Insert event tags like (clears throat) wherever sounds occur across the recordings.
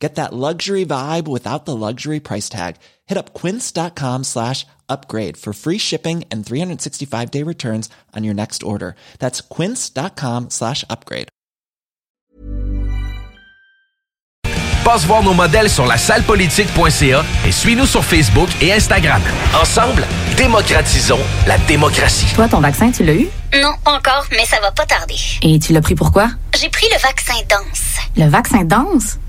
Get that luxury vibe without the luxury price tag. Hit up quince.com slash upgrade for free shipping and 365 day returns on your next order. That's quince.com slash upgrade. Passe voir nos modèles sur la sallepolitique.ca et suis-nous sur Facebook et Instagram. Ensemble, démocratisons la démocratie. Toi, ton vaccin, tu l'as eu? Non, encore, mais ça va pas tarder. Et tu l'as pris pourquoi? J'ai pris le vaccin danse. Le vaccin danse? (laughs)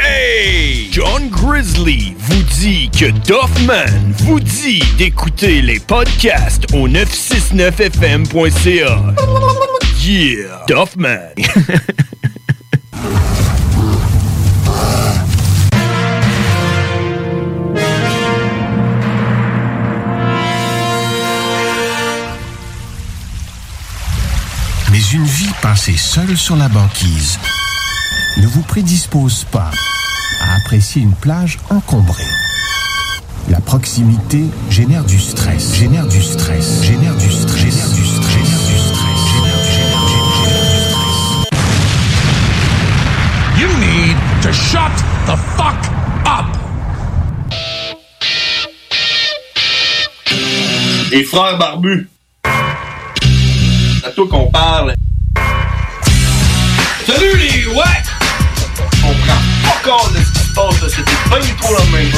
Hey! John Grizzly vous dit que Doffman vous dit d'écouter les podcasts au 969fm.ca. Yeah! Doffman! Mais une vie passée seule sur la banquise ne vous prédispose pas à apprécier une plage encombrée. La proximité génère du stress, génère du stress, génère du stress, génère du stress, génère du stress, génère du génère du- génère du stress. You need to shut the fuck up. Les frères barbus. C'est à toi qu'on parle. Salut les ouais! On prend pas compte de ce qui se passe, là. c'était pas du tout la même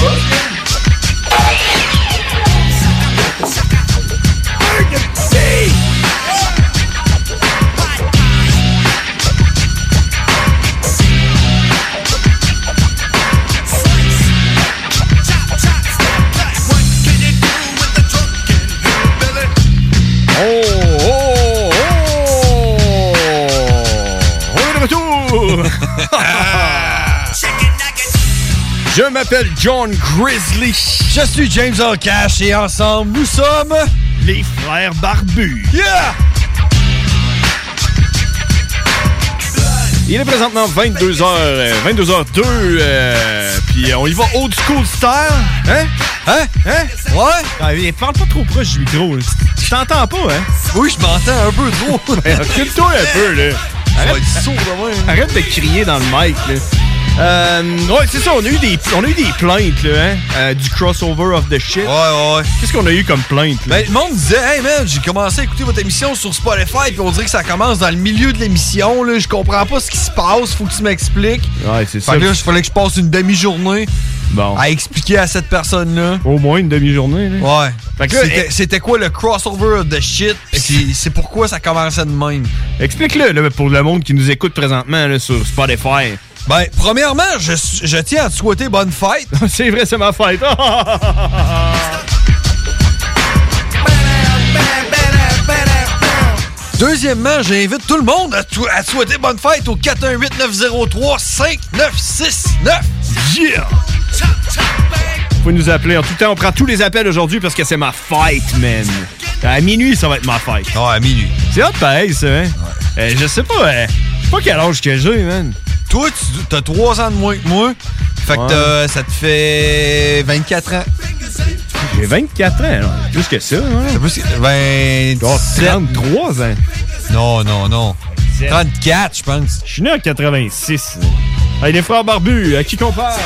Oh, oh, (laughs) oh! On est de (laughs) retour! (laughs) Ah! Je m'appelle John Grizzly. Je suis James O'Cash et ensemble, nous sommes les frères barbus. Yeah! Il est présentement 22h, euh, 22h02, euh, puis euh, on y va old school style. Hein? Hein? Hein? Ouais? il parle pas trop proche du micro. là. Je t'entends pas, hein? Oui, je m'entends un peu trop. (laughs) Ben, Recule-toi un peu, là. Arrête, arrête de crier dans le mic, là. Euh, ouais, c'est ça, on a eu des, on a eu des plaintes, là, hein? euh, du crossover of the shit. Ouais, ouais. Qu'est-ce qu'on a eu comme plainte, là? Ben, le monde disait, hey man, j'ai commencé à écouter votre émission sur Spotify, puis on dirait que ça commence dans le milieu de l'émission, là. Je comprends pas ce qui se passe, faut que tu m'expliques. Ouais, c'est ça. Fait que là, il fallait que je passe une demi-journée à expliquer à cette personne-là. Au moins une demi-journée, Ouais. Fait que là, C'était- eh- C'était quoi le crossover of the shit, puis c'est pourquoi ça commençait de même. Explique-le, là, pour le monde qui nous écoute présentement, là, sur Spotify. Ben, premièrement, je, je tiens à te souhaiter bonne fête. (laughs) c'est vrai, c'est ma fête. (laughs) Deuxièmement, j'invite tout le monde à, tou- à te souhaiter bonne fête au 418-903-5969. Yeah! Vous pouvez nous appeler en tout temps. On prend tous les appels aujourd'hui parce que c'est ma fête, man. À minuit, ça va être ma fête. Ah, à minuit. C'est hot pareil, ça, hein? Euh, je sais pas, euh, je sais pas quel âge que j'ai, man. Toi, tu t'as 3 ans de moins que moi. Fait que t'as- ça te fait 24 ans. J'ai 24 ans, là. plus que ça. Hein? Plus que, ben, 33 ans. Non, non, non. 34, je pense. Je suis né en 86. là. Hey, les frères barbus, à qui qu'on parle?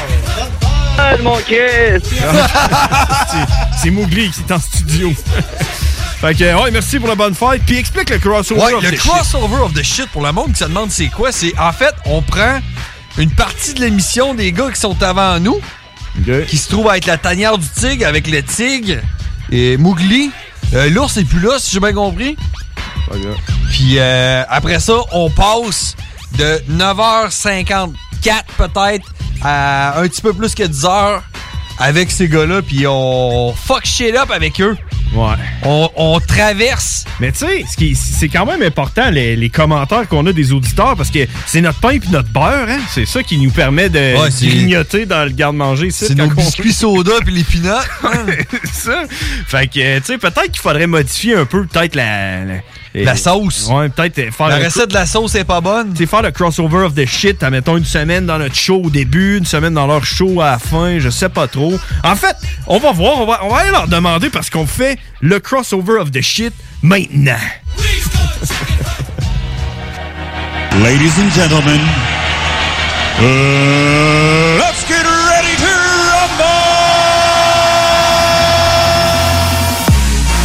gueule, mon Chris! (laughs) C'est- C'est Mowgli qui est en studio. (laughs) fait que, ouais, merci pour la bonne fête. Puis explique le crossover. Ouais, of le the crossover of the shit pour le monde qui se demande c'est quoi, c'est en fait, on prend une partie de l'émission des gars qui sont avant nous, qui se trouve à être la tanière du tigre avec le tigre et Mowgli. Euh, L'ours est plus là, si j'ai bien compris. Puis euh, après ça, on passe de 9h54 peut-être à un petit peu plus que 10h avec ces gars-là, puis on fuck shit up avec eux. Ouais. On, traverse. Mais tu sais, ce qui- c'est quand même important, les, les commentaires qu'on a des auditeurs, parce que c'est notre pain et notre beurre, hein? C'est ça qui nous permet de Ouais, c'est- grignoter dans le garde-manger. ici, C'est quand nos on- biscuits soda puis les (laughs) peanuts. hein. ça. Fait que, euh, tu sais, peut-être qu'il faudrait modifier un peu, peut-être la... La, La sauce. Ouais, peut-être euh, faire... La recette de la sauce est pas bonne. Tu sais, faire le crossover of the shit, admettons, une semaine dans notre show au début, une semaine dans leur show à la fin, je sais pas trop. En fait, on va voir, on va, on va aller leur demander parce qu'on fait le crossover of the shit maintenant. Ladies and gentlemen, Euh, uh, let's get ready to rumble!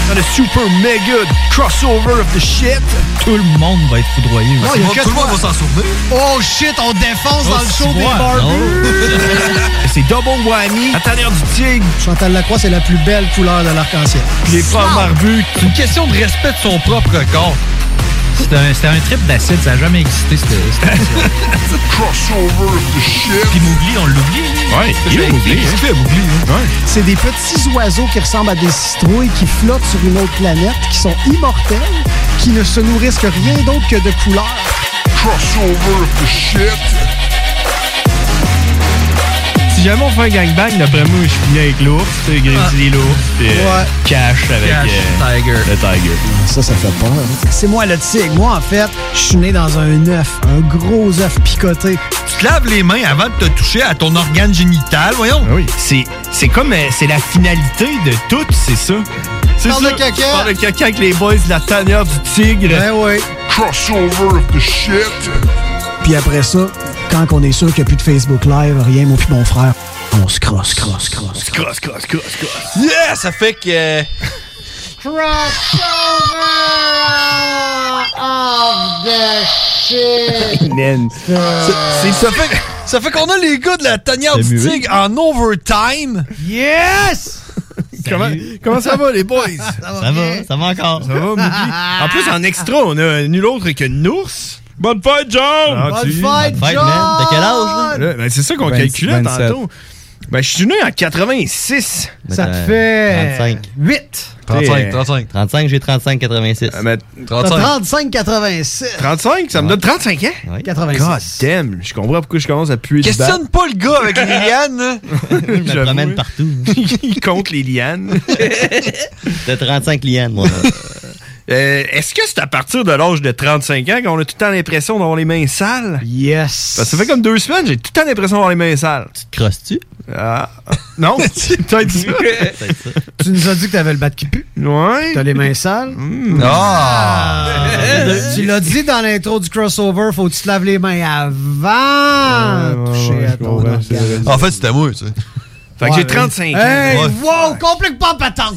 Dans le super mega crossover of the shit. Tout le monde va être foudroyé. Non, aussi. il y a Oh, que toi. Oh shit, on défonce dans le show des barbus! barbus. C'est double whammy. À travers du tigre. Chantal Lacroix, c'est la plus belle couleur de l'arc-en-ciel. Les femmes barbues. C'est une question de respect de son propre corps. C'était un, c'était un trip d'acide, ça n'a jamais existé, cette cette émission. Crossover of the shit. Puis Mowgli, on l'oublie. lui. Ouais, il est Mowgli, hein. C'est des petits oiseaux qui ressemblent à des citrouilles qui flottent sur une autre planète, qui sont immortels, qui ne se nourrissent que rien d'autre que de couleurs. Crossover of the shit. Si jamais on fait un gangbang, d'après moi, je finis avec l'ours, tu sais, Grizzly l'ours, puis euh, Ouais. Cash avec Cash, euh, le Tiger. Ça, ça fait peur. hein. C'est moi le tigre. Moi, en fait, je suis né dans un œuf, un gros œuf picoté. (laughs) Tu te laves les mains avant de te toucher à ton organe génital, voyons. Ah Oui. C'est, c'est comme euh, c'est la finalité de tout, c'est ça. C'est Parle ça. de caca. Parle de caca avec les boys de la tanière du tigre. Ben ouais. Crossover of the shit. Puis après ça, quand on est sûr qu'il n'y a plus de Facebook Live, rien, moi puis mon frère, on se crosse, crosse, crosse. Cross, cross, cross, cross. Yeah, ça fait que. euh, Crossover of the shit. Ça- c'est- Ça fait, ça fait qu'on a les gars de la tanière C'est du muet. tigre en overtime. Yes! Comment, comment ça va, les (laughs) boys? Ça va, ça va encore. Ça va, Mowgli? En plus, en extra, on a nul autre que Ah, Nours. Bonne fête, John! Bonne fête, Bonne fête, John! man. T'as quel âge, là? Ben, c'est ça qu'on 20, calculait 27. tantôt. Ben, je suis né en 86. Ça te fait 8. euh, 35, 35. 35, j'ai 35, 86. 35,86. 35? Ça me donne 35 ans? 86. God damn, je comprends pourquoi je commence à puer du Questionne pas le gars avec les lianes. (laughs) Je me promène (laughs) partout. Il compte les lianes. T'as 35 lianes, moi. (laughs) Euh, Est-ce que c'est à partir de l'âge de 35 ans qu'on a tout le temps l'impression d'avoir les mains sales? Yes. Parce que ça fait comme deux semaines, j'ai tout le temps l'impression d'avoir les mains sales. Tu te crosses-tu? Ah. (laughs) Non, c'est peut-être (laughs) ça. (laughs) Tu nous as dit que t'avais le bat qui pue. Ouais. Hmm. T'as les mains sales. Ah! Tu l'as dit dans l'intro du crossover, faut que tu te laves les mains avant. de toucher à ton organe. En fait, c'était moi, tu sais. Fait que j'ai 35 ans. Hey, Ouais. wow, complique pas (laughs) patente.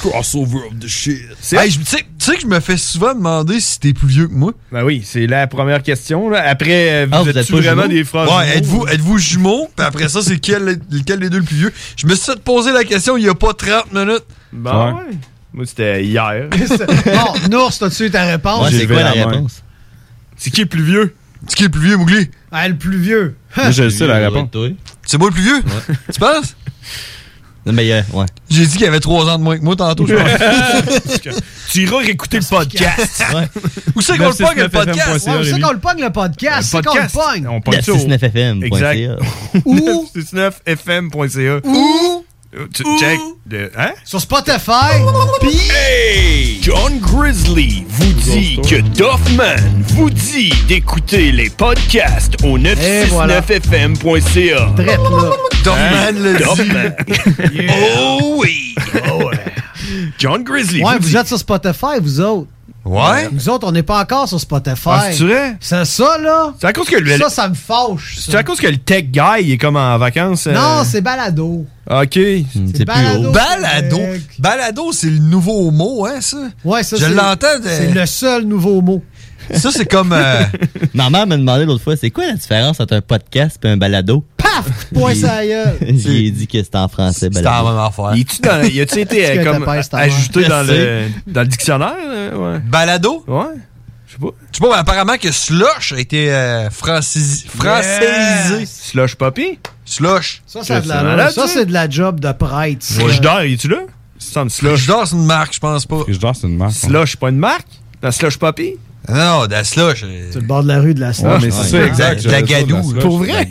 Crossover of the shit. Hey, je- tu sais- tu sais que je me fais souvent demander si t'es plus vieux que moi. Ben oui, c'est la première question. là. Après, euh, vous, Ah, êtes, pas vraiment jumeaux? des phrases. Ouais, êtes-vous êtes jumeaux? Puis après ça, c'est quel, lequel des deux le plus vieux? Je me suis fait poser la question il y a pas 30 minutes. Bon, Ah ouais. Moi, (laughs) c'était hier. bon, Nours, t'as-tu eu ta réponse? C'est qui est plus vieux? C'est qui est le plus vieux, Mougli? Ah, le plus vieux. C'est moi le plus vieux? Tu penses? Non, mais, euh, ouais. J'ai dit qu'il y avait 3 ans de moins que moi tantôt. je pense. (laughs) tu iras réécouter le podcast. Où c'est qu'on le pogne, le podcast? Ouais, où c'est qu'on le pogne, le podcast? C'est qu'on le pogne. On pogne ça au- Exact. (laughs) Ou- 969fm.ca. Ou Euh, Tu check. de- Hein? sur Spotify. Puis... Hey! John Grizzly vous dit que Doffman vous dit d'écouter les podcasts au voilà. 969fm.ca. Drette, là. Hein? Doffman le Doffman. Oh oui! John Grizzly Ouais, vous vous êtes sur Spotify, vous autres. Ouais? Nous autres, on n'est pas encore sur Spotify. Ah, c'est vrai? C'est ça, là. C'est à cause que le- Ça, ça me fâche. ça. C'est à cause que le tech guy, il est comme en vacances. euh, Non, c'est balado. OK. C'est balado. Balado. Balado, c'est le nouveau Oh, mot, hein, ça? Ouais, ça, Je c'est- l'entends. de- euh, C'est le seul nouveau mot. Ça, c'est comme. euh, (laughs) Ma mère m'a demandé l'autre fois, c'est quoi la différence entre un podcast et un balado? (laughs) Paf! Point J'ai- ça gueule. (laughs) J'ai dit que c'était en français, C'était balado. la même affaire. Il dans le- y a-tu (laughs) été euh, comme ajouté dans le, dans le dictionnaire? euh, ouais. Balado? Ouais. Je sais pas. Je sais pas, mais apparemment que slush a été euh, francisi- francisé. Slush Poppy? Slush. Ça, c'est de, la... ça, c'est de la job de prêtre. ça. Frigidaire, es-tu là? Ça me slush. Frigidaire, c'est une marque, je pense pas. Frigidaire, c'est une marque. Slush, pas une marque? Dans Slush Poppy? Non, de la slush. euh, Sur le bord de la rue de la Ah, slush. mais c'est ça, exact. De la gadoue. Pour vrai?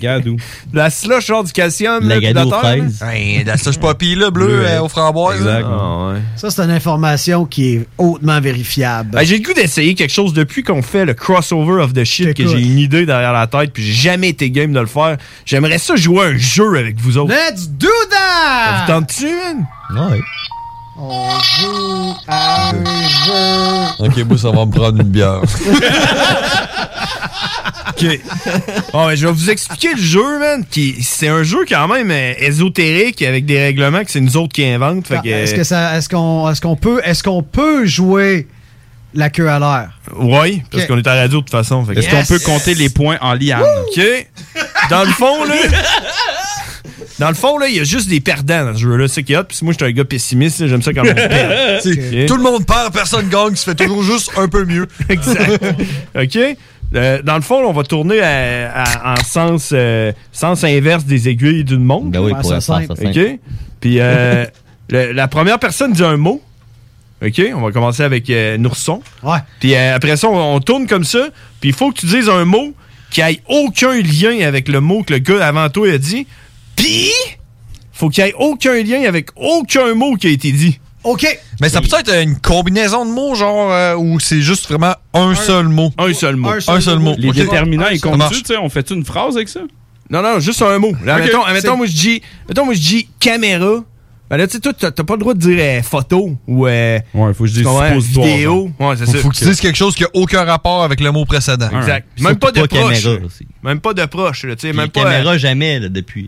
La slush, genre du calcium, là, puis de la terre, là. Hey, de la slush poppy, là, bleu, Bleu, euh, aux framboises. là. Ah, ouais. Ça, c'est une information qui est hautement vérifiable. Ben, j'ai le goût d'essayer quelque chose depuis qu'on fait le crossover of the shit que j'ai une idée derrière la tête puis j'ai jamais été game de le faire. J'aimerais ça jouer à un jeu avec vous autres. Let's do that! Vous tentez-tu, man? Ouais. On joue à un jeu. Ok, moi, ça va me prendre une bière. (laughs) OK. Bon, ben, je vais vous expliquer le jeu, man. qui- C'est un jeu quand même euh, ésotérique avec des règlements que c'est nous autres qui inventent. Fait Ah, que, (laughs) Est-ce que ça, est-ce qu'on, est-ce qu'on peut, est-ce qu'on peut jouer la queue à l'air? Oui, parce Ok. qu'on est à la radio de toute façon. fait que- Est-ce qu'on Yes. peut compter les points en liane? OK. Dans le fond, là... Dans le fond, là, il y a juste des perdants dans ce jeu-là. C'est ce qu'il y a. Puis moi, je suis un gars pessimiste. là, J'aime ça quand (laughs) on perd. Tu sais, Ok. Tout le monde perd, personne gagne, se fait toujours juste un peu mieux. (laughs) Exact. OK? Euh, dans le fond, on va tourner à- à- en sens, euh, sens inverse des aiguilles d'une montre. Ben oui, pour ça la faire, ça simple. OK? Puis euh, (laughs) le- la première personne dit un mot. OK? On va commencer avec euh, Nourson. Ouais. Puis euh, après ça, on, on tourne comme ça. Puis il faut que tu dises un mot qui ait aucun lien avec le mot que le gars avant toi a dit. Puis, faut qu'il y ait aucun lien avec aucun mot qui a été dit. OK. (laughs) Mais ça peut être une combinaison de mots, genre, euh, où c'est juste vraiment un, seul mot. Un seul mot. Un seul, mot. Les Ok. déterminants, ils Ça comptent marche. tu sais, on fait une phrase avec ça? Non, non, juste un mot. Là, Ok, mettons, c'est- mettons, moi, je dis, mettons, moi, je dis caméra. Ben là, tu sais, toi, t'as t'as pas le droit de dire euh, photo ou. Euh, ouais, faut que je dise suppositoire, Vidéo. genre. Ouais, c'est Faut- ça. Faut que tu dises quelque chose qui a aucun rapport avec le mot précédent. Exact. Même pas de proche. Même pas de proche, là, tu sais, même Puis pas. caméra euh, jamais, là, depuis.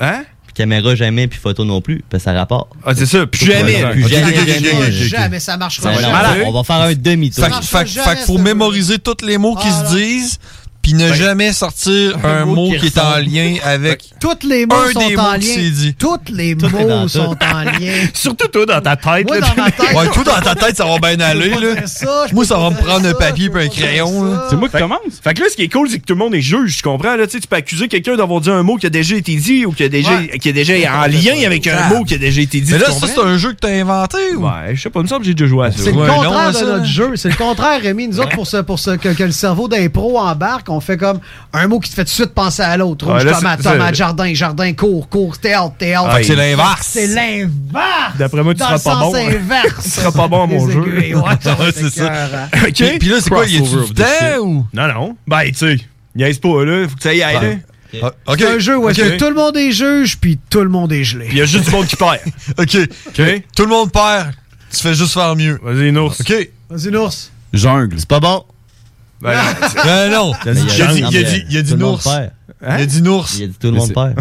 Hein? Puis caméra jamais, puis photo non plus, parce que ça rapporte. Ah, c'est ça, plus jamais. Plus Ok, jamais, ok, ok, jamais, ok, ok, jamais. Jamais, ça marchera Ben non, jamais. On va faire un demi-tour. Fait que- fait que- fait que faut mémoriser tous les mots qui Ah, se disent, puis Ben, ne jamais sortir un mot qui est en lien avec. Toutes les mots Un sont des en mots qui s'est lien. dit. Toutes les Tout est mots dans sont tout. en lien. (laughs) Surtout toi dans ta tête. Moi, là. dans ma tête- Ouais, toi dans ta tête, ça va bien aller. là. Moi, ça va me prendre un papier puis un crayon. là. C'est moi qui commence. Fait que là, ce qui est cool, c'est que tout le monde est juge, tu comprends? Là, tu sais, tu peux accuser quelqu'un d'avoir dit un mot qui a déjà été dit ou qui a déjà, qui a déjà en lien avec un mot qui a déjà été dit. Mais là, tu ça, comprends? c'est un jeu que t'as inventé ou? Ouais, je sais pas, il me semble que j'ai déjà joué à ça. (laughs) C'est le Ouais, non, contraire de ça, notre là. jeu. C'est le contraire, Rémi. Nous autres, pour, ce, pour ce, que, que le cerveau d'impro embarque, on fait comme un mot qui te fait tout de suite penser à l'autre. Rouge, Ouais, là, tomate, c'est- tomate, c'est- jardin, jardin, cours, cours, théâtre, théâtre. Ah, fait que c'est l'inverse. C'est l'inverse. D'après moi, tu seras Dans pas le bon. hein. sens inverse. Tu seras pas bon à mon jeu. (laughs) Ouais, c'est ça. OK. Puis- puis là, c'est quoi, y a-tu du Crossover of the temps shit. ou- Non, non. Ben, tu sais, niaise pas, là. Faut que ça y aille, Ouais. là. C'est un jeu où est-ce Ah, OK. que tout le monde est juge, puis tout le monde est gelé. Il y a juste du monde qui perd. (laughs) OK. Tout le monde perd. Tu fais juste faire mieux. Vas-y, Nours. OK. Vas-y, l'ours. Jungle. C'est pas bon. (laughs) Ben, Ben non. Mais il y Il a- a dit- non, il a mais dit- il a dit tout le monde Nours. perd. Il Hein? a Hein? dit Nours. Il a dit tout le monde perd.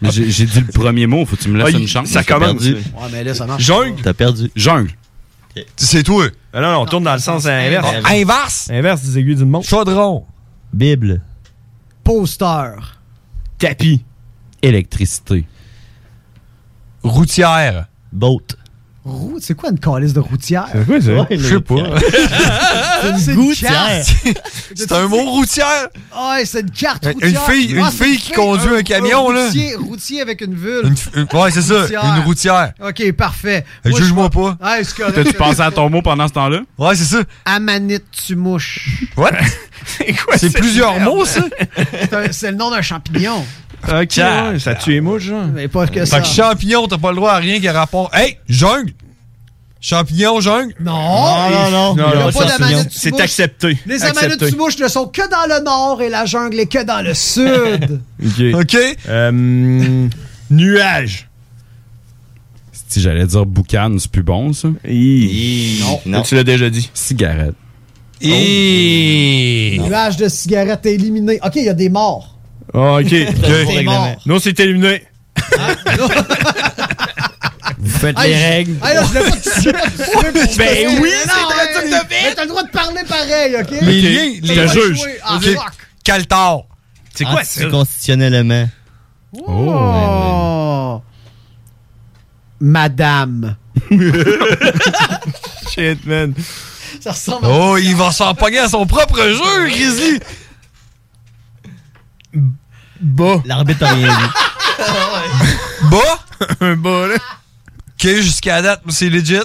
Mais (laughs) J'ai j'ai dit le premier mot, faut que tu me Ah, laisses une chance. J'ai perdu. Ouais, mais là, ça marche. Jungle. T'as perdu. Jungle. C'est toi. Ah Non, non, on tourne dans le sens inverse. Ah, Inverse. Inverse des aiguilles d'une montre. Chaudron. Bible. Poster. Tapis. Électricité. Routière. Boat. Route, c'est quoi une calice de routière? C'est quoi ça? Je sais pas. (laughs) C'est une Gouttière. carte. (laughs) C'est un mot routière. Ouais, Ah, c'est une carte Euh, Une routière. fille- une Ouais, c'est fille qui conduit un camion, là. routier, Routier avec une vulve. Une f- euh, ouais, c'est ça, une routière. OK, parfait. Euh, Moi, je- Juge-moi pas. Ah, c'est correct. T'as-tu pensé à ton mot pendant ce temps-là? Ouais, c'est ça. Amanite, tu mouches. What? (laughs) C'est plusieurs mots, ça? C'est un- C'est le (laughs) nom d'un champignon. OK, ouais, ça tue les mouches, genre. Mais pas que hein. Fait ça. que champignon, t'as pas le droit à rien qui a rapport. Hey, jungle. Champignon, jungle. Non, non, non. Il y a pas d'amanite, tu C'est mouches. accepté. Les amanites, tu mouches ne sont que dans le nord et la jungle est que dans (laughs) le sud. OK. OK. Euh, Nuage. Si j'allais dire boucan, c'est plus bon, ça. Non. Non. Tu l'as déjà dit. Cigarette. Et... Nuage de cigarettes éliminé. OK, il y a des morts. Ah, (laughs) OK. C'est mort. Non, c'est éliminé. Ah, Vous faites Hey, les je- règles. Hey, là, je voulais pas te (laughs) tuer. Ben oui, Non, hey, Mais t'as le droit de parler pareil, OK? Les liens, T'as les- le droit de Je te jouer. juge. Ah, Ok. fuck. Caltar. C'est quoi ça? Anticonstitutionnellement. Oh. Oh. Madame. Shit, man. Ça ressemble à... Oh, il va s'en pogner à son propre jeu, Grizzly! Bas. L'arbitre a rien dit. Bas? (laughs) Un bas, là. Ok, jusqu'à date, c'est legit.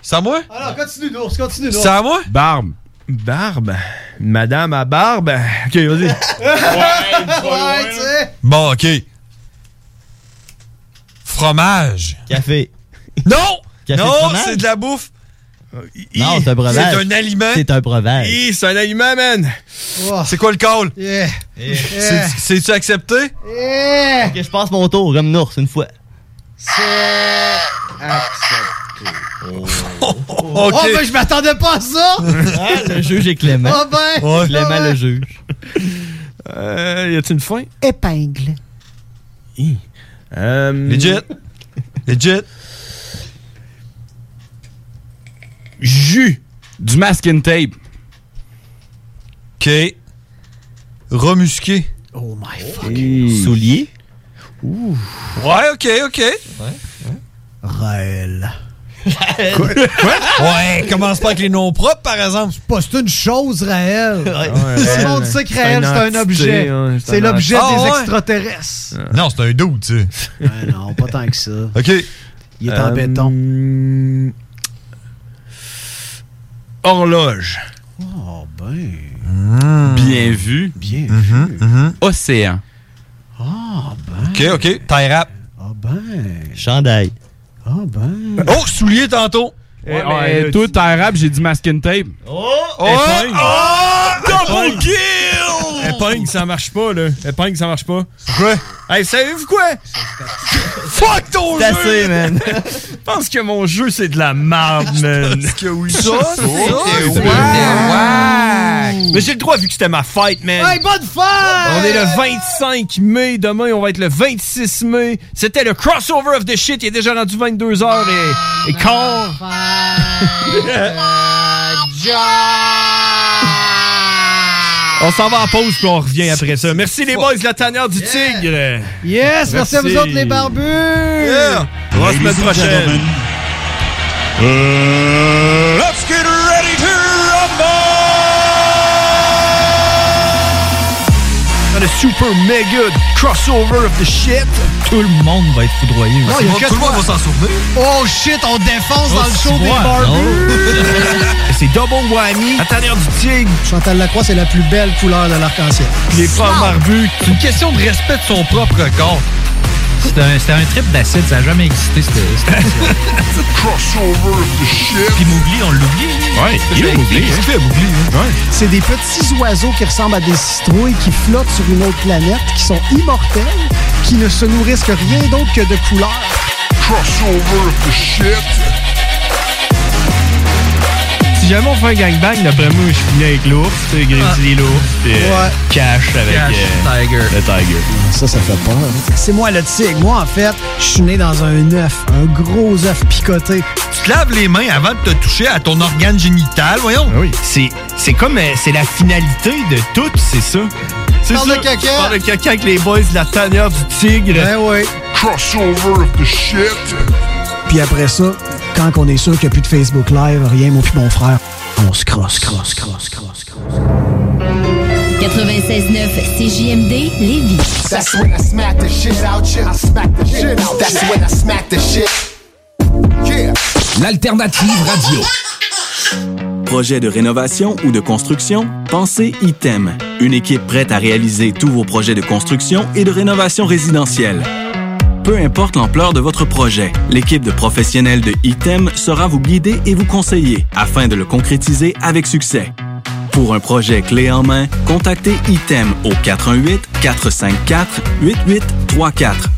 C'est à moi? Alors, continue, Nours, continue, Nours. C'est à (laughs) moi? Barbe. Barbe. Madame à barbe. OK, (laughs) vas-y. ouais, tu sais. Bon, ok. Fromage. Café. Non! Café de non, fromage? c'est de la bouffe. Non, c'est un breuvage. C'est un aliment. C'est un breuvage. Hi, c'est un aliment, man. C'est quoi le call? Oh. Yeah. C'est- C'est-tu accepté? Yeah. Ok, je passe mon tour comme Nours une fois. C'est... Ok. Oh, ben, je m'attendais pas à ça! Ah, le juge est Clément. Ah ben! Ouais. Clément le juge. Euh, y a-t-il une fin? Épingle. Euh, Legit. Legit. Jus. Du masking tape. Ok. Remusqué. Oh my fuck. Soulier. Ouais, ok, ok. Raël. Ouais, commence pas avec les noms propres, par exemple. Pas c'est une chose, Raël. Ouais, Tout le monde Raël, sait que c'est Raël, une c'est entité, un objet. ouais, c'est c'est un l'objet entité. des Ah ouais? extraterrestres. Non, c'est un doute, tu sais. Ouais, non, pas tant que ça. Ok. Il est en Euh, béton. Horloge. Oh ben. Bien vu. Ah, Bien vu. Océan. Oh ben. Ok, ok. Tie rap. Ah, Oh ben. Chandail. Oh ben. Oh, soulier tantôt. Eh, eh, toi, t'es arabe, j'ai dit masking tape. Oh! Double kill! oh, Épingle, ça marche pas, là. Épingle, ça marche pas. Quoi? Hey, savez-vous quoi? Fuck ton C'est jeu! assez, man. Je pense que mon jeu, c'est de la merde, man. que oui. Oh, Ça, c'est c'est wack. Mais j'ai le droit, vu que c'était ma fête, man. Hey, bonne fête! On est le 25 mai. Demain, on va être le 26 mai. C'était le crossover of the shit. Il est déjà rendu 22h et, et quart. On s'en va en pause puis on revient après ça. Merci les boys, de la tanière du tigre. Yes, merci. à vous Merci. autres, les barbus. Yeah. On va se Ladies mettre and prochaine. gentlemen, Euh, uh, let's get ready to Dans le super mega crossover of the shit. Tout le monde va être foudroyé. Non, Tout il y le a monde- que tout le monde toi. va s'en souvenir. Oh shit, on défonce dans le show des barbus. (laughs) C'est double whammy. La tanière du tigre. Chantal Lacroix, c'est la plus belle couleur de l'arc-en-ciel. Les femmes barbues. C'est une question de respect de son propre corps. C'était un, c'était un trip d'acide, ça n'a jamais existé, cette cette émission. crossover of the shit. Puis Mougli, on l'oublie. Ouais, il est oublié. hein. Qu'est-ce qu'il fait, Bougli? hein. Ouais. C'est des petits oiseaux qui ressemblent à des citrouilles qui flottent sur une autre planète, qui sont immortels, qui ne se nourrissent que rien d'autre que de couleurs. Crossover of the shit. Si jamais on fait un gangbang, d'après moi, je finis avec l'ours, tu sais, Grizzly l'ours, puis euh, Ah. Ouais. Cash avec Cash, euh, Tiger. le Tiger. Ça, ça fait peur. hein. C'est moi le tigre. Moi, en fait, je suis né dans un œuf, un gros œuf picoté. (laughs) Tu te laves les mains avant de te toucher à ton organe génital, voyons. Ah C'est, c'est comme euh, c'est la finalité de tout, c'est ça. C'est Parle ça. de caca. Je Parle de caca avec les boys de la tanière du tigre. Ben oui. Crossover of the shit. Puis après ça, quand on est sûr qu'il n'y a plus de Facebook Live, rien, mon puis mon frère, on se crosse, crosse, crosse, crosse, crosse. 96.9 CJMD Lévis. That's when I smack the shit out you. I smack the shit out. That's when I smack the shit. Yeah. L'alternative radio. Projet de rénovation ou de construction? Pensez ITEM. Une équipe prête à réaliser tous vos projets de construction et de rénovation résidentielle. Peu importe l'ampleur de votre projet, l'équipe de professionnels de ITEM sera vous guider et vous conseiller afin de le concrétiser avec succès. Pour un projet clé en main, contactez ITEM au 418-454-8834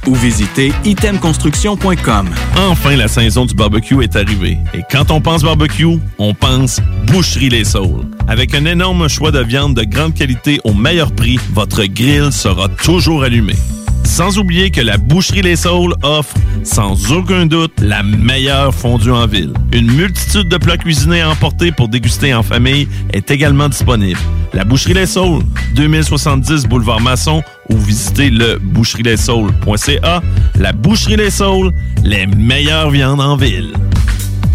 ou visitez itemconstruction.com. Enfin, la saison du barbecue est arrivée. Et quand on pense barbecue, on pense Boucherie Les Saules. Avec un énorme choix de viande de grande qualité au meilleur prix, votre grill sera toujours allumé. Sans oublier que la Boucherie Les Saules offre, sans aucun doute, la meilleure fondue en ville. Une multitude de plats cuisinés à emporter pour déguster en famille est également disponible. La Boucherie Les Saules, 2070 Boulevard Masson ou visitez le boucherieslessaules.ca. La Boucherie Les Saules, les meilleures viandes en ville.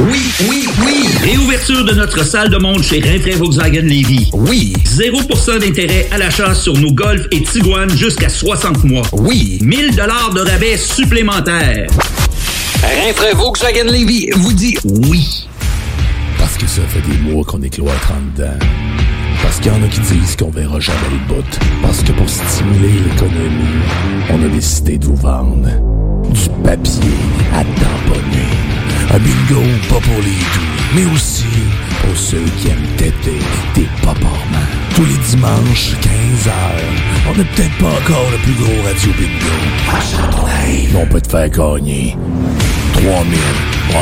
Oui, oui, oui. Réouverture de notre salle de monde chez Rinfrae Volkswagen Levy. Oui. 0% d'intérêt à l'achat sur nos Golf et Tiguan jusqu'à 60 mois. Oui. 1000 dollars de rabais supplémentaires. Rinfrae Volkswagen Levy vous dit oui. Parce que ça fait des mois qu'on est cloître en dedans. Parce qu'il y en a qui disent qu'on verra jamais les bouts. Parce que pour stimuler l'économie, on a décidé de vous vendre du papier à tamponner. Un bingo pas pour les doux, mais aussi pour ceux qui aiment têter des paparmans. Tous les dimanches, 15h, on n'est peut-être pas encore le plus gros radio bingo. À Champlain, on peut te faire gagner 3000, ouais,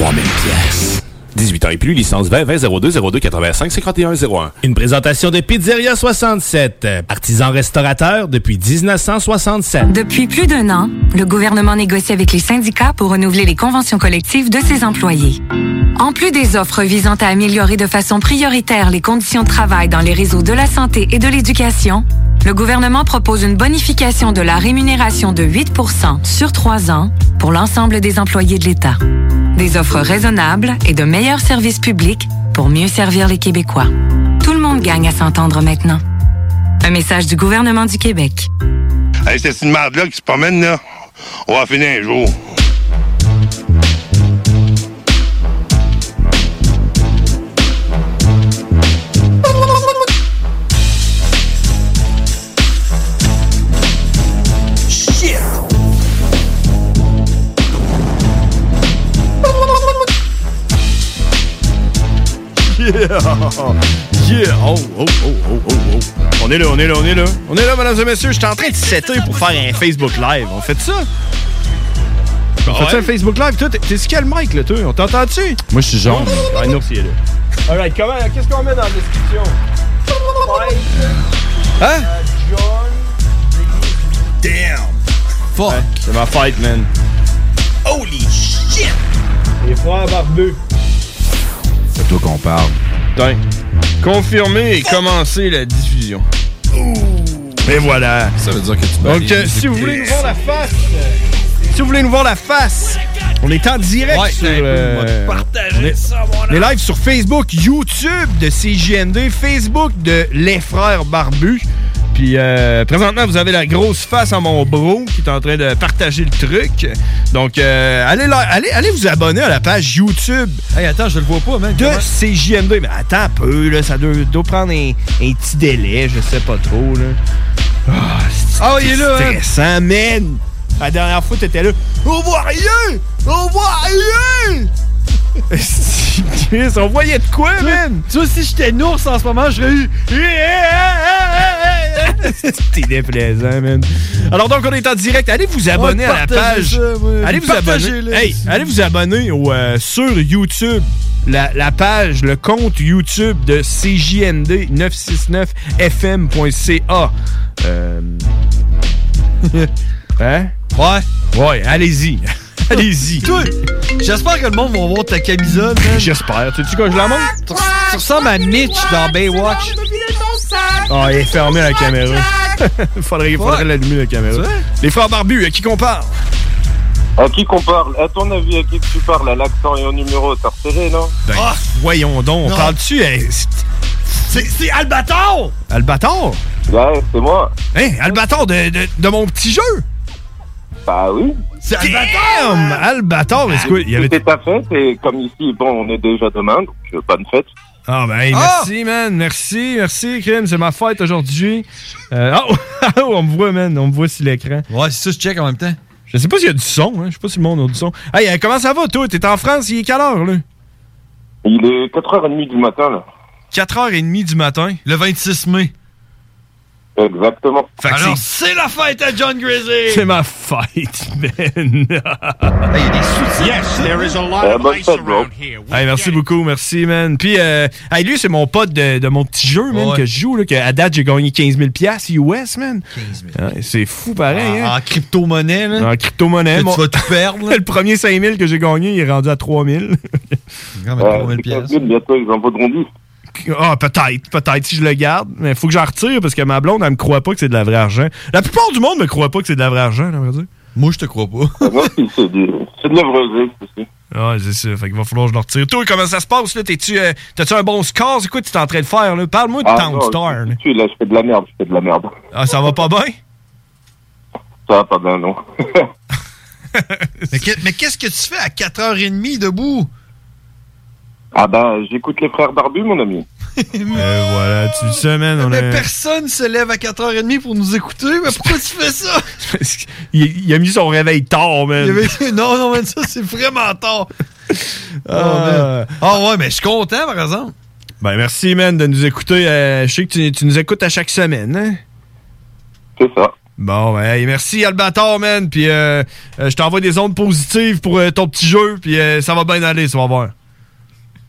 3000 pièces. 18 ans et plus, licence 20 20 02 02 85 51 01. Une présentation de Pizzeria 67, euh, artisan restaurateur depuis 1967. Depuis plus d'un an, le gouvernement négocie avec les syndicats pour renouveler les conventions collectives de ses employés. En plus des offres visant à améliorer de façon prioritaire les conditions de travail dans les réseaux de la santé et de l'éducation, le gouvernement propose une bonification de la rémunération de 8 sur trois ans pour l'ensemble des employés de l'État. Des offres raisonnables et de meilleurs services publics pour mieux servir les Québécois. Tout le monde gagne à s'entendre maintenant. Un message du gouvernement du Québec. Hey, c'est une merde-là qui se promène, là. On va finir un jour. Shit! Yeah! Yeah! Oh, oh, oh, oh, oh, oh. On est là, on est là, on est là. On est là, mesdames et messieurs. J'étais en train de setter pour faire un Facebook Live. On fait ça? On fait ça, un Facebook Live? Toi, t'es- t'es sur quel mic, là, toi? On t'entend-tu? Moi, je suis jaune. Ouais, nous aussi, il est là. Alright, comment, qu'est-ce qu'on met dans la description? Hein? Damn! Fuck! c'est ma fight, man. Holy shit! Les frères barbus. C'est toi qu'on parle. Putain. Confirmer et commencer la diffusion. Et voilà. Ça veut dire que tu Donc, euh, si vous voulez nous voir la face, euh, si vous voulez nous voir la face, on est en direct Ouais, sur. euh, t'as un peu, moi, de on est, on est live sur Facebook, YouTube de CJMD, Facebook de Les Frères Barbus. Puis euh, présentement, vous avez la grosse face à mon bro qui est en train de partager le truc. Donc, euh, allez, là- allez, allez vous abonner à la page YouTube. attends, je le vois pas, même. De CJMD. Mais attends un peu, là, ça doit, doit prendre un, un petit délai, je sais pas trop, là. Ah, il est là, hein? stressant, man! La dernière fois, t'étais là. On voit rien! On voit rien! (laughs) Chris, on voyait de quoi, man? Tu vois, si j'étais une ours en ce moment, j'aurais eu. (laughs) T'es déplaisant, man. Alors, donc, on est en direct. Allez vous abonner à la partagez page. ça, ouais. allez vous Partagez-le. abonner. Hey, allez vous abonner au, euh, sur YouTube. La, la page, le compte YouTube de CJND969FM.ca. Euh, (laughs) hein? Ouais. Ouais, (laughs) allez-y. allez-y. Toi, j'espère que le monde va voir ta camisole. J'espère. Tu sais quoi, je la montre? Tu tu ressembles à Mitch dans Baywatch. Ah, il est fermé la caméra. (laughs) faudrait faudrait l'allumer la caméra. Les frères barbus, à qui qu'on parle? À qui qu'on parle À ton avis, à qui que tu parles À l'accent et au numéro, t'as repéré, non Ben, voyons donc, on parle-tu? hein? C'est c'est Albator! Albator? Ouais, c'est moi. Hein, Albator de, de, de mon petit jeu? Bah oui. C'est Albator! Albator, est-ce que... il y avait- C'était ta fête et comme ici, bon, on est déjà demain, donc euh, bonne fête. Ah ben hey, Ah! merci man, merci, merci Crime, c'est ma fête aujourd'hui. Euh, oh, (laughs) oh, on me voit man, on me voit sur l'écran. Ouais, c'est ça, je check en même temps. Je sais pas s'il y a du son, hein. je sais pas si le monde a du son. Hey, euh, comment ça va toi, t'es en France, il est quelle heure là? Il est 4h30 du matin, là. 4h30 du matin. Le 26 mai. Exactement. Alors, c'est la fête à John Grizzly! (laughs) C'est ma fête, (laughs) man. Yes, there is a lot Eh, Euh, of bonne ice fête, bro. around here. Hey, merci beaucoup, merci, man. Puis, euh, hey, lui, c'est mon pote de, de mon petit jeu, man, que je joue. Là, que à date, j'ai gagné 15 000 US, man. 15 000 C'est fou, pareil. En- hein. crypto-monnaie, En crypto-monnaie. Que tu vas tout perdre. (laughs) le premier 5 000 que j'ai gagné, il est rendu à 3 000. Euh, c'est 15 000, bientôt, ils en vaudront 10. (laughs) Ah, peut-être, peut-être si je le garde. Mais faut que j'en retire parce que ma blonde, elle me croit pas que c'est de la vraie argent. La plupart du monde me croit pas que c'est de la vraie argent, là, à vrai dire. Moi, je te crois pas. Non, c'est c'est du- c'est de l'œuvre aussi. Ah, c'est ça. Fait qu'il va falloir que je le retire. Toi, comment ça se passe, là? T'es-tu, euh, t'as-tu un bon score? C'est quoi que tu t'es en train de faire, là? Parle-moi de Ah, Town Star, là. Tu là, Ah, je fais de la merde, je fais de la merde. Ah, ça va pas bien? Ça va pas bien, non. Mais que- mais qu'est-ce que tu fais à 4h30 debout? Ah bah, j'écoute les frères barbus, mon ami. Euh, voilà, tu le sais, man, Euh. on a... Personne se lève à 4h30 pour nous écouter. Mais pourquoi tu fais ça? (laughs) il, il a mis son réveil tard, Euh. Il man. y avait- (laughs) Non, non, mais ça, c'est vraiment tard. Ah. Ah ouais, mais je suis content, par exemple. Ben, merci, man, de nous écouter. Euh, je sais que tu, tu nous écoutes à chaque semaine, hein? C'est ça. Bon, ben, hey, merci, Albator, man. Puis, euh, euh, je t'envoie des ondes positives pour euh, ton petit jeu. Puis, euh, ça va bien aller, ça va voir.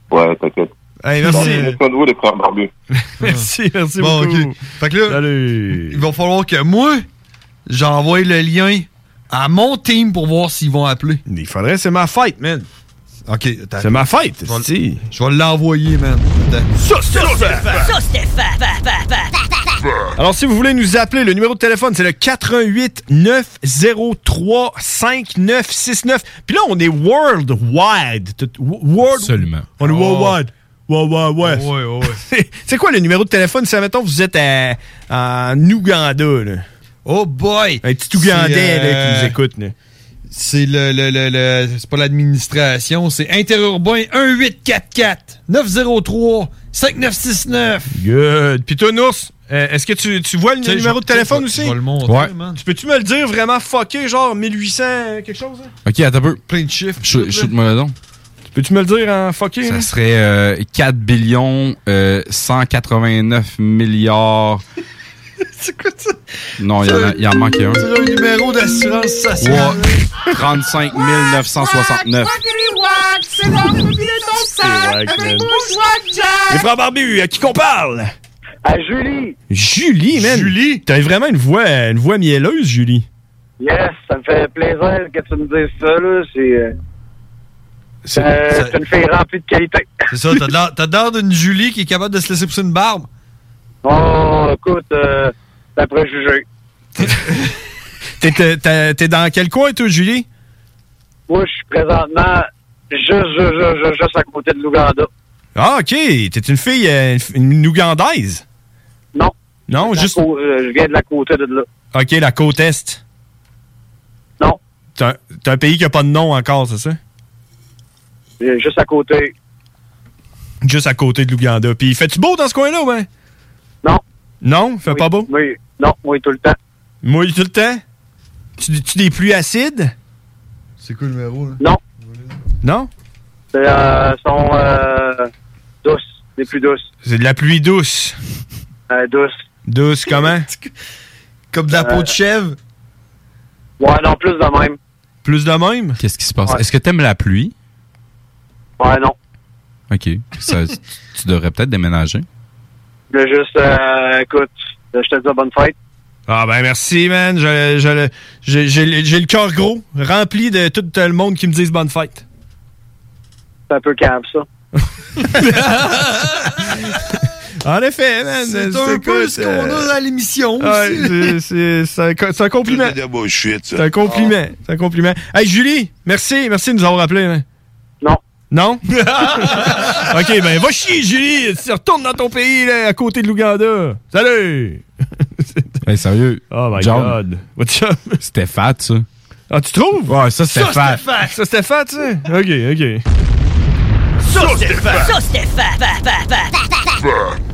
Ouais, t'inquiète. Hey, merci. Prenez soin de vous, les frères barbus. (laughs) Merci, merci Bon, beaucoup. ok. Fait que là, il va falloir que moi, j'envoie le lien à mon team pour voir s'ils vont appeler. Il faudrait, c'est ma fête, man. Ok, attends. C'est ma Je fête, vais- si. Je vais l'envoyer, man. Ça, Alors, si vous voulez nous appeler, le numéro de téléphone, c'est le 88 903 5969. Puis là, on est worldwide. Tout- wo- World... Absolument. On est worldwide. Worldwide West. Oh. Ouais, ouais, C'est- (laughs) c'est quoi le numéro de téléphone si, admettons, vous êtes à, en Ouganda, là? Oh boy! Un petit Ougandais, C'est, là, qui nous euh, écoute, là. C'est le, le, le, le- c'est pas l'administration, c'est Interurbain 1844 903 5969. (laughs) Good. Puis toi, Nours, euh, est-ce que tu, tu vois le Tu sais, numéro je- de téléphone aussi? je vais le montrer, Ouais. man. Tu peux-tu me le dire vraiment fucké, genre 1800 euh, quelque chose? hein? Ok, attends un peu. Plein de chiffres. tout, là. Shoot-moi le don. Peux-tu me le dire en fucké? Ça là? serait euh, 4 billions euh, 189 milliards. C'est quoi ça? Non, il y en a- il en manque un. C'est le numéro d'assurance sociale. Ouais. 35 969. Les frères barbus, à qui qu'on parle? À Ah, Julie. Julie, man. Julie. T'as vraiment une voix, une voix mielleuse, Julie. Yes, ça me fait plaisir que tu me dises ça, là. C'est. euh, C'est une fille remplie de qualité. C'est ça, t'as de l'air- t'as de l'air d'une Julie qui est capable de se laisser pousser une barbe. Oh, écoute, euh, t'as préjugé. T'es- T'es t'es- t'es dans quel coin, toi, Julie? Moi, je suis présentement juste, juste, juste, juste, juste à côté de l'Ouganda. Ah, OK. T'es une fille, euh, une Ougandaise? Non. Non, La juste... cô- euh, je viens de la côté de là. OK, la côte Est. Non. T'es un, t'es un pays qui a pas de nom encore, c'est ça? Euh, Juste à côté. Juste à côté de l'Ouganda. Puis, fais-tu beau dans ce coin-là, ou ben? Non. Non? Fait pas beau? Oui. Non, oui, tout le temps. Mouille tout le temps? Tu, tu des pluies acides? C'est quoi le numéro, là? Non. Non? C'est, euh, sont, euh, douces. Les plus douces. C'est de la pluie douce. Euh, douces. Douce (laughs) comment? Euh. Comme de la peau de chèvre? Ouais, non, plus de même. Plus de même? Qu'est-ce qui se passe? Ouais. Est-ce que t'aimes la pluie? Ouais, non. OK. (laughs) Ça, tu tu devrais peut-être déménager. Je voulais juste, euh, écoute, je te dis bonne fête. Ah ben merci, man. Je- je le- J'ai j'ai le j'ai le cœur gros, rempli de tout le monde qui me disent bonne fête. C'est un peu cave, ça. (laughs) En effet, man. Eh, C'est un peu ce qu'on a à l'émission aussi. euh, C'est un, co- c'est un compliment. C'est de la bullshit, ça. Ah. C'est un compliment. C'est un compliment. Hey, Julie, merci. Merci de nous avoir appelés. man. Non. (laughs) Non? OK, ben va chier, Julie. Retourne dans ton pays, là, à côté de l'Ouganda. Salut! Hey, sérieux. Oh my God. (laughs) C'était fat, ça. Ah, tu trouves? Ouais, ça, c'était fat. Ça, c'était fat, ça? OK, OK. Sauce de fat. Sauce de fat. Fat, fat, fat.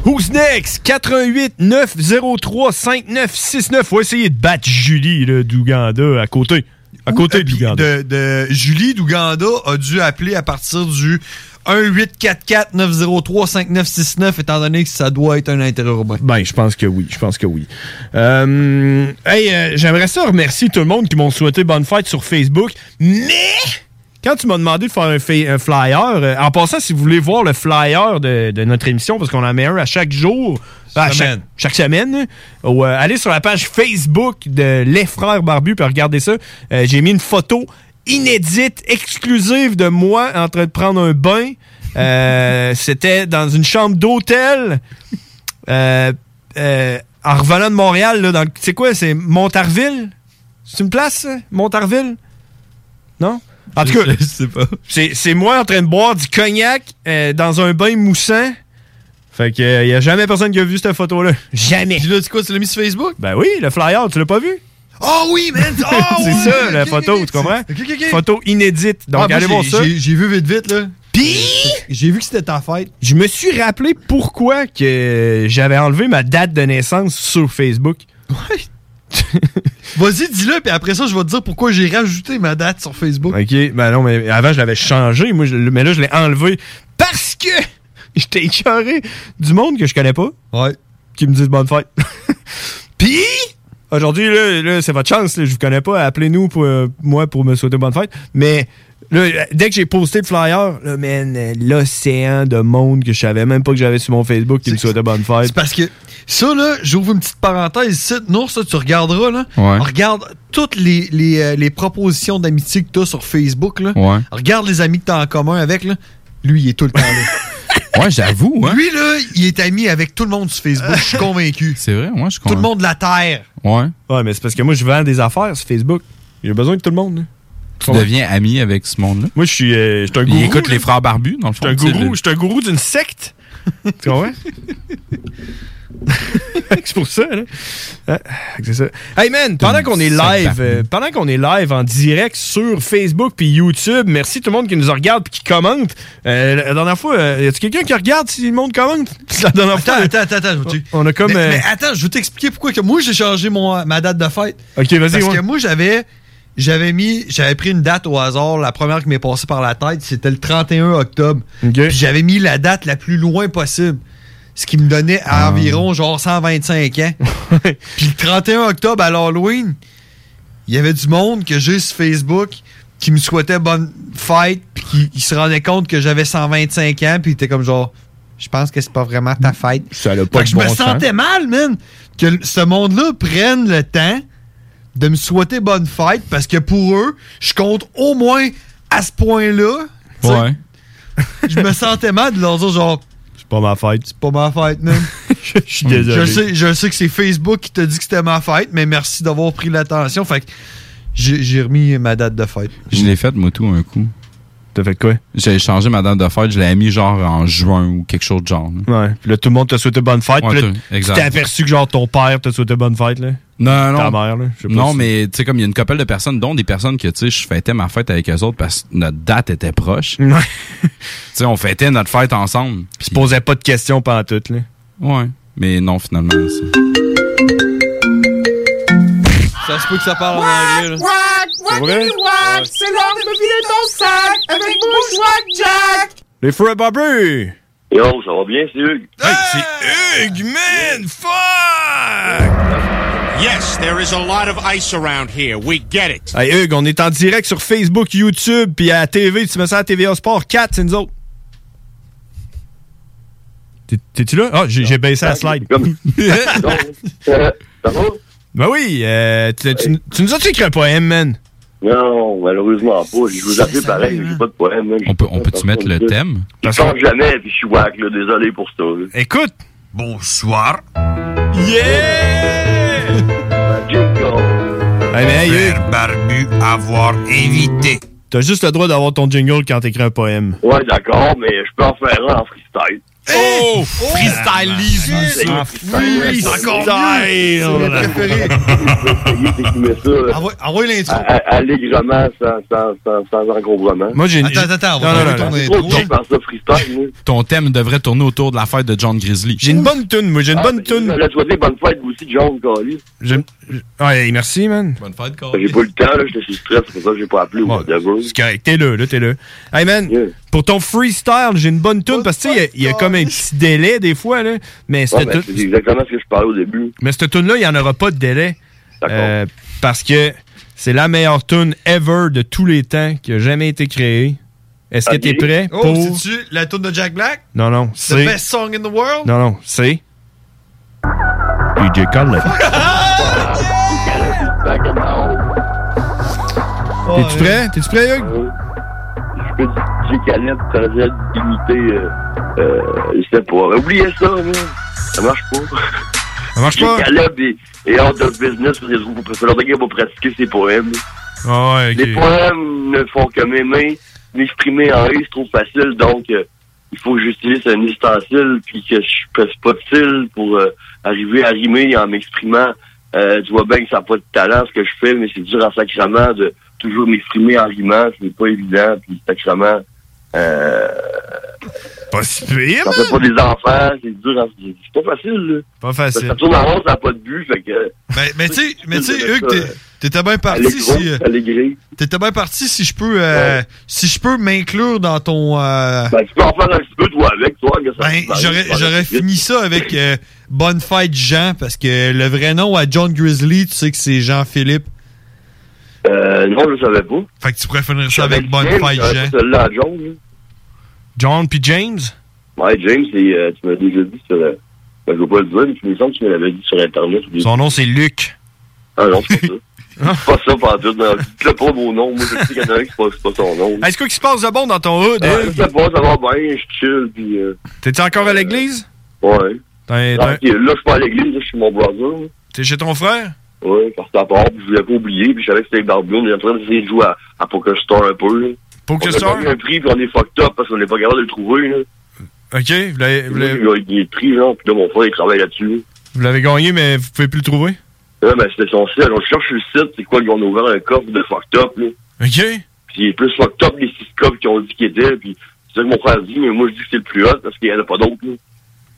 Who's next? 88 903 5969. Faut essayer de battre Julie là, d'Ouganda à côté. À côté de l'Ouganda. euh, de, de Euh, Julie d'Ouganda a dû appeler à partir du 1-844-903-5969, étant donné que ça doit être un interurbain. Ben, je pense que oui, je pense que oui. Euh, hey, euh, j'aimerais ça remercier tout le monde qui m'ont souhaité bonne fête sur Facebook, mais quand tu m'as demandé de faire un, fa- un flyer, euh, en passant, si vous voulez voir le flyer de, de notre émission, parce qu'on en met un à chaque jour, ben, à chaque, chaque semaine, hein, ou, euh, allez sur la page Facebook de Les Frères Barbus, puis regardez ça. Euh, J'ai mis une photo inédite, exclusive de moi en train de prendre un bain. Euh, (laughs) C'était dans une chambre d'hôtel. Euh, euh, en revenant de Montréal, là, dans le- c'est quoi, c'est Montarville? C'est une place, ça? Montarville? Non? En tout cas, C'est, c'est moi en train de boire du cognac euh, dans un bain moussant. Fait que euh, y a jamais personne qui a vu cette photo-là. Jamais. Puis là, tu quoi, tu l'as mis sur Facebook? Ben oui, le flyer, tu l'as pas vu? Ah Oh oui, (laughs) man! c'est ça, la photo, tu comprends? Photo inédite. Donc, Ah, moi, allez voir j'ai- ça. j'ai- vu vite, vite, là. Puis, j'ai vu que c'était ta fête. Je me suis rappelé pourquoi que j'avais enlevé ma date de naissance sur Facebook. (laughs) Vas-y, dis-le, puis après ça, je vais te dire pourquoi j'ai rajouté ma date sur Facebook. OK, ben non, mais avant, je l'avais changé, moi, je- mais là, je l'ai enlevé parce que (laughs) j'étais écœuré du monde que je connais pas. Ouais. Qui me disent bonne fête. (laughs) Puis, aujourd'hui, là, là, c'est votre chance, là, je vous connais pas, appelez-nous pour euh, moi pour me souhaiter bonne fête. Mais là, euh, dès que j'ai posté le flyer, là, man, euh, l'océan de monde que je savais même pas que j'avais sur mon Facebook qui me souhaitait bonne fête. C'est parce que ça, là, j'ouvre une petite parenthèse ici. Non, ça, tu regarderas, là. Ouais. On Regarde toutes les, les, euh, les propositions d'amitié que t'as sur Facebook, là. Ouais. Regarde les amis que t'as en commun avec, là. Lui, il est tout le temps (laughs) là. ouais, j'avoue, hein. Lui, là, il est ami avec tout le monde sur (laughs) Facebook, je suis convaincu. C'est vrai, moi, je Tout le monde de la Terre. Ouais. Ouais, mais c'est parce que moi, je vends des affaires sur Facebook. J'ai besoin de tout le monde. là. Tu deviens ami avec ce monde-là. Moi, je suis, euh, je suis un Il gourou, écoute là. les frères barbus, dans le fond. Je suis un tu sais, gourou, le- je suis un gourou (laughs) d'une secte. tu comprends? (laughs) c'est pour ça, là. Ah, c'est ça. Hey man, pendant qu'on est live, euh, pendant qu'on est live en direct sur Facebook puis YouTube, merci tout le monde qui nous regarde puis qui commente. Euh, la dernière fois, euh, y a-tu quelqu'un qui regarde si le monde commente? (laughs) La dernière Attends, fois, attends, attends, attends, je vais te- on a comme, Mais, euh, mais ah, attends, je vais t'expliquer pourquoi que moi j'ai changé mon, ma date de fête. Ok, vas-y, Parce ouais. que moi j'avais j'avais mis j'avais pris une date au hasard, la première qui m'est passée par la tête, c'était le 31 octobre. Puis j'avais mis la date la plus loin possible. Ce qui me donnait à Ah. environ genre 125 (laughs) ans. Puis le 31 octobre à l'Halloween, il y avait du monde que j'ai sur Facebook qui me souhaitait bonne fête, puis qui qui se rendait compte que j'avais 125 ans, puis il était comme genre, je pense que c'est pas vraiment ta fête. Ça l'a Fait que je me sentais mal, man, que l- ce monde-là prenne le temps de me souhaiter bonne fête, parce que pour eux, je compte au moins à ce point-là tu sais. Je me sentais mal de leur dire genre. C'est pas ma fête. C'est pas ma fête, (laughs) même. je suis désolé. Je sais, je sais que c'est Facebook qui t'a dit que c'était ma fête, mais merci d'avoir pris l'attention. Fait que j'ai j'ai remis ma date de fête. Je l'ai fait, moi, tout, un coup. T'as fait quoi? J'ai changé ma date de fête, je l'ai mis genre en juin ou quelque chose de genre. Ouais. Puis là, tout le monde t'a souhaité bonne fête. Ouais, puis là, tout- tu exact. t'es aperçu que genre ton père t'a souhaité bonne fête, là? Non, non. Ta mère, là? Je sais pas non, si- mais tu sais, comme il y a une couple de personnes, dont des personnes que, tu sais, je fêtais ma fête avec eux autres parce que notre date était proche. (laughs) tu sais, on fêtait notre fête ensemble. Puis se posait pas de questions pendant tout, là. Ouais. Mais non, finalement, c'est- Ça se peut que ça parle en anglais, là. What do you want? C'est l'heure de me vider ton sac avec Bourgeois Jack! Les frères barbus! Yo, ça va bien, c'est Hugues? Hey, Hugues, man, fuck! Yes, there is a lot of ice around here. We get it. Hey Hugues, on est en direct sur Facebook, YouTube, puis à la TV. Tu me sens à TVA Sport 4, c'est nous autres. T'es- T'es-tu là? Ah, j'ai j'ai baissé la slide. ben oui, euh, tu, tu- tu nous as écrit un poème, man. Non, malheureusement pas. Je vous appelle pareil, j'ai pas de problème. On peut, on peut-tu mettre le thème? Je change jamais, puis je suis wack, là. Désolé pour ça. là. Écoute. Bonsoir. Hey, mais hey, Hugues, Barbu avoir évité. t'as juste le droit d'avoir ton jingle quand t'écris un poème. Ouais, d'accord, mais je peux en faire un en freestyle. Oh! Freestyle Ah, Easy! Freestyle! Envoie l'intro. Allègrement, sans, sans, sans, sans encombrement. Moi, j'ai une- Attends, attends, on va Non, non, trouver non, ton non. intro. Trop de faire ça freestyle, moi. ton thème devrait tourner autour de la fête de John Grizzly. J'ai une bonne tune, moi, j'ai une Ah, bonne ben, tune. je voulais te souhaiter bonne fête, vous aussi, John, Carlis. J'aime- j'- Ouais, merci, man. Bonne fête, Carlis. J'ai pas eu le temps, là, j'étais sous stress, c'est pour ça que j'ai pas appelé ou whatever. C'est correct, t'es là, là, t'es là. Hey man, pour ton freestyle, j'ai une bonne tune parce que tu sais, il y a- il y, a comme un petit délai des fois, là. Mais Ouais, cette ben, tune- C'est exactement ce que je parlais au début. mais cette tune-là, il n'y en aura pas de délai. Euh, parce que c'est la meilleure tune ever de tous les temps qui a jamais été créée. Est-ce que t'es prêt Oh, pour. c'est-tu la tour de Jack Black? Non, non, The c'est. best song in the world? Non, non, c'est. DJ Khaled. T'es-tu prêt? T'es-tu prêt, Hugues? Euh, Je peux dire J. Khaled, ça aurait dû imiter. Euh, euh, je sais pas. Oubliez ça, là. Ça marche pas. Ça marche pas? J. Khaled est, est out of business parce que c'est longtemps qu'il va pratiquer ses poèmes. (laughs) Ah ouais, Les poèmes ne font que m'aimer. M'exprimer en rire, c'est trop facile, donc euh, il faut que j'utilise un ustensile puis que je presse pas de fil pour euh, arriver à rimer en m'exprimant. Euh, tu vois bien que ça n'a pas de talent ce que je fais, mais c'est dur en sacrement de toujours m'exprimer en rimant, c'est pas évident, puis sacrement. Euh, pas si pire, Ça fait pas des enfants, c'est dur en... C'est pas facile, là. Pas Ça, ça tourne en rond, ça n'a pas de but, fait que... Mais, Ben, mais tu sais, mais tu sais, Hugues, t'es- t'étais bien parti Allez, gros, si. euh, allez, gris. T'étais bien parti si je peux euh, si je peux m'inclure dans ton euh, Ben, tu peux en faire un petit peu, toi, avec, toi. Que ça ben, j'aurais j'aurais fini ça avec euh, Bonne fête Jean parce que le vrai nom à John Grizzly, tu sais que c'est Jean-Philippe. Euh, non, je le savais pas. Fait que tu pourrais finir ça avec Bonne James, j'aurais fête Jean. fait euh, Celle-là à John, là. John puis James? Ouais, James, c'est, euh, tu m'as déjà dit sur... euh, Ben, je veux pas le dire, mais tu me semble que tu me l'avais dit sur Internet. ou des- Son nom, c'est Luc. Ah non, c'est pas (laughs) ça. c'est pas ça, pas tout. Non, dites-le pas mon nom. Moi, je sais qu'il y en a un qui c'est pas- c'est pas son nom. Est-ce qu'il se passe de bon dans ton hood? Ah, Hugues? je sais pas, ça va bien, je chill, puis... euh, T'es-tu encore à l'église? ouais. Ah, T'es- Là, t'es- je suis pas à l'église, là, je suis mon voisin, là. T'es chez ton frère? Ouais, par ta part, puis je voulais pas oublier, puis je savais que c'était Barbie, on est en train d'essayer de jouer à, à Poker Star un peu. là. Poker on a Star? gagné un prix, puis on est fucked up parce qu'on n'est pas capable de le trouver. Là. OK, vous l'avez- vous Puis là, l'avez Il a gagné le prix, là, puis là, mon frère, il travaille là-dessus. vous l'avez gagné, mais vous pouvez plus le trouver? Là, ben, c'était son site. On cherche le site, c'est quoi, qu'on a ouvert un coffre de fucked up, là. OK. Puis il est plus fucked up les six coffres qu'ils ont dit qu'ils étaient, puis c'est ça que mon frère dit, mais moi, je dis que c'est le plus hot parce qu'il n'y en a pas d'autres, là.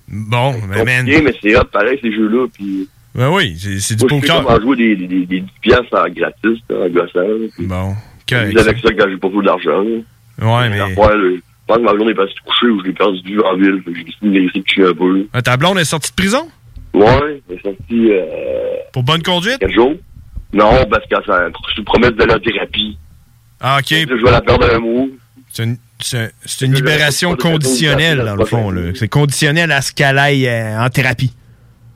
Bon, mais man. Compliqué, mais c'est hot, pareil, ces jeux-là, puis... Ben oui, c'est c'est du Moi, je sais poker. comment jouer des, des, des, des 10 piastres en gratis, là, en gossant, là, puis- Bon. C'est avec ça que j'ai pas beaucoup d'argent, là. Ouais, mais. Après, là, je pense que ma journée est passée couchée ou je l'ai perdu en ville. Fait que J'ai décidé de laisser coucher un peu. Ah, ta blonde est sortie de prison? Ouais, elle est sortie. Euh, Pour bonne conduite? Quel jour? Non, parce qu'elle s'en- sous promesse de la thérapie. Ah, OK. Je vais la perdre un mot. C'est une, c'est- c'est une libération conditionnelle, dans le fond. là. C'est conditionnel à ce qu'elle aille euh, en thérapie.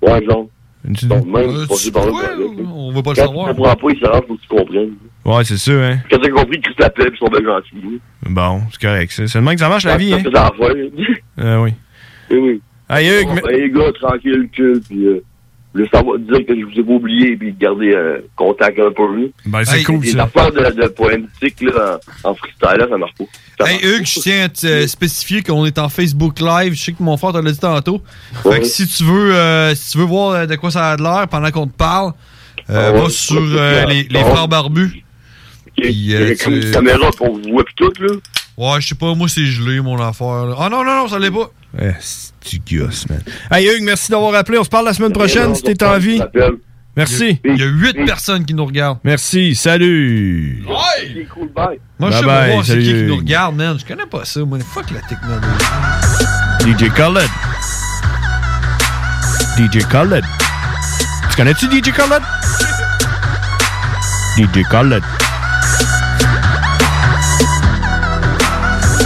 Ouais, genre. Donc, même, pas par là, on hein. veut pas le savoir. Quand tu comprends pas, ils se rendent, faut que tu comprennes. Ouais, c'est sûr, hein. Quand t'as compris qu'ils se la paix, ils sont bien hein. gentils. Bon, c'est correct. ça. C'est le même que ça marche, la vie, Ah, Ça hein. fait la (laughs) affaire. Eh Euh, oui. oui. Aïe, Hugues, Bon, ben, les gars, tranquille, cul, puis euh, le savoir dire que je vous ai pas oublié, puis garder euh, contact un peu. là. Ben, c'est cool, Les ça. affaires de, de poétique, là, en, en freestyle, là, ça marche pas. Hey Hugues, je tiens à te euh, spécifier qu'on est en Facebook Live. Je sais que mon frère te l'a dit tantôt. Fait Ouais. que si tu veux, euh, si tu veux voir euh, de quoi ça a de l'air pendant qu'on te parle, euh, Ah ouais. va sur euh, les, Ah les frères barbus. Il y a euh, comme tu- une caméra pour vous voit pis tout, là. Ouais, je sais pas, moi c'est gelé mon affaire. là. Ah non, non, non, ça l'est pas. Ouais, c'est du gosse, man. Hey, Hugues, merci d'avoir appelé. On se parle la semaine prochaine, si t'es en vie. Merci. Il y a huit personnes qui nous regardent. Merci, salut. Ouais! Cool, bye. Moi, je Bye sais pas bye, voir c'est qui qui salut. nous regarde, man. Je connais pas ça, moi. Fuck la technologie. DJ Khaled. DJ Khaled. Tu connais-tu DJ Khaled? DJ Khaled.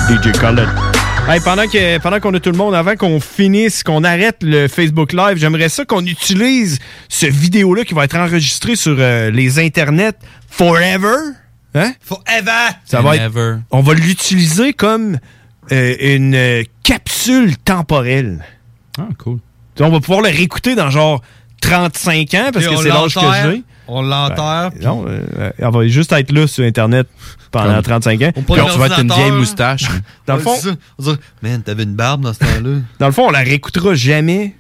DJ Khaled. Hey, pendant que pendant qu'on a tout le monde, avant qu'on finisse, qu'on arrête le Facebook Live, j'aimerais ça qu'on utilise ce vidéo-là qui va être enregistré sur euh, les internets forever. Hein? Forever! Ça va être- on va l'utiliser comme euh, une euh, capsule temporelle. Ah, cool. on va pouvoir le réécouter dans genre 35 ans parce Puis que on c'est l'âge que l'enterre, j'ai. On l'enterre. puis- Non, euh, euh, elle va juste être là sur Internet pendant Comme- 35 ans. prend Puis on- l'ordinateur, là. hein. dans, le Ouais, fond, c'est ça. On va dire, man, t'avais une barbe dans ce temps-là. dans le fond, on la réécoutera jamais.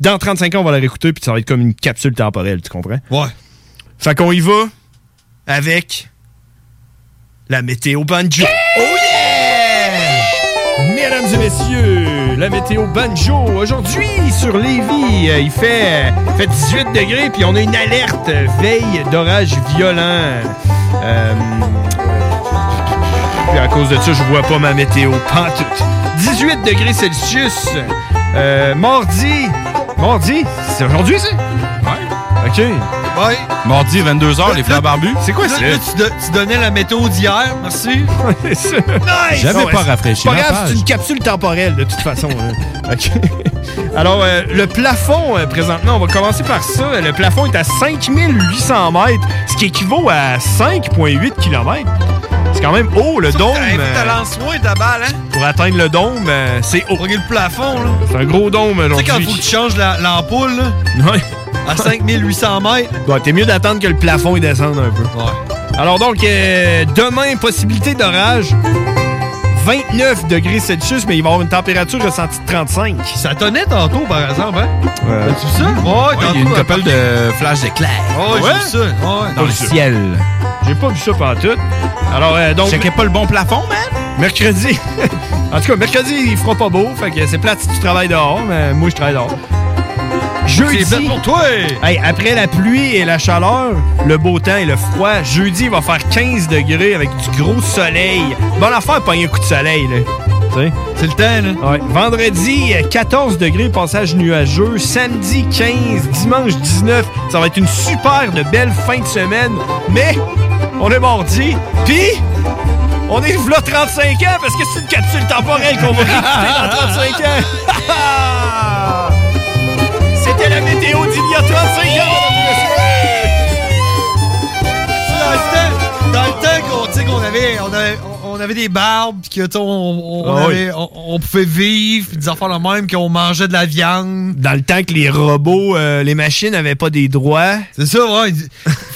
Dans 35 ans, on va la réécouter puis ça va être comme une capsule temporelle, tu comprends? Ouais. Fait qu'on y va avec la météo banjo. Oh yeah! Mesdames et messieurs, la météo banjo. Aujourd'hui, sur Lévis, euh, il fait, il fait 18 degrés, puis on a une alerte euh, veille d'orage violent. Euh, puis à cause de ça, je vois pas ma météo pantoute. 18 degrés Celsius. Euh, mardi. Mardi? C'est aujourd'hui, ça? Ouais. OK. Ouais. Mardi, 22h, les frères barbus. C'est quoi Là, ça? là, tu, don- tu donnais la météo d'hier, merci. nice! J'avais Ah pas rafraîchi Pas la grave, page. c'est une capsule temporelle, de toute façon. hein. (laughs) OK. Alors, euh, le plafond, euh, présentement, on va commencer par ça. Euh, Le plafond est à 5800 mètres, ce qui équivaut à 5,8 km. C'est quand même haut, le dôme. T'as euh, lancé loin ta balle, hein? pour atteindre le dôme, euh, c'est haut. Regarde le plafond, là. C'est un gros dôme Tu sais, aujourd'hui. quand faut que tu changes la- l'ampoule, là, Ouais. à 5800 (laughs) mètres. Bon, t'es mieux d'attendre que le plafond il descende un peu. Alors donc, euh, demain, possibilité d'orage. 29 degrés Celsius, mais il va y avoir une température ressentie de 35. Ça tonnait tantôt, par exemple, hein? Ouais. T'as-tu vu ça? Ouais, hein. il y a une couple de flash d'éclair. Oh, Ouais, j'ai Ouais. vu ça. Ouais. Dans le ciel. J'ai pas vu ça pantoute. Alors, euh, donc. Checkais pas le bon plafond, man? Mercredi. (laughs) en tout cas, mercredi, il fera pas beau. Fait que c'est plate si tu travailles dehors, mais moi, je travaille dehors. Jeudi. C'est fait pour toi! Hey, après la pluie et la chaleur, le beau temps et le froid, jeudi, il va faire 15 degrés avec du gros soleil. Bonne affaire, pas un coup de soleil, là. C'est le temps, là. Ouais. Vendredi, euh, 14 degrés, passage nuageux. Samedi, 15. Dimanche, 19. Ça va être une super de belle fin de semaine. Mais, on est mardi. Puis, on est v'là 35 ans parce que c'est une capsule temporelle qu'on va réécouter dans 35 ans. C'était la météo d'il y a 35 ans, Dans le temps, dans le temps qu'on tu sais, qu'on avait, on avait, on avait des barbes, pis que, tu sais, on, on, on Ah oui. avait- on- on pouvait vivre, pis des affaires le même, qu'on mangeait de la viande. Dans le temps que les robots, euh, les machines n'avaient pas des droits. C'est ça, ouais.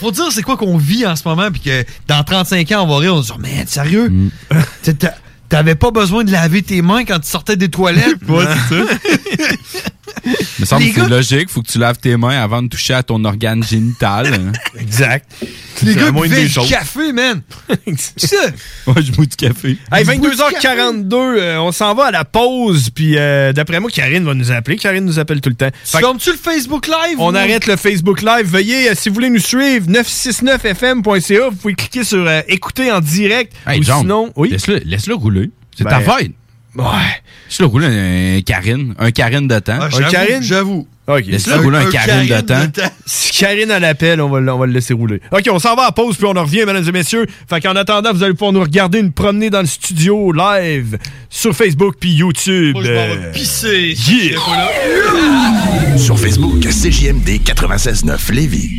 Faut dire c'est quoi qu'on vit en ce moment, puis que dans 35 ans, on va rire, on va se dire, man, sérieux? Mm. (laughs) T'sais, t'a- T'avais pas besoin de laver tes mains quand tu sortais des toilettes? Ouais, c'est (laughs) ça. Me semble Les que gars- c'est logique, faut que tu laves tes mains avant de toucher à ton organe génital. hein. exact. Les gars buvaient du café, (laughs) man. C'est ça. Moi, je bois du café. Hey, 22h42, euh, on s'en va à la pause, puis euh, d'après moi, Karine va nous appeler. Karine nous appelle tout le temps. Fait que tu le Facebook Live? on ou- arrête le Facebook Live. Veuillez, euh, si vous voulez nous suivre, 969fm.ca. Vous pouvez cliquer sur euh, écouter en direct. Hey, ou John, sinon, oui. laisse-le laisse -le rouler. C'est Ben, ta fête. Ouais. Laisse-le rouler un Karine. Un Karine de temps. Ah, Ah, j'avoue, J'avoue. euh, OK. Laisse-le rouler un Karine de temps. Si Karine à l'appel, on va, le- on va le laisser rouler. OK, on s'en va à pause, puis on en revient, mesdames et messieurs. Fait qu'en attendant, vous allez pouvoir nous regarder nous promener dans le studio live sur Facebook puis YouTube. Euh, Pissé. Yeah. Sur Facebook, CJMD 96.9 Lévis.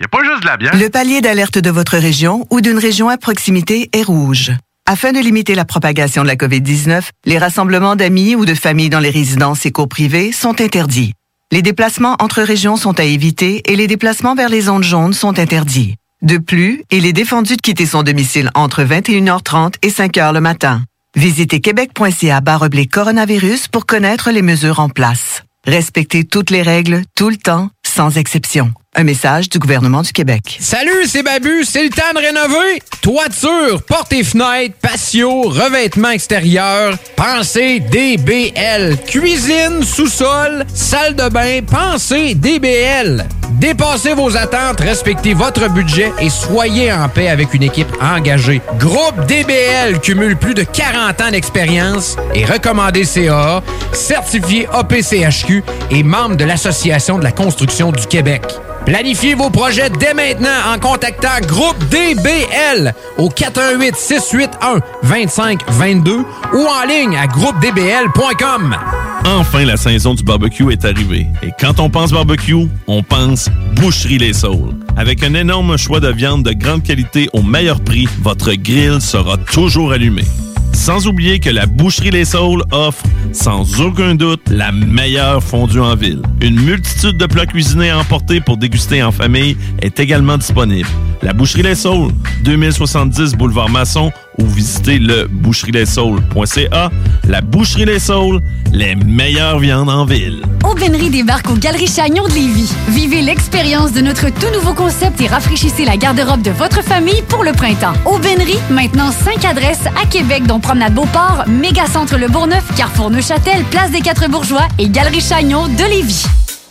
il a pas juste de la bière. Le palier d'alerte de votre région ou d'une région à proximité est rouge. Afin de limiter la propagation de la COVID-19, les rassemblements d'amis ou de familles dans les résidences et cours privés sont interdits. Les déplacements entre régions sont à éviter et les déplacements vers les zones jaunes sont interdits. De plus, il est défendu de quitter son domicile entre 21h30 et 5h le matin. Visitez québec.ca barre oblique coronavirus pour connaître les mesures en place. Respectez toutes les règles, tout le temps, sans exception. Un message du gouvernement du Québec. Salut, c'est Babu. C'est le temps de rénover. Toiture, portes et fenêtres, patio, revêtement extérieur. Pensez DBL. Cuisine, sous-sol, salle de bain. Pensez DBL. Dépassez vos attentes, respectez votre budget et soyez en paix avec une équipe engagée. Groupe DBL cumule plus de 40 ans d'expérience et recommandé CA, certifié APCHQ et membre de l'Association de la construction du Québec. Planifiez vos projets dès maintenant en contactant Groupe DBL au 418 681 2522 ou en ligne à groupedbl.com. Enfin, la saison du barbecue est arrivée. Et quand on pense barbecue, on pense Boucherie Les Saules. Avec un énorme choix de viande de grande qualité au meilleur prix, votre grill sera toujours allumé. Sans oublier que la Boucherie Les Saules offre, sans aucun doute, la meilleure fondue en ville. Une multitude de plats cuisinés à emporter pour déguster en famille est également disponible. La Boucherie Les Saules, 2070 Boulevard Masson ou visitez le boucherieslessaules.ca. La Boucherie Les Saules, les meilleures viandes en ville. Aubenry débarque aux Galeries Chagnon de Lévis. Vivez l'expérience de notre tout nouveau concept et rafraîchissez la garde-robe de votre famille pour le printemps. Aubenry, maintenant 5 adresses à Québec, dont Promenade Beauport, Mégacentre Le Bourgneuf, Carrefour Neuchâtel, Place des Quatre Bourgeois et Galeries Chagnon de Lévis.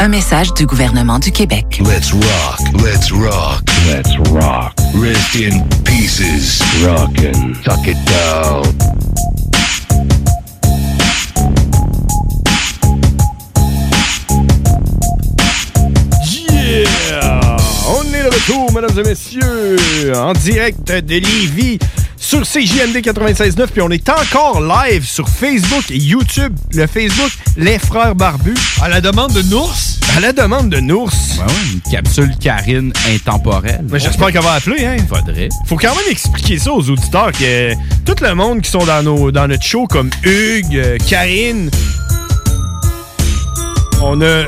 Un message du gouvernement du Québec. Let's rock, let's rock, let's rock. Rest in pieces. Rockin', tuck it down. mesdames et messieurs, en direct de Lévis sur CJMD 96.9, puis on est encore live sur Facebook et YouTube, le Facebook Les Frères Barbus. À la demande de Nours. À la demande de Nours. une capsule Karine intemporelle. Mais Ben, j'espère qu'on va appeler, hein? Faudrait. Faut quand même expliquer ça aux auditeurs que tout le monde qui sont dans, nos, dans notre show, comme Hugues, euh, Karine, on a. euh,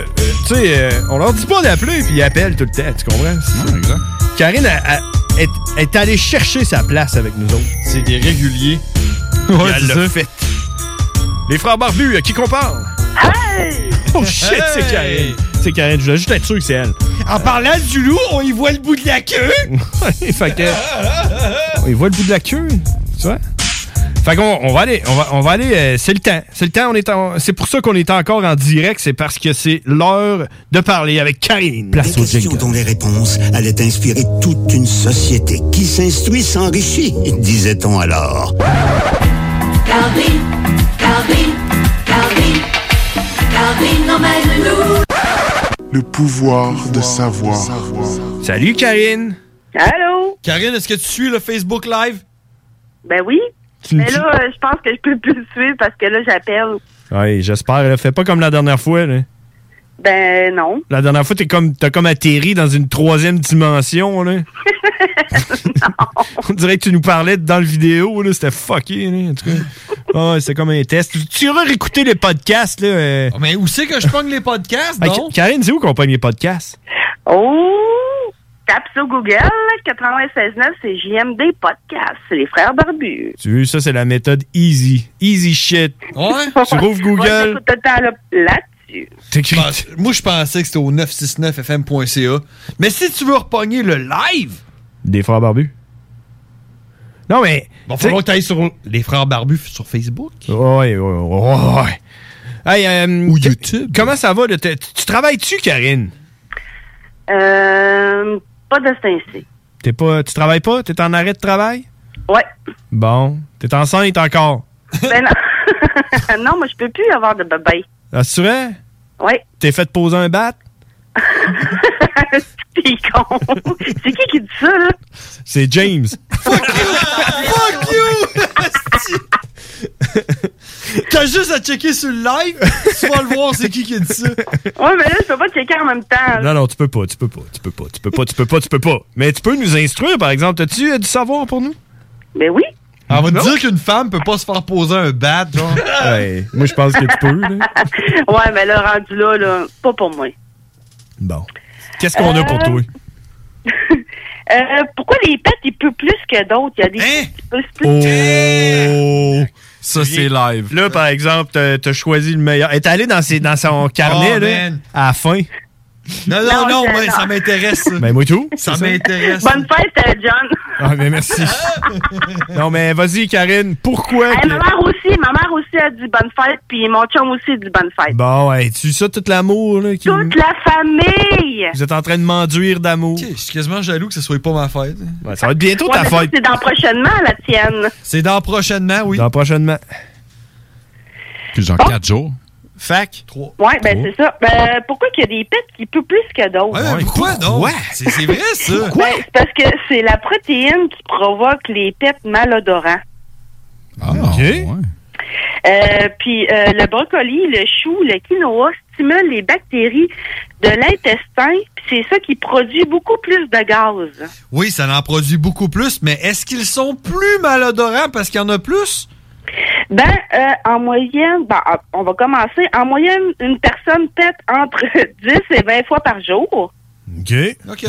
tu sais, euh, on leur dit pas d'appeler, puis ils appellent tout le temps, tu comprends? exact. Karine a- a- est, est allée chercher sa place avec nous autres. C'est des réguliers. Ouais, elle c'est l'a ça. fait. Les frères barbus, à qui qu'on parle? Oh shit, (laughs) c'est Karine! C'est Karine, je voulais juste être sûr que c'est elle. En parlant du loup, on y voit le bout de la queue. fait que. On y voit le bout de la queue, tu vois? Fait qu'on on va aller, on va, on va aller, euh, c'est le temps. C'est le temps, on est en- c'est pour ça qu'on est encore en direct, c'est parce que c'est l'heure de parler avec Karine. Des questions dont les réponses allaient inspirer toute une société qui s'instruit s'enrichit, disait-on alors. Calvin, Calvin, Calvin, Calvin emmène le loup. Le pouvoir de savoir. Salut Karine! Allô? Karine, est-ce que tu suis le Facebook Live? Ben oui. Tu me Mais dis- là, euh, je pense que je peux plus le suivre parce que là, j'appelle. Oui, j'espère, là, fais pas comme la dernière fois, là. Ben non. La dernière fois, t'es comme, t'as comme atterri dans une troisième dimension, là. On dirait que tu nous parlais de- dans le vidéo, là. C'était fucké, là. En tout cas, ouais, c'était comme un test. Tu- Tu iras réécouter les podcasts, là. euh. Mais où c'est que je pogne les podcasts, Hey, donc? Ka- Karine, c'est où qu'on pogne les podcasts? Oh! Tape sur Google, 96.9, c'est JMD Podcast. C'est les frères barbus. Tu veux, ça, c'est la méthode easy. Easy shit. (laughs) Tu (laughs) rouvres Ouais, Google. j'écoute tout le temps là- là-dessus. Je pense- Moi, je pensais que c'était au 969fm.ca. Mais si tu veux repogner (laughs) le live, Des frères barbus. Non, mais. bon, falloir que tu ailles sur les frères barbus sur Facebook. Ouais, ouais, ouais. ouais. Hey, euh, que- Comment ça va? là? T'es- Tu tu travailles-tu, Karine? Euh, pas de ce temps-ci. T'es pas, tu travailles pas? T'es en arrêt de travail? Ouais. Bon. T'es enceinte encore? (laughs) Ben non. (laughs) non, moi, je peux plus avoir de bébé. Assuré? Ouais. (laughs) T'es fait poser un bat? T'es con. c'est qui qui dit ça, là? C'est James. Fuck you! T'as juste à checker sur le live, tu vas le voir, c'est qui qui a dit ça. Ouais, mais là, je peux pas checker en même temps. non, non, tu peux pas, tu peux pas, tu peux pas, tu peux pas, tu peux pas, tu peux pas. Mais tu peux nous instruire, par exemple. As-tu du savoir pour nous? Ben oui. On va te dire qu'une femme peut pas se faire poser un bat, genre. (laughs) Ouais, moi, je pense que tu peux, (laughs) là. ouais, mais là, rendu là, là, pas pour moi. Bon. Qu'est-ce qu'on a pour toi? (laughs) Euh, pourquoi les pets, ils peuvent plus que d'autres? Il y a des qui peuvent plus. Oh! Ça, c'est live. Là, par exemple, t'as t'as choisi le meilleur. Et t'es allé dans, ses- dans son carnet, Oh, là, man. à la fin. Non, non, Non, non, je- ouais, non. ça m'intéresse. Ben, moi, tout. Ça c'est m'intéresse. Bonne fête, euh, John. Ah, (laughs) mais merci. non, mais vas-y, Karine, pourquoi... Hey, que- ma mère aussi, ma mère aussi a dit bonne fête, puis mon chum aussi a dit bonne fête. Bon, ouais, tu ça, tout l'amour, là, qui... Toute la famille! Vous êtes en train de m'enduire d'amour. Je suis quasiment jaloux que ce soit pas ma fête. ça va être bientôt Ouais, mais ça, C'est dans prochainement, la tienne. C'est dans prochainement, oui. Dans prochainement. Puis Oh. genre 4 jours. Fac. Ouais, ben c'est ça. Ben, pourquoi qu'il y a des pets qui peuvent plus que d'autres? Ouais, mais pourquoi donc? C'est c'est vrai, ça. Ben, c'est parce que c'est la protéine qui provoque les pets malodorants. OK. Euh, puis euh, le brocoli, le chou, le quinoa stimulent les bactéries de l'intestin, puis c'est ça qui produit beaucoup plus de gaz. Oui, ça en produit beaucoup plus, mais est-ce qu'ils sont plus malodorants parce qu'il y en a plus? Ben, euh, en moyenne, ben, ah, on va commencer. En moyenne, une personne pète entre (laughs) 10 et 20 fois par jour. OK. Mhm. OK.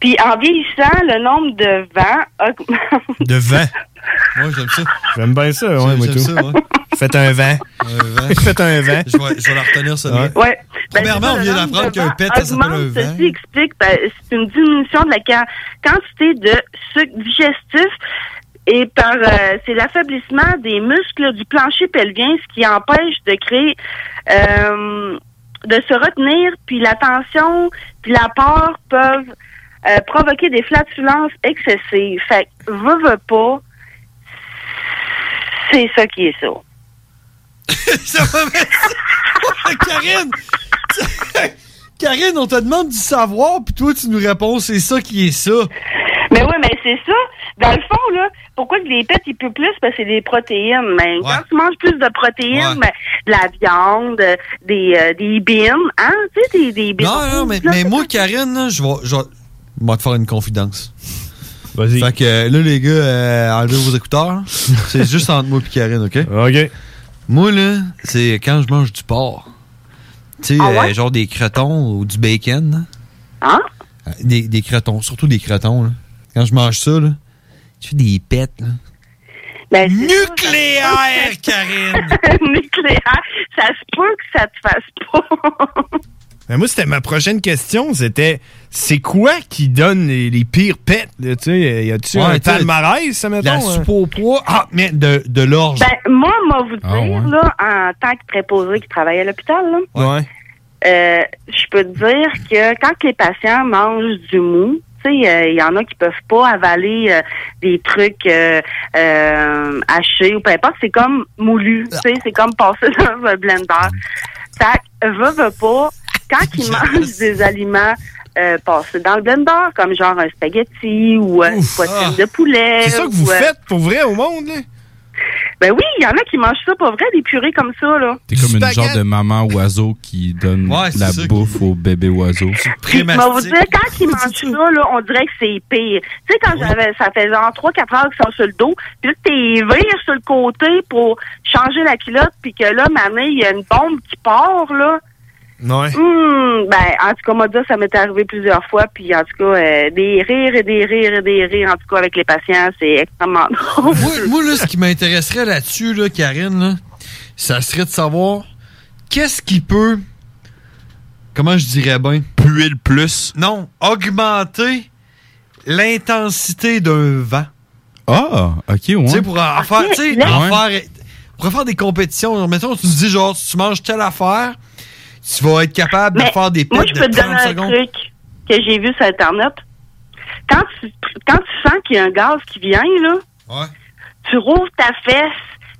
Puis en vieillissant, le nombre de vents augmente. De vent. Moi, j'aime ça. J'aime bien ça, ouais, moi, j'aime tout. ça, ouais. Faites un vent. Un vent. (laughs) Faites un vent. Je vais, je vais la retenir, ça. Ouais. Ouais. Ben, Premièrement, c'est ça, on le vient nombre d'apprendre de qu'un vents pet, ça s'appelle un augmente. vent. Ceci explique, ben, c'est une diminution de la ca- quantité de sucre digestif et par euh, c'est l'affaiblissement des muscles du plancher pelvien, ce qui empêche de créer euh, de se retenir, puis la tension, puis la peur peuvent euh, provoquer des flatulences excessives. Fait que, veux, veux pas, c'est ça qui (laughs) est ça. (laughs) ça va mettre ça. Karine! Karine, on te demande du savoir, puis toi, tu nous réponds, c'est ça qui est ça. Mais oui, mais c'est ça. Dans le fond, là, pourquoi que les pets, ils puent plus? Parce que c'est des protéines. Mais quand tu manges plus de protéines, ben, de la viande, euh, des, euh, des bines, hein? Tu sais, des, des bines. Non, non, mais, mais moi, Karine, là, je vais, je vais- je vais te faire une confidence. Vas-y. Fait que euh, là, les gars, euh, enlevez vos écouteurs. là. C'est juste entre moi et Karine, OK? OK. Moi, là, c'est quand je mange du porc. Tu sais, Ah ouais? euh, genre des cretons ou du bacon. Hein? Euh, Des, des cretons, surtout des cretons. Là. Quand je mange ça, là, tu fais des pets. Là. Ben, (laughs) Nucléaire, Karine! Nucléaire. Ça se peut que ça te fasse Ben, moi, c'était ma prochaine question. C'était c'est quoi qui donne les, les pires pets? là, tu sais, y a-tu Ouais, un tu sais, palmarès, ça, mettons? hein? la soupe au poids. Ah, mais de, de l'orge. Ben, moi, moi, vous dire, Ah ouais. là, en tant que préposé qui travaille à l'hôpital, là, Ouais. euh, je peux te dire que quand les patients mangent du mou, tu sais, euh, il y en a qui peuvent pas avaler euh, des trucs euh, euh, hachés ou peu importe. C'est comme moulu, tu sais, c'est comme passer (laughs) dans un blender. Tac, veut, veut pas. (laughs) Quand ils mangent des aliments euh, passés dans le blender, comme genre un spaghetti ou euh, une poitrine de poulet. ah. C'est ça que vous ou, euh, faites pour vrai au monde, là? Ben oui, il y en a qui mangent ça pour vrai, des purées comme ça, là. T'es comme une genre de maman oiseau qui donne la bouffe au bébé oiseau. Puis, je vais vous dire, quand ils mangent ça, là, on dirait que c'est pire. Tu sais, quand j'avais, ça fait genre 3-4 heures qu'ils sont sur le dos, puis là, t'es vire sur le côté pour changer la culotte, puis que là, maman, il y a une bombe qui part, là. Ouais. Hum, ben, en tout cas, moi, ça m'est arrivé plusieurs fois, puis en tout cas, euh, des rires et des rires et des rires, en tout cas, avec les patients, c'est extrêmement drôle. moi, moi, là, ce qui m'intéresserait là-dessus, là, Karine, là, ça serait de savoir qu'est-ce qui peut, comment je dirais bien, puer le plus. Non, augmenter l'intensité d'un vent. Ah, ok, ouais. Tu sais, pour en faire, tu sais, en Ouais. faire- pour faire des compétitions. Genre, Mettons, tu te dis, genre, si tu manges telle affaire, tu vas être capable de faire des Moi, pets je de peux te 30 donner un secondes. truc que j'ai vu sur Internet. Quand tu, quand tu sens qu'il y a un gaz qui vient, là, Ouais. tu rouvres ta fesse,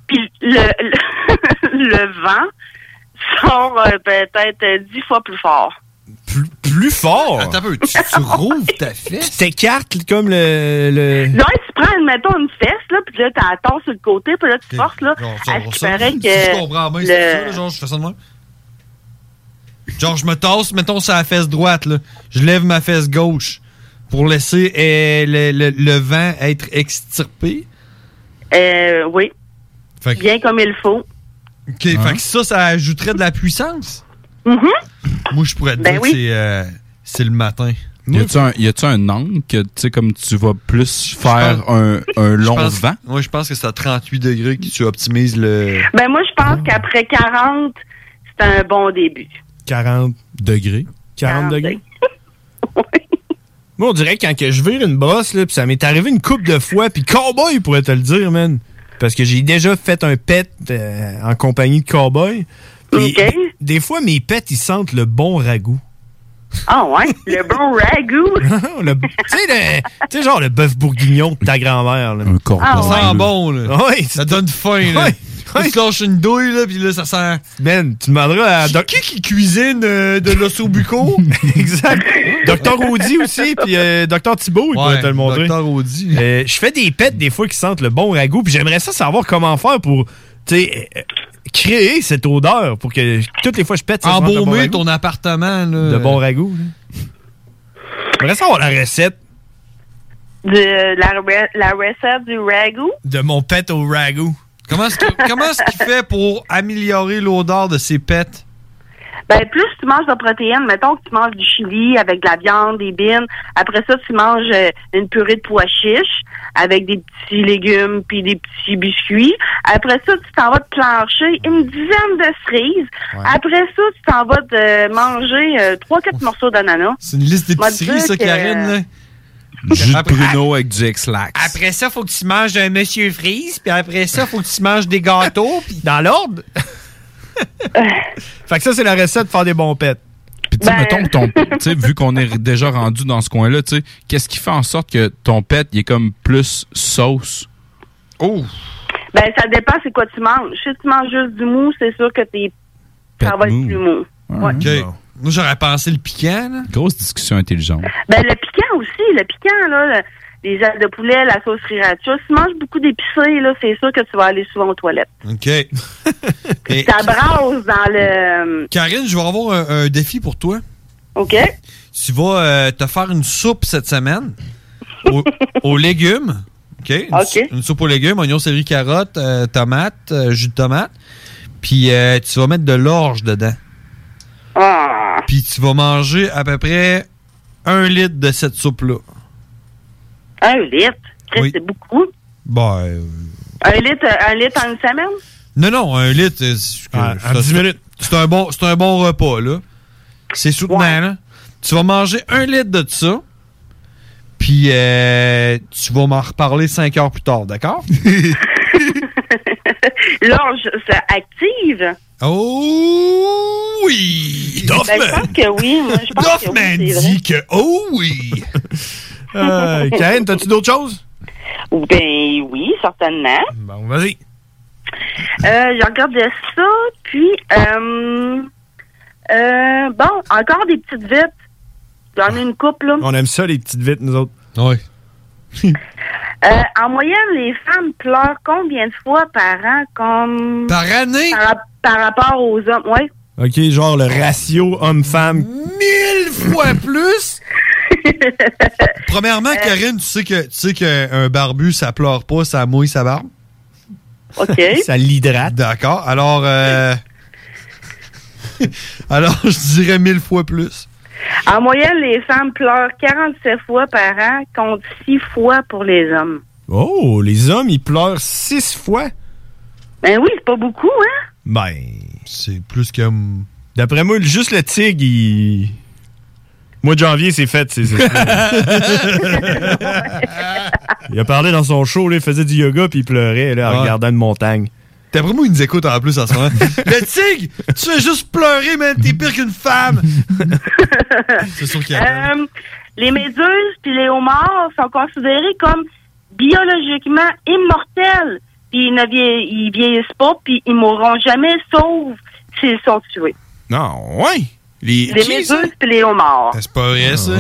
puis le, le, (laughs) le vent sort euh, peut-être euh, dix fois plus fort. Plus fort! Attends un peu, tu, (laughs) rouvres ta fesse? Tu t'écartes comme le... le... Là, tu prends, mettons, une fesse, là, puis là, tu attends sur le côté, puis là, tu forces, là, Genre, à genre ce qu'il ça. paraît Si que... je comprends bien, le- c'est ça, là, genre, je fais ça de même. Genre, je me tasse, mettons, sur la fesse droite, là. Je lève ma fesse gauche pour laisser euh, le, le- le vent être extirpé. Euh, oui. Bien comme il faut. OK, Hein? fait que ça, ça ajouterait de la puissance. Moi, je pourrais te Ben dire oui. que c'est, euh, c'est le matin. Y a-tu un, y a-tu un angle que, tu sais, comme tu vas plus faire un, un long Je pense- vent? Moi, je pense que c'est à 38 degrés que tu optimises le... Ben, moi, je Mm. pense qu'après 40, c'est un bon début. Ah, 40 degrés. 40 degrés? Moi, on dirait que quand que je vire une brosse, là, pis ça m'est arrivé une coupe de fois, puis Cowboy pourrait te le dire, man. Parce que j'ai déjà fait un pet euh, en compagnie de Cowboy. Pis Des fois, mes pets, ils sentent le bon ragoût. (laughs) Ah ouais, le bon ragoût. Le- Tu sais, le- tu sais, genre le bœuf bourguignon de ta grand-mère. Un cordon Ah ouais. Ça sent bon, là. Oui, Ça donne faim, là. Tu te lâches une douille, là, puis là, ça sent... Ben, tu demanderas à... Doc- Ah, Qui qui cuisine euh, de l'ossobuco? (laughs) exact. Docteur Audi aussi, puis euh, Docteur Thibault, il Ouais, pourrait te le montrer. Dr. Euh, je fais des pets des fois qui sentent le bon ragoût, puis j'aimerais ça savoir comment faire pour, tu sais, euh, créer cette odeur pour que toutes les fois je pète, ça sente le bon Embaumer ragoût. Ah, ton euh, appartement, là. De bon ragoût. là. J'aimerais savoir la recette de la, re- la recette du ragoût. de mon pet au ragoût. Comment est-ce que- comment est-ce qu'il fait pour améliorer l'odeur de ses pets? Ben, plus tu manges de protéines, mettons que tu manges du chili avec de la viande, des bines. Après ça, tu manges euh, une purée de pois chiches avec des petits légumes puis des petits biscuits. Après ça, tu t'en vas te plancher une dizaine de cerises. Après ça, tu t'en vas te euh, manger euh, trois, quatre morceaux d'ananas. C'est une liste d'épiceries, ça, Karine, là. Jus de Bruno avec du X-Lax. Après ça, faut que tu manges un Monsieur Freeze, puis après ça, faut que tu manges des gâteaux, puis dans l'ordre. fait que ça, c'est la recette de faire des bons pets. Ben, Puis, tu sais, mettons, (laughs) ton, tu sais, vu qu'on est déjà rendu dans ce coin-là, tu sais, qu'est-ce qui fait en sorte que ton pet, il est comme plus sauce? Oh! Ben, ça dépend c'est quoi tu manges. Si tu manges juste du mou, c'est sûr que tes ça va être plus mou. Ouais. OK. Moi, j'aurais pensé le piquant, là. Ah, Grosse discussion intelligente. Ben, le piquant aussi, le piquant, là, le- les ailes de poulet, la sauce sriracha. Si tu manges beaucoup d'épicé, là, c'est sûr que tu vas aller souvent aux toilettes. OK. Et- Ça brasse dans le... euh, Karine, je vais avoir un, un défi pour toi. OK. Tu vas euh, te faire une soupe cette semaine (laughs) au- aux légumes. OK? Une, OK. sou- une soupe aux légumes, oignons, céleri, carottes, euh, tomates, euh, jus de tomate. Puis euh, tu vas mettre de l'orge dedans. Ah. Puis tu vas manger à peu près un litre de cette soupe-là. Un litre. Chris, Oui. C'est beaucoup. Bon, euh, Un litre, euh, un litre en une semaine? Non, non, un litre. euh, c'est- c'est- c'est- C'est un, bon, c'est un bon repas, là. C'est soutenant, là. Tu vas manger un litre de ça, puis euh, tu vas m'en reparler cinq heures plus tard, d'accord? L'orge se active? (laughs) oh oui! Ben, je pense que oui. Moi, je pense que Doffman oui, c'est vrai. dit que oh oui! (laughs) Euh, Karine, t'as-tu d'autres choses? Ben oui, certainement. Bon, vas-y. Euh, je regardais ça, puis euh, euh, bon, encore des petites vites. J'en ai une couple là. On aime ça, les petites vites, nous autres. Oui. Euh, en moyenne, les femmes pleurent combien de fois par an comme Par année? Par, par rapport aux hommes, ouais. (laughs) OK, genre le ratio homme-femme. Mille fois plus! Premièrement, Karine, tu sais que tu sais qu'un barbu, ça pleure pas, ça mouille sa barbe. (laughs) OK. Ça l'hydrate. D'accord. Alors, euh, alors je dirais mille fois (laughs) plus. En moyenne, les femmes pleurent 47 fois par an contre 6 fois pour les hommes. Oh, les hommes, ils pleurent six fois. Ben oui, c'est pas beaucoup, hein? Ben, c'est plus que... D'après moi, juste le tigre, il... Mois de janvier, c'est fait. c'est- c'est- (laughs) il a parlé dans son show, là, il faisait du yoga puis il pleurait là, en Ouais. regardant une montagne. D'après moi, il nous écoute en plus en ce (laughs) moment. Le tigre, tu fais juste pleurer, man, t'es pire qu'une femme. (laughs) C'est sûr qu'il y a... Euh, les méduses puis les homards sont considérés comme biologiquement immortels. Puis ils ne vie- ils vieillissent pas, puis ils mourront jamais, sauf s'ils sont tués. Non, Ah, ouais. Les, les méduses puis les homards. C'est pas Ah vrai, ça.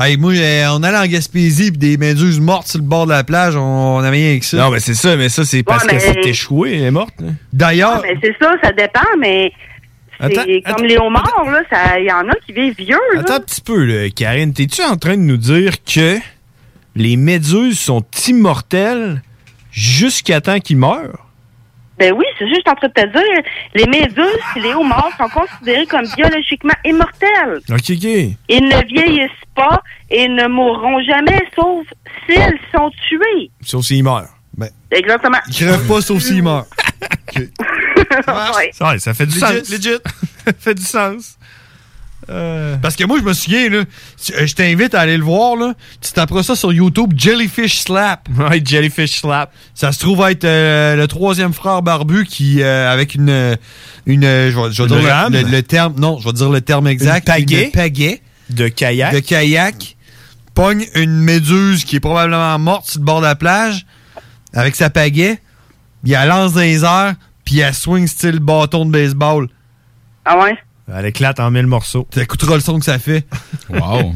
Hey, moi, euh, on allait en Gaspésie pis des méduses mortes sur le bord de la plage, on, on avait rien avec ça. Non, mais c'est ça, mais ça, c'est parce mais- que c'est échoué, elle est morte. hein. là. D'ailleurs, Ah, ben, c'est ça, ça dépend, mais c'est Attends, comme attends, les homards, là, ça- il y en a qui vivent vieux. là. Attends un petit peu, là, Karine. T'es-tu en train de nous dire que les méduses sont immortelles jusqu'à temps qu'ils meurent? Ben oui, c'est juste en train de te dire, les méduses et les homards sont considérés comme biologiquement immortels. OK, OK. Ils ne vieillissent pas et ne mourront jamais, sauf s'ils sont tués. Sauf s'ils meurent. Exactement. ils crèvent Ben, pas sauf s'ils meurent. (laughs) Ouais. Ouais, ça fait du Legit, sens. legit. (laughs) Ça fait du sens. Euh, Parce que moi, je me souviens, là, tu- euh, je t'invite à aller le voir, là. Tu t'apprends ça sur YouTube, Jellyfish Slap. (laughs) Ouais, Jellyfish Slap. Ça se trouve être euh, le troisième frère barbu qui, euh, avec une, euh, une, euh, je vais, je vais Une dire le- rame? le, le terme, non, je vais dire le terme exact. Une pagaie? Une pagaie de kayak. de kayak, pogne une méduse qui est probablement morte sur le bord de la plage, avec sa pagaie, il la lance dans les airs, puis elle swing style bâton de baseball. Ah ouais? Elle éclate en mille morceaux. T'écouteras le son que ça fait. Wow.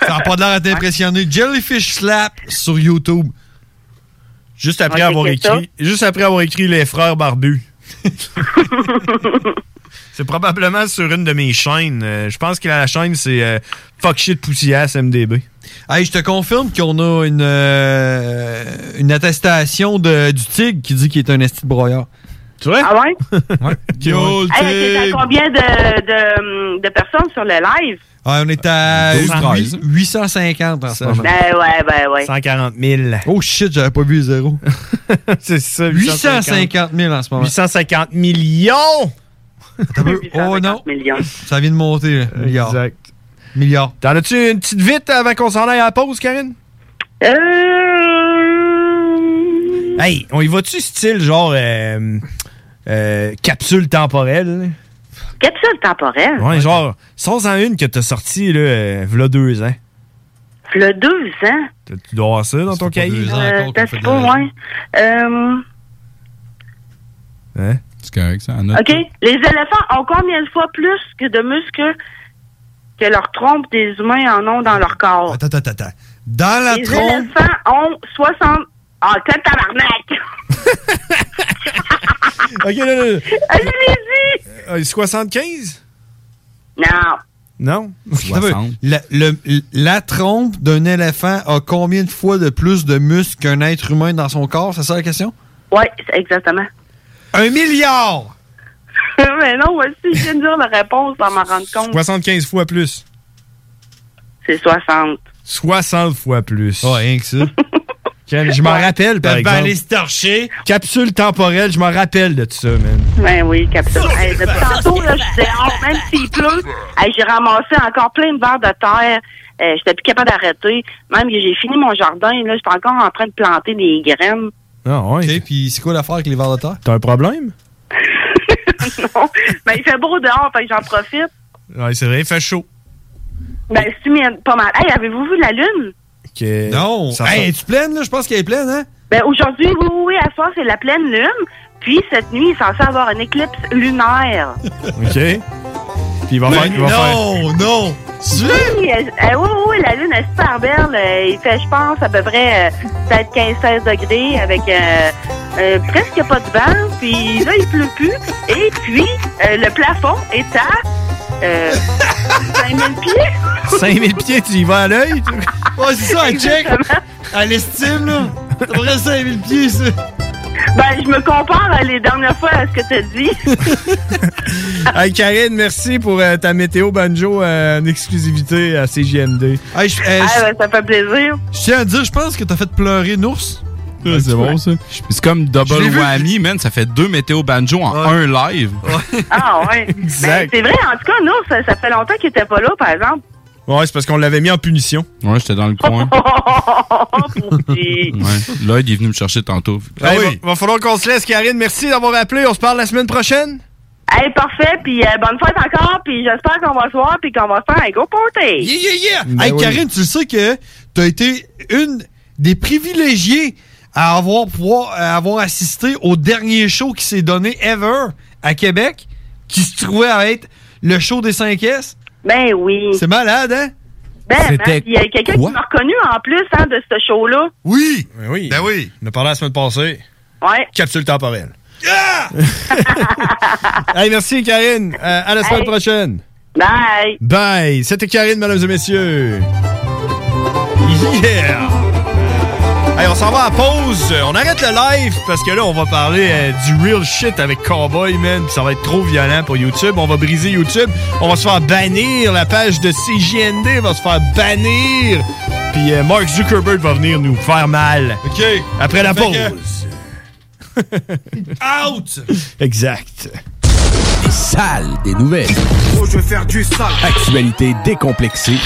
ça n'a pas l'air à t'impressionner. Jellyfish Slap sur YouTube. Juste après Ok, avoir c'est ça. écrit, juste après avoir écrit les frères barbus. (laughs) c'est probablement sur une de mes chaînes. Euh, je pense que la chaîne c'est euh, fuck shit poussiasse MDB. Hey, je te confirme qu'on a une, euh, une attestation de, du tigre qui dit qu'il est un esti de broyeur. Tu vois? Ah ouais? (laughs) Ouais. Yo, le Hey, t'es à tigre! combien de, de, de personnes sur le live? Ah, on est à 12, 8- 850 en ce moment. Ben ouais, ben ouais. 140 000. Oh shit, j'avais pas vu le zéro. (laughs) c'est ça. 850 000 en ce moment. 850 millions. Oh non, Millions. ça vient de monter. euh, là. Milliard. Exact. Milliard. T'en as-tu une petite vite avant qu'on s'en aille à la pause, Karine? Hey, on y va-tu style genre euh, euh, capsule temporelle? Capsule temporelle. Ouais, genre, sans en une que t'as sortie, là, euh, v'là deux ans. Le deux ans. T'as- Tu dois avoir ça dans ton cahier? Euh, T'as trop, ouais. Euh, Hein? C'est correct, ça. Anna. Euh, OK. Les éléphants ont combien de fois plus que de muscles que leur trompe des humains en ont dans leur corps. Attends, attends, attends. Dans la Les trompe. éléphants ont 60... Ah, t'as tabarnak! Ok, là, là, là. Ah, Allez-y! Euh, 75? Non. Non? Soixante. La, le- la trompe d'un éléphant a combien de fois de plus de muscles qu'un être humain dans son corps? C'est ça la question? Oui, exactement. Un milliard! (laughs) Mais non, voici, je viens de dire la réponse sans m'en rendre compte. 75 fois plus. C'est 60. 60 fois plus. Ouais, rien (laughs) que ça. Ken, je m'en rappelle, par T'as bien exemple. aller se torcher. Capsule temporelle, je m'en rappelle de tout ça, man. Ben oui, capsule. Hey, depuis tantôt, là, je disais, oh, même s'il pleut, hey, j'ai ramassé encore plein de verres de terre. Euh, J'étais plus capable d'arrêter. Même que j'ai fini mon jardin, là, j'étais encore en train de planter des graines. Ah, ouais. Ok, puis c'est quoi l'affaire avec les vers de terre? T'as un problème? non. Ben, il fait beau dehors, fait que j'en profite. Ouais, c'est vrai, il fait chaud. Ben, c'est humide, pas mal. Hey, avez-vous vu la lune? Non! Hey, es-tu pleine, là? Je pense qu'elle est pleine, hein? Ben, aujourd'hui, oui, oui, oui, à soir, c'est la pleine lune. Puis, cette nuit, il est censé avoir une éclipse lunaire. OK. Puis il va Mais faire. il va non, faire... non! Oui, elle- elle- oui, oui, oui, la lune est super belle. Euh, Il fait, je pense, à peu près euh, peut-être 15-16 degrés avec euh, euh, presque pas de vent. Puis là, il pleut plus. Et puis, euh, le plafond est à euh, (laughs) 5000 pieds. 5000 pieds, tu y vas à l'œil? Ouais, c'est ça, elle check. Elle estime, là. Après 5000 pieds, ça. Ben, je me compare à les dernières fois à ce que t'as (laughs) dit. (laughs) Hey Karine, merci pour euh, ta météo banjo euh, en exclusivité à CGMD. ah, ben, ça fait plaisir. euh, Je tiens à dire, je pense que t'as fait pleurer Nours. c'est bon, ça. C'est comme Je l'ai double vu. whammy, man. Ça fait deux météo banjo en un live. Ah, ouais. Ben, Exact. c'est vrai, en tout cas, nous, ça, ça fait longtemps qu'il était pas là, par exemple. Ouais, c'est parce qu'on l'avait mis en punition. Ouais, j'étais dans (laughs) le coin. (laughs) ouais. Lloyd est venu me chercher tantôt. Hey, va, va falloir qu'on se laisse, Karine. Merci d'avoir appelé. On se parle la semaine prochaine. Hey, parfait, puis euh, bonne fête encore, puis j'espère qu'on va se voir, puis qu'on va faire un gros party. Yeah, yeah, yeah! hey Karine, tu le sais que t'as été une des privilégiées à avoir, pouvoir, à avoir assisté au dernier show qui s'est donné ever à Québec, qui se trouvait à être le show des 5S. Ben oui. C'est malade, hein? Ben, C'était man, il y a quelqu'un qui quoi? m'a reconnu en plus hein, de ce show-là. Oui! Ben oui. Ben oui. On a parlé la semaine passée. Ouais. Capsule temporelle. Yeah! (laughs) hey, merci Karine. Euh, à la semaine prochaine. Bye. Bye. C'était Karine, mesdames et messieurs. Yeah! Hey, on s'en va à pause. On arrête le live parce que là, on va parler euh, du real shit avec Cowboy, man. Puis ça va être trop violent pour YouTube. On va briser YouTube. On va se faire bannir. La page de CJND va se faire bannir. Puis euh, Mark Zuckerberg va venir nous faire mal. OK. ben. Après la Fait pause. Out! Exact. Sale des nouvelles. Oh, je veux faire du sale. Actualité décomplexée.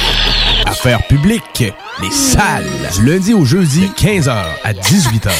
Affaires publiques. Les salles. Du lundi au jeudi, 15h à 18h.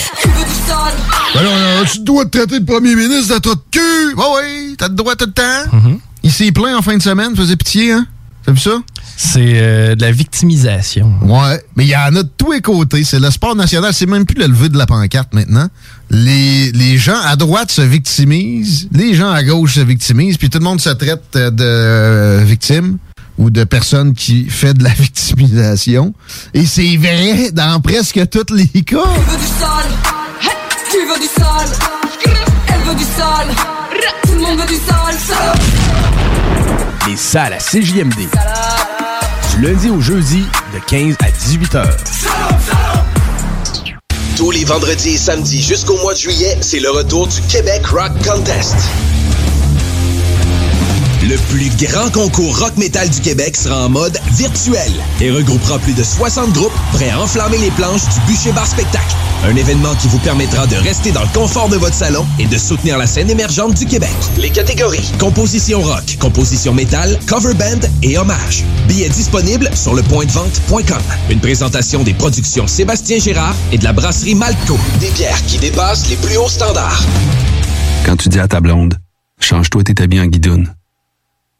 Ben là, là, tu dois te traiter de premier ministre de ton cul. Ben oui, t'as le droit tout le temps. Il s'est plaint en fin de semaine, faisait pitié, hein? T'as vu ça? C'est euh, de la victimisation. Ouais, mais il y en a de tous les côtés. C'est le sport national, c'est même plus le lever de la pancarte maintenant. Les, les gens à droite se victimisent, les gens à gauche se victimisent, puis tout le monde se traite euh, de euh, victime ou de personne qui fait de la (laughs) victimisation. Et c'est vrai dans presque tous les cas. Tu veux du sale Hey, Tu veux du sale Elle veut du sale Tout le monde veut du sale sale. Les salles à CJMD. Du lundi au jeudi, de 15 à 18h. Tous les vendredis et samedis jusqu'au mois de juillet, c'est le retour du Québec Rock Contest. Le plus grand concours rock metal du Québec sera en mode virtuel et regroupera plus de 60 groupes prêts à enflammer les planches du Bûcher Bar Spectacle. Un événement qui vous permettra de rester dans le confort de votre salon et de soutenir la scène émergente du Québec. Les catégories composition rock, composition métal, cover band et hommage. Billets disponibles sur lepointdevente.com. Une présentation des productions Sébastien Gérard et de la brasserie Malco. Des bières qui dépassent les plus hauts standards. Quand tu dis à ta blonde, change-toi tes habits en guidoune.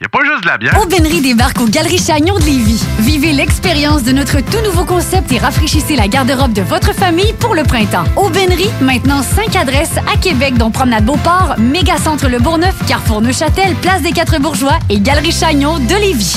y a pas juste de la bière. Aubainerie débarque aux Galeries Chagnon de Lévis. Vivez l'expérience de notre tout nouveau concept et rafraîchissez la garde-robe de votre famille pour le printemps. Aubainerie, maintenant 5 adresses à Québec, dont Promenade Beauport, Mégacentre Le Bourgneuf, Carrefour Neuchâtel, Place des Quatre Bourgeois et Galerie Chagnon de Lévis.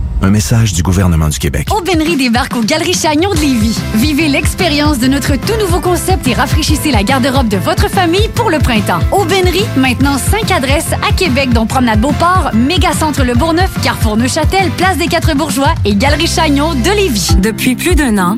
Un message du gouvernement du Québec. Aubainerie débarque aux Galeries Chagnon de Lévis. Vivez l'expérience de notre tout nouveau concept et rafraîchissez la garde-robe de votre famille pour le printemps. Aubainerie, maintenant 5 adresses à Québec, dont Promenade Beauport, Mégacentre Le Bourgneuf, Carrefour Neuchâtel, Place des Quatre Bourgeois et Galerie Chagnon de Lévis. Depuis plus d'un an,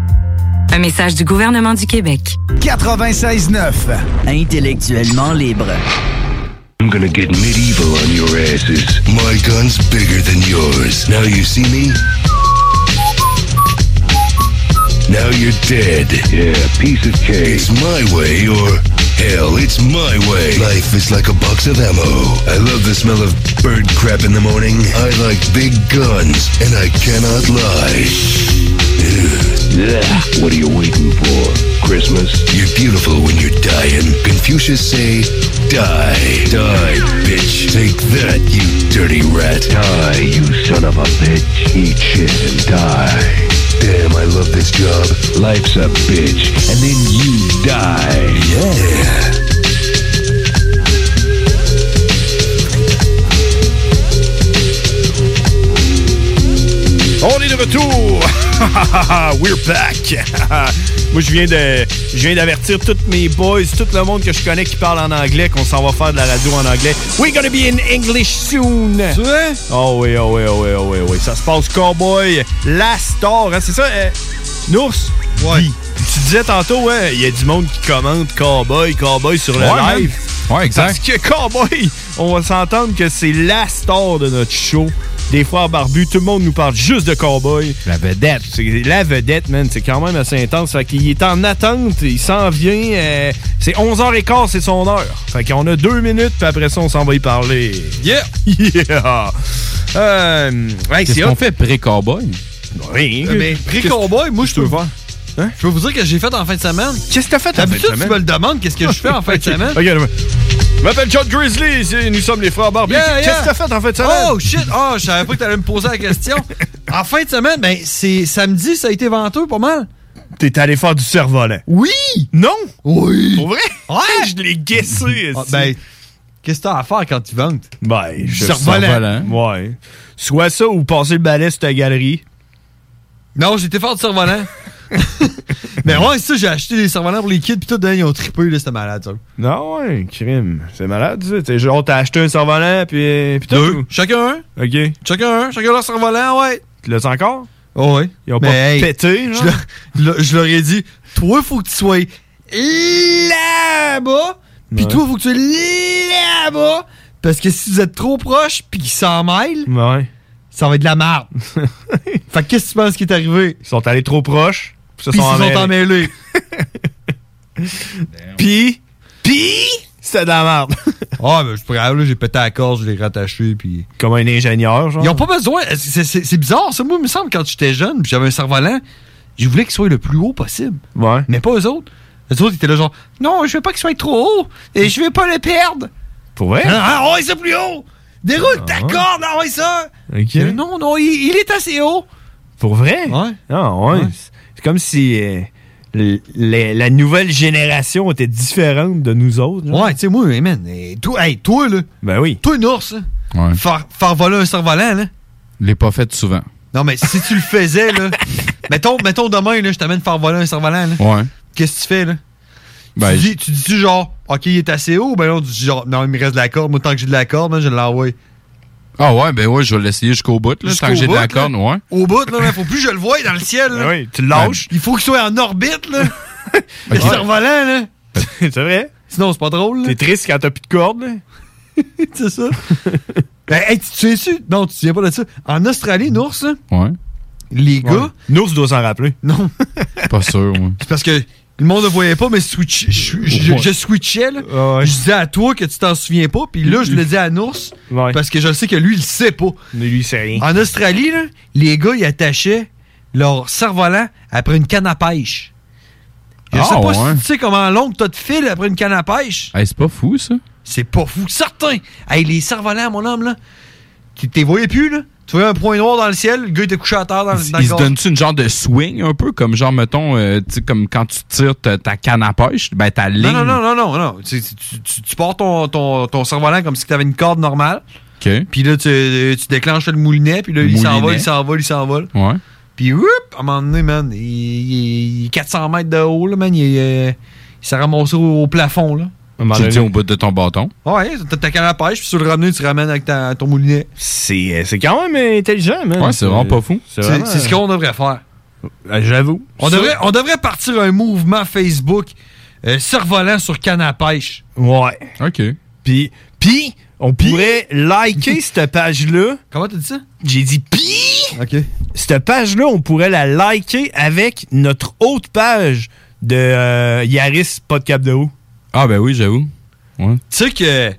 Un message du gouvernement du Québec. 96.9. Intellectuellement libre. I'm gonna get medieval on your asses. My gun's bigger than yours. Now you see me? Now you're dead. Yeah, piece of cake. It's my way or hell, it's my way. Life is like a box of ammo. I love the smell of bird crap in the morning. I like big guns, and I cannot lie. Ugh. What are you waiting for? Christmas? You're beautiful when you're dying. Confucius say, die, die, bitch. Take that, you dirty rat. Die, you son of a bitch. Eat shit and die. Damn, I love this job. Life's a bitch. And then you die. Yeah. On est (laughs) de retour! We're back! Moi, je viens de, je viens d'avertir tous mes boys, tout le monde que je connais qui parle en anglais, qu'on s'en va faire de la radio en anglais. We're gonna be in English soon! Tu vois? Oh oui, oh oui, oh oui, oh oui, oh oui. Ça se passe Cowboy, la star, hein, c'est ça? euh, Nours? Ouais. Tu disais tantôt, ouais, il y a du monde qui commente Cowboy, Cowboy sur le Ouais, man. live. Ouais, exact. Parce que Cowboy, on va s'entendre que c'est la star de notre show. des frères barbus. Tout le monde nous parle juste de cowboy. La vedette. C'est la vedette, man. C'est quand même assez intense. Fait qu'il est en attente. Il s'en vient. euh, c'est 11h15, c'est son heure. Fait qu'on a deux minutes, puis après ça, on s'en va y parler. Yeah! Yeah! Euh, hey, Qu'est-ce c'est qu'on hot. fait pré-cowboy? Rien. Euh, Mais pré-cowboy, moi, je peux voir. Je peux vous dire que j'ai fait en fin de semaine. Qu'est-ce que t'as fait en fin de semaine? tu me le demandes, qu'est-ce que je fais en fin de (laughs) Ok, semaine? regarde-moi. Je m'appelle John Grizzly, c'est- nous sommes les frères barbus. Qu'est-ce que t'as fait en fin de semaine? Oh shit! Oh, je savais pas que t'allais me poser la (laughs) question. en fin de semaine, ben, c'est samedi, ça a été venteux pas mal. T'es allé faire du cerf-volant. Oui! Non! Oui! Pour vrai? Ouais! (laughs) je l'ai guessé! Ah, ben, qu'est-ce que t'as à faire quand tu vantes? Ben, je Cerf-volant. Cerf-volant. Ouais. Soit ça ou passer le balai sur ta galerie. ben, Non, j'étais fort du (laughs) survolant. (laughs) Mais ouais, c'est ça, j'ai acheté des survolants pour les kids, pis tout, dedans, ils ont trippé, là, c'était malade, ça. Non, ouais, crime. C'est malade, ça. T'es genre, t'as acheté un cerf-volant, puis, puis Deux. tout. Chacun un. OK. Chacun un, chacun leur survolant, ouais. Tu l'as encore? Oh, ouais. Ils ont pas pété, genre? Je, leur- je leur ai dit, toi, faut que tu sois là-bas, pis Ouais. toi, faut que tu sois là-bas, parce que si vous êtes trop proche, pis qu'ils s'en mêlent, Ouais. ça va être de la (laughs) merde. fait que qu'est-ce que tu penses qui est arrivé? Ils sont allés trop proches. Puis Pis ils se sont emmêlés. Pis, pis, c'était de la merde. (laughs) Ah, ben, je pourrais, là, j'ai pété la corde, je l'ai rattaché, puis. Comme un ingénieur, genre. Ils ont pas besoin. C'est- C'est c'est bizarre, ça. Moi, il me semble, quand j'étais jeune, puis j'avais un cerf-volant, je voulais qu'il soit le plus haut possible. Ouais. Mais pas eux autres. Eux autres, ils étaient là, genre, non, je veux pas qu'il soit trop haut, et je veux pas le perdre. Pour vrai? Ah, ah, ouais, c'est plus haut. Déroule ta ouais. corde, ah, ouais, ça. Ok. Mais Non, non, il, il est assez haut. Pour vrai? Ouais. Ah, ouais. C'est- C'est comme si euh, l- les- la nouvelle génération était différente de nous (laughs) autres. Ouais, tu sais, moi, hey, man, hey, toi, hey, toi, là. Ben oui. Toi, une ours, là. Ouais. Faire, faire voler un cerf-volant, là. Je l'ai pas fait souvent. Non, mais si tu le faisais, (laughs) là. mettons, mettons demain, là, je t'amène faire voler un cerf-volant, là. Ouais. Qu'est-ce que tu fais, là? Ben, tu, dis, tu dis-tu genre, OK, il est assez haut? Ben non, tu dis genre, non, il me reste de la corde. Moi, tant que j'ai de la corde, man, je l'envoie. Ah ouais, ben ouais, je vais l'essayer jusqu'au bout, là, tant que Jusqu'au j'ai de la bout, hein? là. corne, ouais. Ben, Au bout, là, là, faut plus que je le voie dans le ciel, là. Ben Oui, tu le lâches. Il faut qu'il soit en orbite, (laughs) là. Le Ok. cerf-volant, là. c'est vrai? Sinon, c'est pas drôle. T'es triste quand t'as plus de cordes, là? (laughs) c'est ça. ben, hey, tu tu es sûr? Non, tu te souviens pas de ça. En Australie, une ours, là, Ouais. les gars. Nous, tu dois s'en rappeler. Non. Pas sûr, ouais. C'est parce que le monde ne voyait pas, mais switch- je, je- Mm. Ouais. je switchais. Là. Je disais à toi que tu t'en souviens pas, puis là, je le dis à Nours, parce que je sais que lui, il sait pas. lui, il sait rien. En Australie, là, les gars, ils attachaient leur cerf-volant après une canne à pêche. Je Ah, sais pas ouais. si tu sais comment long t'as de fil après une canne à pêche. Hey, c'est pas fou, ça? C'est pas fou, certain. Hey, les cerfs-volants, mon homme, là, tu t'es voyais plus, là. Tu voyais un point noir dans le ciel, le gars était couché à terre dans, dans Ils le se gazon. donnent-tu une genre de swing un peu, comme genre, mettons, euh, tu sais, comme quand tu tires ta, ta canne à pêche, ben ta ligne. Non, non, non, non, non, non. Tu, tu- tu- tu portes ton, ton, ton cerf-volant comme si tu avais une corde normale. OK. Puis là, tu, tu déclenches le moulinet, puis là, il Moulinet. s'envole, il s'envole, il s'envole. Ouais. Puis, whoop, à un moment donné, man, il, il- il est 400 mètres de haut, là, man. Il, est- il s'est ramassé au, au plafond, là. Tu le tiens au bout de ton bâton. Ouais, t'as ta canne à pêche, puis sur le ramener, tu ramènes avec ta- ton moulinet. C'est c'est quand même intelligent, man. euh, Ouais, c'est vraiment pas fou. C'est c'est ce qu'on devrait faire. J'avoue. On Ça- devrait, on devrait partir un mouvement Facebook euh, survolant sur canne à pêche. Ouais. OK. Puis, puis on pourrait (laughs) liker cette page-là. Comment t'as dit ça? J'ai dit pis. OK. Cette page-là, on pourrait la liker avec notre autre page de euh, Yaris, pas de cap de haut. Ah, ben oui, j'avoue. Ouais. Tu sais que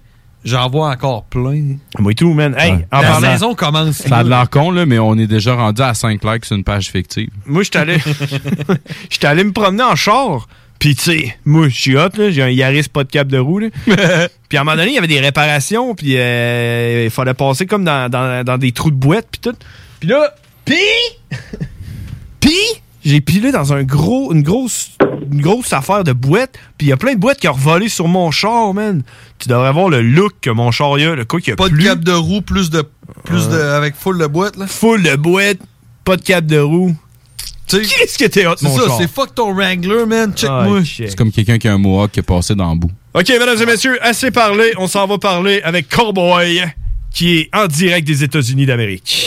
j'en vois encore plein. Moi et tout, man. Hey, Ouais. en La parlant- saison commence. Ça a de l'air con, là, mais on est déjà rendu à 5 likes sur une page fictive. Moi, j'étais allé, j'étais allé me promener en char. Puis, tu sais, moi, je suis hot, là. J'ai un Yaris pas de cap de roue, là. puis, à un moment donné, il y avait des réparations. Puis, euh, il fallait passer comme dans, dans- dans des trous de boîte, puis tout. Puis là, puis... Puis, j'ai pilé dans un gros, une grosse, une grosse affaire de boîtes. Puis il y a plein de boîtes qui ont revolé sur mon char, man. Tu devrais voir le look que mon char y a, le coup qu'il y a Pas plus. de cap de roue, plus de. Plus de avec full de boîte, là. Full de boîtes, pas de cap de roue. Qu'est-ce que t'es hot, C'est mon ça, char? c'est fuck ton Wrangler, man. Ah, Check-moi. C'est comme quelqu'un qui a un mohawk qui est passé dans le bout. OK, mesdames et messieurs, assez parlé. On s'en va parler avec Cowboy, qui est en direct des États-Unis d'Amérique.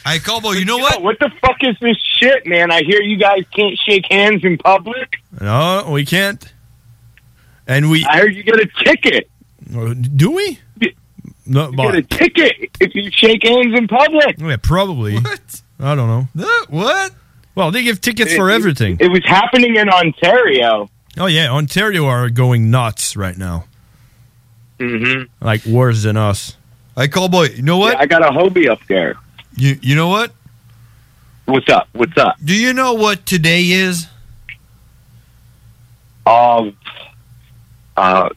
Hey, Cowboy, you know what? what the fuck is this shit, man? I hear you guys can't shake hands in public. No, we can't. And we. Oh, I heard you get a ticket. Do we? No, You get a ticket if you shake hands in public. Yeah, probably. What? I don't know. what? Well, they give tickets It- for it- everything. It was happening in Ontario. Oh yeah, Ontario are going nuts right now. Mm-hmm. Like worse than us. Hey, Cowboy, you know what? I got a Hobie up there. You you know what? What's up? What's up? Do you know what today is? Um, uh,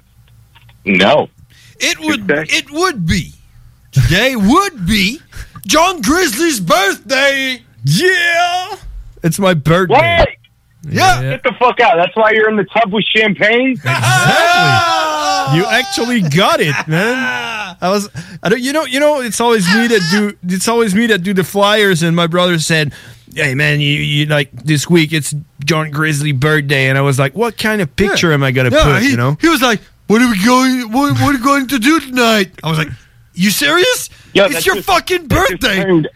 no. It would it would be today would be John Grizzly's birthday. Yeah, it's my birthday. What? Yeah. Get the fuck out. That's why you're in the tub with (laughs) champagne. You actually got it, man. I was, I don't, you know, you know, it's always me that do, it's always me that do the flyers. And my brother said, "Hey, man, you, you like this week? It's John Grizzly birthday." And I was like, "What kind of picture am I gonna Yeah, put?" he, you know? he was like, "What are we going? What, what are we going to do tonight?" I was like, "You serious? Yo, it's that's your just- fucking birthday." turned,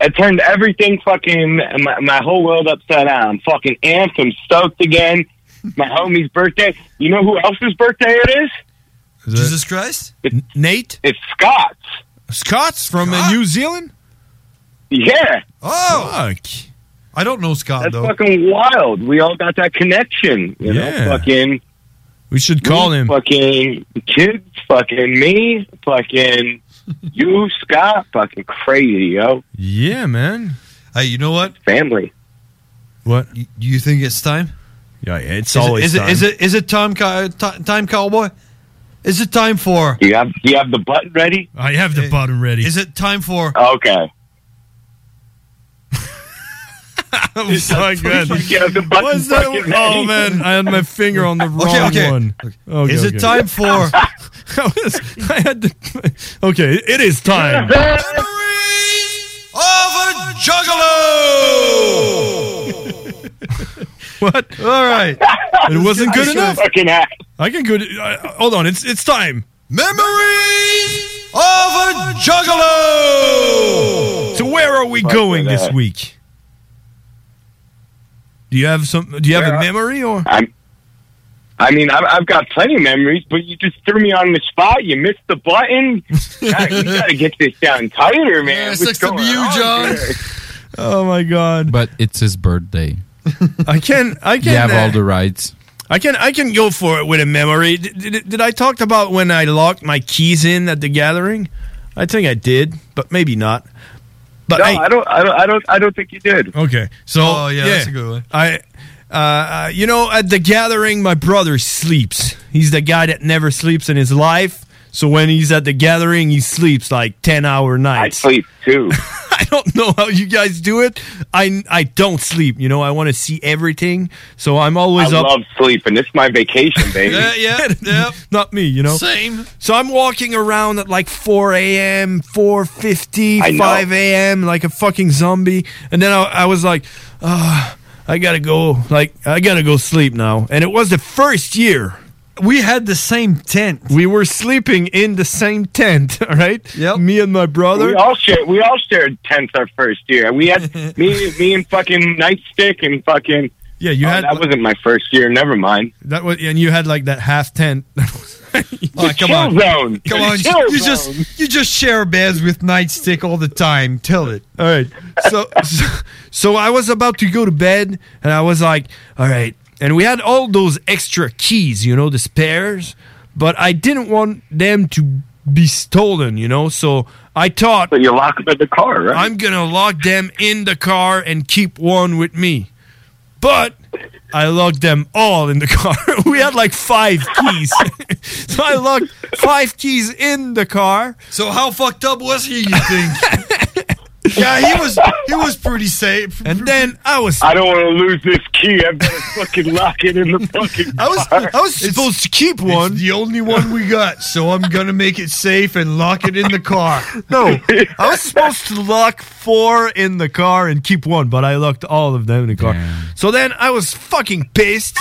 it turned everything fucking my, my whole world upside down. I'm fucking amped. I'm stoked again. My homie's birthday. You know who else's birthday it is? Jesus Christ! Nate. It's Scott's. Scott's from uh, New Zealand. Yeah, Oh, I don't know Scott that's though. fucking wild. We all got that connection. You Yeah. know, fucking. We should call him. Fucking kids. Fucking me. (laughs) Fucking you, Scott. Fucking crazy, yo. Yeah, man. Hey, you know what? Family. What? Do you think it's time? Yeah, it's Is it- is it, is it is it time cow- ti- time cowboy? Is it time for? Do you have Do you have the button ready? I have the button ready. Is it time for? (laughs) Okay. (laughs) I'm so good. What's that? fucking Oh ready. man, I had my finger (laughs) on the wrong (laughs) Okay, okay. one. Okay, is okay. it time for? (laughs) I was- I had to- (laughs) okay, it (laughs) is time. of a juggalo. (laughs) What? All right. It wasn't I good should- enough. Fucking ass. I can go. to- I- hold on. It's it's time. Memories of a juggalo. So where are we Fuck going with this that. week? Do you have some? Do you have a memory or? I'm, I mean, I've, I've got plenty of memories, but you just threw me on the spot. You missed the (laughs) button. God, we got to get this down tighter, man. Yeah, What's sucks to going be you, on John. here? Oh my god! But it's his birthday. I can. I can. you have all uh, the rights. I can I can go for it with a memory. Did, did, did I talk about when I locked my keys in at the gathering? I think I did, but maybe not. But no, hey, I don't, I don't, I don't, I don't think you did. Okay, so Oh, yeah, that's a good one. I, uh, uh, you know, at the gathering, my brother sleeps. He's the guy that never sleeps in his life. So when he's at the gathering, he sleeps like ten hour nights. I sleep too. I don't know how you guys do it. I I don't sleep. You know, I want to see everything. So I'm (laughs) always I up. love sleep, and it's my vacation, baby. (laughs) yeah, yeah. Not me, you know. Same. So I'm walking around at like 4 a.m., 4.50, 5 a.m., like a fucking zombie. And then I, I was like, ah, I gotta go. Like, I gotta go sleep now. And it was the first year. We had the same tent. We were sleeping in the same tent, (laughs) all right? Yeah. Me and my brother. We all shared. We all shared tents our first year. We (laughs) had me, me, and fucking nightstick and fucking. Yeah, you had. That wasn't my first year. Never (laughs) mind. That was, and you had like (laughs) that half tent. Oh, come chill on. zone. Come The on. chill you zone. just you just share beds with nightstick all the time. Tell it. All right. So, so, so I was about to go to bed, and I was like, all right. And we had all those extra keys, you know, the spares, but I didn't want them to be stolen, you know. So I thought. But you lock them in the car, right? I'm gonna lock them in the car and keep one with me. But I locked them all in the car. (laughs) we had like five keys, (laughs) so I locked five keys in the car. So how fucked up was he? You think? (laughs) yeah, he was. He was pretty safe. And then I was. I don't want to lose this key. I better fucking lock it in the fucking. I was car. I was supposed to keep one. the only one we got, so I'm gonna make it safe and lock it in the car. No, I was supposed to lock four in the car and keep one, but I locked all of them in the car. So then I was fucking pissed,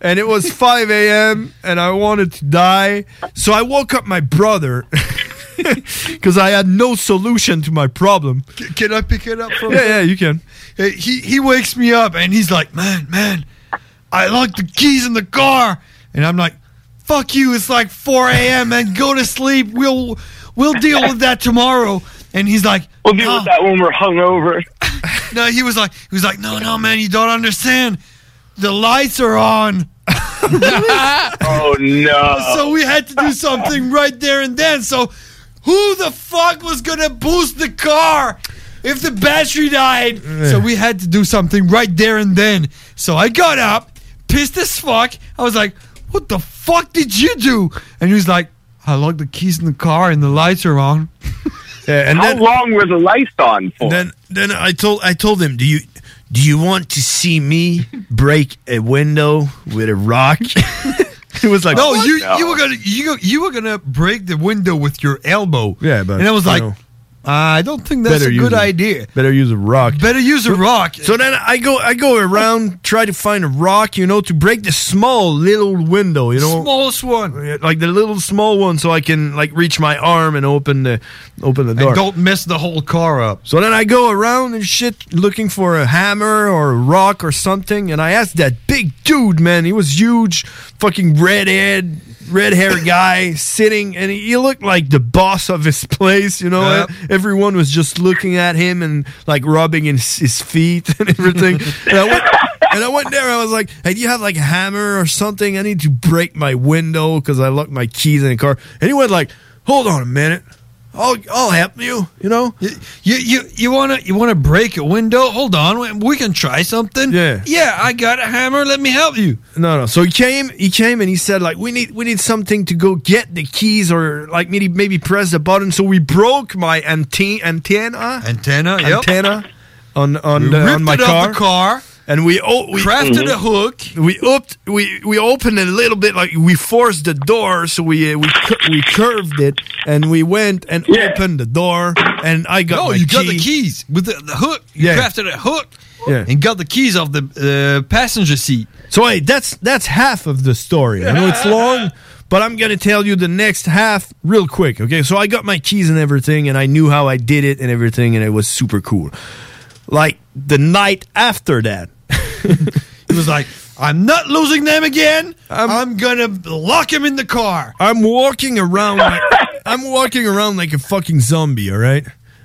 and it was 5 a.m., and I wanted to die. So I woke up my brother (laughs) because I had no solution to my problem. C- Can I pick it up from? Yeah, yeah, you can. Hey, He he wakes me up and he's like, "Man, man, I locked the keys in the car," and I'm like, "Fuck you! It's like 4 a.m. and go to sleep. We'll we'll deal with that tomorrow." And he's like, "We'll deal with that when we're hungover." (laughs) no, he was like, he was like, "No, no, man, you don't understand. The lights are (laughs) on." (laughs) oh no! so we had to (laughs) do something right there and then. So who the fuck was gonna boost the car if the battery died? So we had to do something right there and then. So I got up, pissed as fuck. I was like, "What the fuck did you do?" And he was like, "I locked the keys in the car and the lights are on." (laughs) Yeah, How long were the lights on for? Then, then I told I told him, "Do you do you want to see me break a window with a rock?" (laughs) it was like, no, "What?" Oh, you you were gonna you go- you were gonna break the window with your elbow. Yeah, but and I was you like, know. I don't think that's Better a use good a- idea. Better use a rock. Better use a rock. So then I go I go around try to find a rock, you know, to break the small little window, you know, Smallest one. like the little small one, so I can like reach my arm and open the open the door. And don't mess the whole car up. so then I go around and shit looking for a hammer or a rock or something, and I asked that big dude, man, he was huge, fucking red head, red hair guy sitting, and he, he looked like the boss of his place, you know. Yep. Everyone was just looking at him and like rubbing his, his feet and everything. and, I went, and I went there. I was like, "Hey, do you have like a hammer or something? I need to break my window because I locked my keys in the car." And he went like, "Hold on a minute, I'll I'll help you." You know, You you you want to you want to break a window? Hold on, we- we can try something. Yeah. yeah. I got a hammer. Let me help you. No, no. So he came, he came, and he said like, "We need, we need something to go get the keys, or like maybe maybe press the button." So we broke my anti- antenna, antenna, yep. antenna on on the, Ripped on my it car. off the car. And we, o- we Crafted a hook. We upped, we we opened it a little bit, like we forced the door, so we uh, we cu- we curved it, and we went and opened the door, and I got No, my you key. got the keys with the, the hook. You Yeah. crafted a hook. Yeah. and got the keys off the uh, passenger seat. So hey, that's that's half of the story. I (laughs) know it's long, but I'm gonna tell you the next half real quick. Okay, so I got my keys and everything, and I knew how I did it and everything, and it was super cool. Like the night after that, (laughs) he was like, I'm not losing them again. I'm, gonna lock him in the car. I'm walking (laughs) around. Like, I'm walking around like a fucking zombie. All right.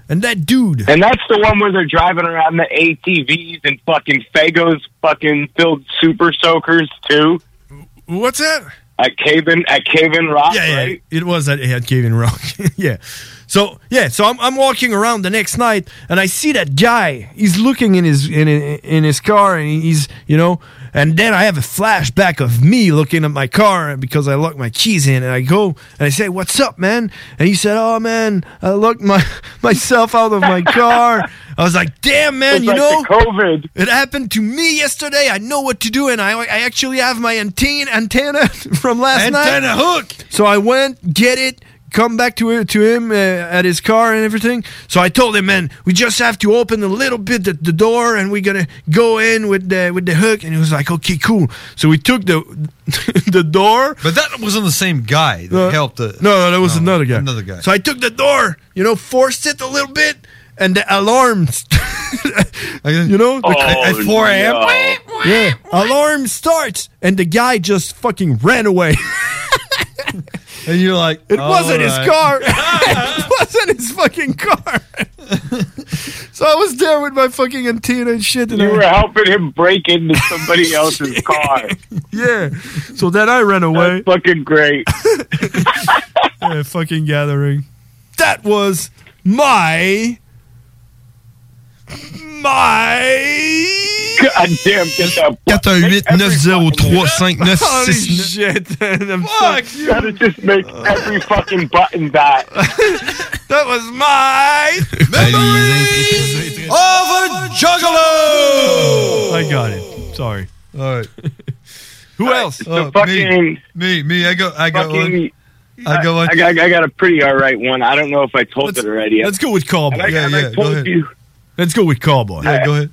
And that dude. And that's the one where they're driving around the ATVs and fucking Fagos fucking filled super soakers too. What's that? At Caven at Caven Rock, yeah, yeah, right? It was that it had Cave in Rock. (laughs) yeah. So yeah, so I'm, I'm walking around the next night and I see that guy. He's looking in his in in his car and he's you know. And then I have a flashback of me looking at my car because I locked my keys in and I go and I say, "What's up, man?" And he said, "Oh man, I locked my (laughs) myself out of my car." I was like, "Damn, man, It's you like know, the COVID. It happened to me yesterday. I know what to do, and I I actually have my antenna antenna (laughs) from last night. Antenna hook. So I went, get it, come back to to him uh, at his car and everything. So I told him, man, we just have to open a little bit the, the door, and we're gonna go in with the with the hook. And he was like, okay, cool. So we took the (laughs) the door. But that wasn't the same guy that helped. The, no, no, that was another guy. Another guy. So I took the door, you know, forced it a little bit, and the alarm. (laughs) st- you know, the- At- at 4 a.m.? no. Yeah, alarm starts, and the guy just fucking ran away. (laughs) and you're like, it "All wasn't right." his car. (laughs) it wasn't his fucking (laughs) car. so I was there with my fucking antenna and shit. And You I- were helping him break into (laughs) somebody else's car. Yeah. So then I ran away. fucking great. Yeah, fucking gathering. That was my. My. God damn, get that. (laughs) 418-903-5969. Holy shit. I'm Fuck you. Gotta just make every fucking button die. (laughs) that was my memory of a juggalo. I got it. Sorry. All (laughs) right. Who else? The fucking- Uh, me, me, me. I go. I got fucking- one. I got one. I, got, I got a pretty alright one. I don't know if I told it already. Let's go with Cowboy. Have I- have I told you- Let's go with Cowboy. Yeah, go ahead.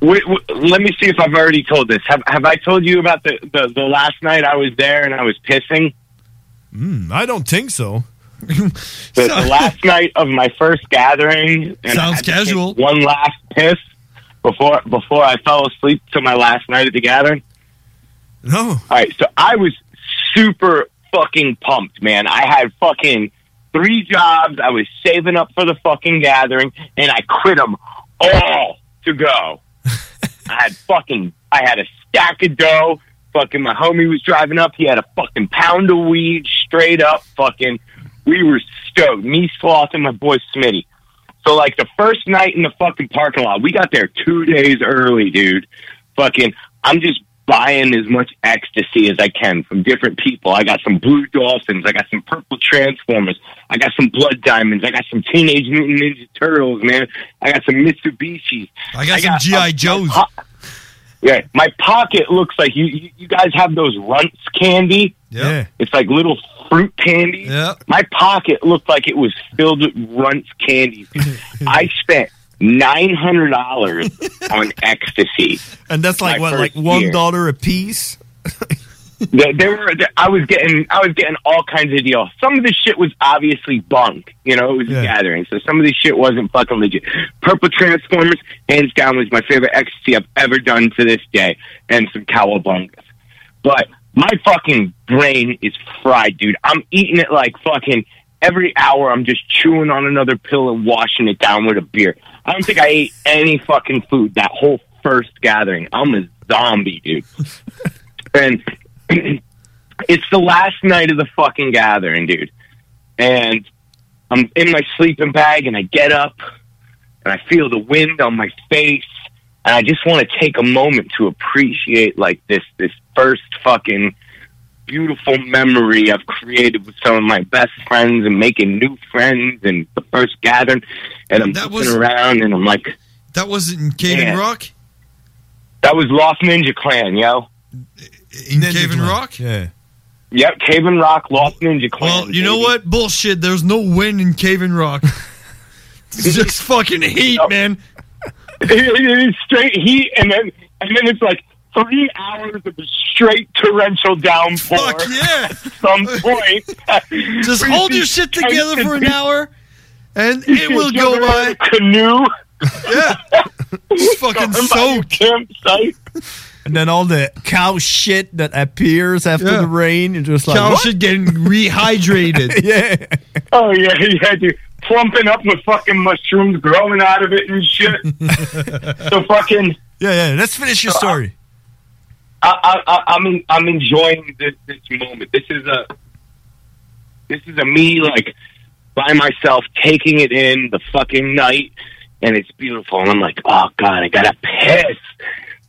Wait, wait, let me see if I've already told this. Have Have I told you about the, the, the last night I was there and I was pissing? Mm, I don't think so. (laughs) The, the last night of my first gathering. And Sounds I had to take casual. One last piss before before I fell asleep to my last night at the gathering. No. All right, so I was super fucking pumped, man. I had fucking three jobs. I was saving up for the fucking gathering, and I quit them all to go. I had fucking I had a stack of dough. Fucking my homie was driving up. He had a fucking pound of weed straight up. Fucking we were stoked. Me sloth and my boy Smitty. So like the first night in the fucking parking lot, we got there two days early, dude. Fucking I'm just buying as much ecstasy as I can from different people. I got some blue dolphins, I got some purple transformers, I got some blood diamonds, I got some teenage mutant ninja turtles, man. I got some Mitsubishis. I got some GI Joes. Yeah, my pocket looks like you. You, you guys have those runts candy. Yeah. It's like little fruit candy. Yeah. My pocket looked like it was filled with runts candy. I spent nine hundred dollars on ecstasy. And that's like My what, like first year. one dollar a piece? There, there were there- I was getting I was getting all kinds of deals. Some of the shit was obviously bunk, you know, it was a gathering. So some of the shit wasn't fucking legit. Purple Transformers, hands down, was my favorite ecstasy I've ever done to this day, and some cowabungas. But my fucking brain is fried, dude. I'm eating it like fucking every hour. I'm just chewing on another pill and washing it down with a beer. I don't think I ate any fucking food that whole first gathering. I'm a zombie, dude. and (clears throat) it's the last night of the fucking gathering, dude. And I'm in my sleeping bag and I get up and I feel the wind on my face and I just want to take a moment to appreciate like this this first fucking beautiful memory I've created with some of my best friends and making new friends and the first gathering and I'm looking around and I'm like That wasn't in Cave Yeah. and Rock. that was Lost Ninja Clan, yo. In Cave and Rock. Yeah. Yep, Cave and Rock, Lost Ninja Clan. You know what? Bullshit. There's no wind in Cave (laughs) and Rock. it's just fucking heat, man. it's (laughs) straight heat, and then and then it's like three hours of straight torrential downpour. Fuck yeah! At some point, (laughs) Just We hold your just shit together can't for an be- hour, and You it will should jump go around by. (laughs) in a Canoe. Yeah. fucking soaked. And then all the cow shit that appears after Yeah. the rain, you're just like Cow what? shit getting rehydrated. (laughs) yeah. Oh yeah, yeah, dude. Plumping up with fucking mushrooms growing out of it and (laughs) shit. so fucking uh, yeah, yeah. Let's finish your story. I, I, I, I'm in, I'm enjoying this this moment. This is a this is a me like by myself taking it in the fucking night, and it's beautiful. And I'm like, oh god, I gotta piss.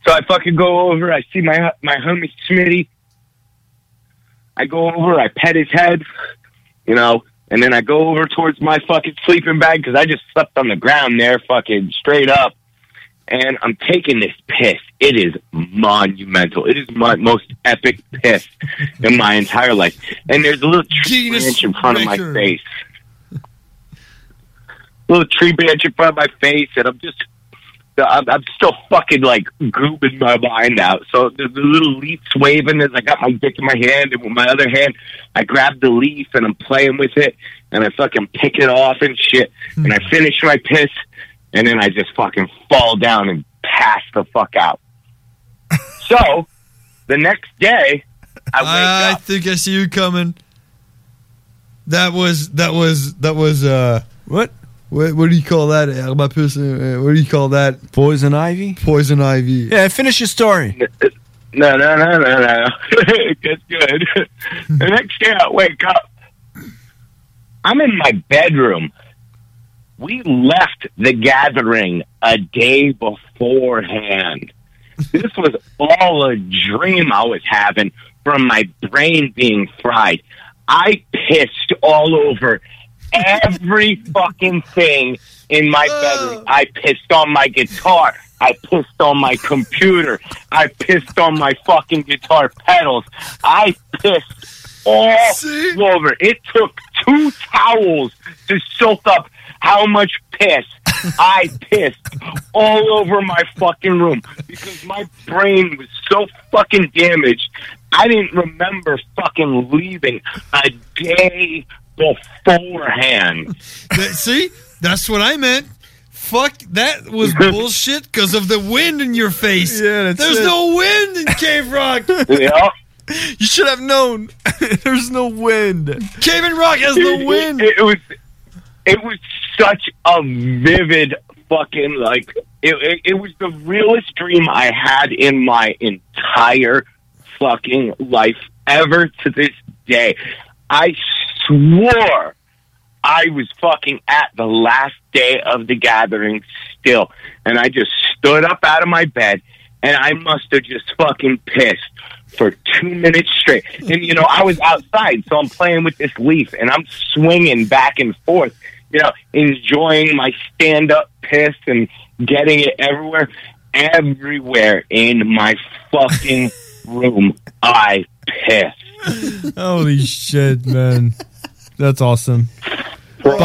So I fucking go over. I see my my homie Smitty. I go over. I pet his head, you know, and then I go over towards my fucking sleeping bag because I just slept on the ground there, fucking straight up and I'm taking this piss. It is monumental. It is my most epic piss in my entire life. And there's a little tree branch in front of record. my face. (laughs) Little tree branch in front of my face, and I'm just, I'm, I'm still fucking like gooping my mind out. So there's the little leafs waving as I got my dick in my hand, and with my other hand, I grab the leaf and I'm playing with it, and I fucking pick it off and shit, and I finish my piss, and then I just fucking fall down and pass the fuck out. so the next day, I wake up. I think I see you coming. That was that was that was uh what? What, what do you call that? Herbaceous, uh, What do you call that? Poison ivy. Poison ivy. Yeah, finish your story. No, no, no, no, no. (laughs) That's good. (laughs) the next day I wake up, I'm in my bedroom. We left the gathering a day beforehand. This was all a dream I was having from my brain being fried. I pissed all over every fucking thing in my bedroom. I pissed on my guitar. I pissed on my computer. I pissed on my fucking guitar pedals. I pissed all over. It took two towels to soak up how much piss I pissed all over my fucking room because my brain was so fucking damaged. I didn't remember fucking leaving a day beforehand. That- see, that's what I meant. Fuck, that was bullshit because of the wind in your face. Yeah, that's There's it. no wind in Cave Rock. Yeah. You should (laughs) have known. There's no wind. Cave and Rock (laughs) has It- no wind. It, it was it was such a vivid fucking like it, it, it was the realest dream I had in my entire fucking life ever to this day. I swore I was fucking at the last day of the gathering still. And I just stood up out of my bed and I must have just fucking pissed for two minutes straight. And, you know, I was outside, so I'm playing with this leaf and I'm swinging back and forth, you know, enjoying my stand up piss and getting it everywhere. Everywhere in my fucking room, I pissed. Holy shit, man. That's awesome. But,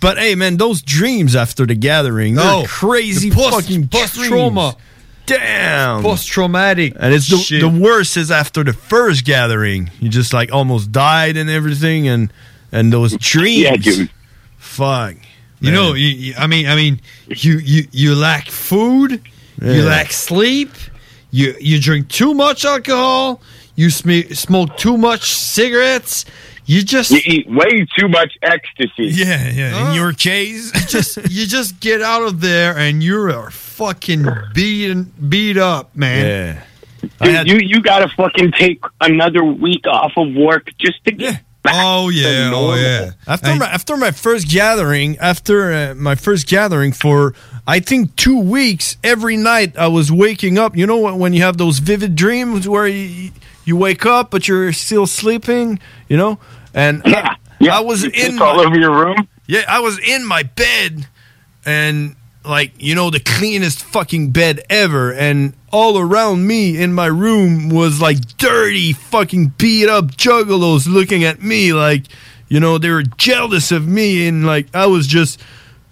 but hey, man, those dreams after the gathering, they're No. crazy Oh, The post- fucking post-trauma. Damn. Post traumatic. And it's the, shit. the worst is after the first gathering. You just like almost died and everything, and and those dreams. dude. Fuck. You know, you, you- I mean, I mean, you you you lack food, you Yeah. lack sleep, you you drink too much alcohol, you sm- smoke too much cigarettes, you just You eat way too much ecstasy. Yeah, yeah. In your case, you just you just get out of there and you are fucking beaten beat up, man. Yeah. Dude, you you gotta fucking take another week off of work just to get back. Oh yeah, oh yeah. After my, after my first gathering, after uh, my first gathering for I think two weeks, every night I was waking up. You know what? When you have those vivid dreams where you you wake up but you're still sleeping, you know, and yeah, I, I was in all over your room. Yeah, I was in my bed and like you know the cleanest fucking bed ever and all around me in my room was like dirty fucking beat up juggalos looking at me like you know they were jealous of me and like i was just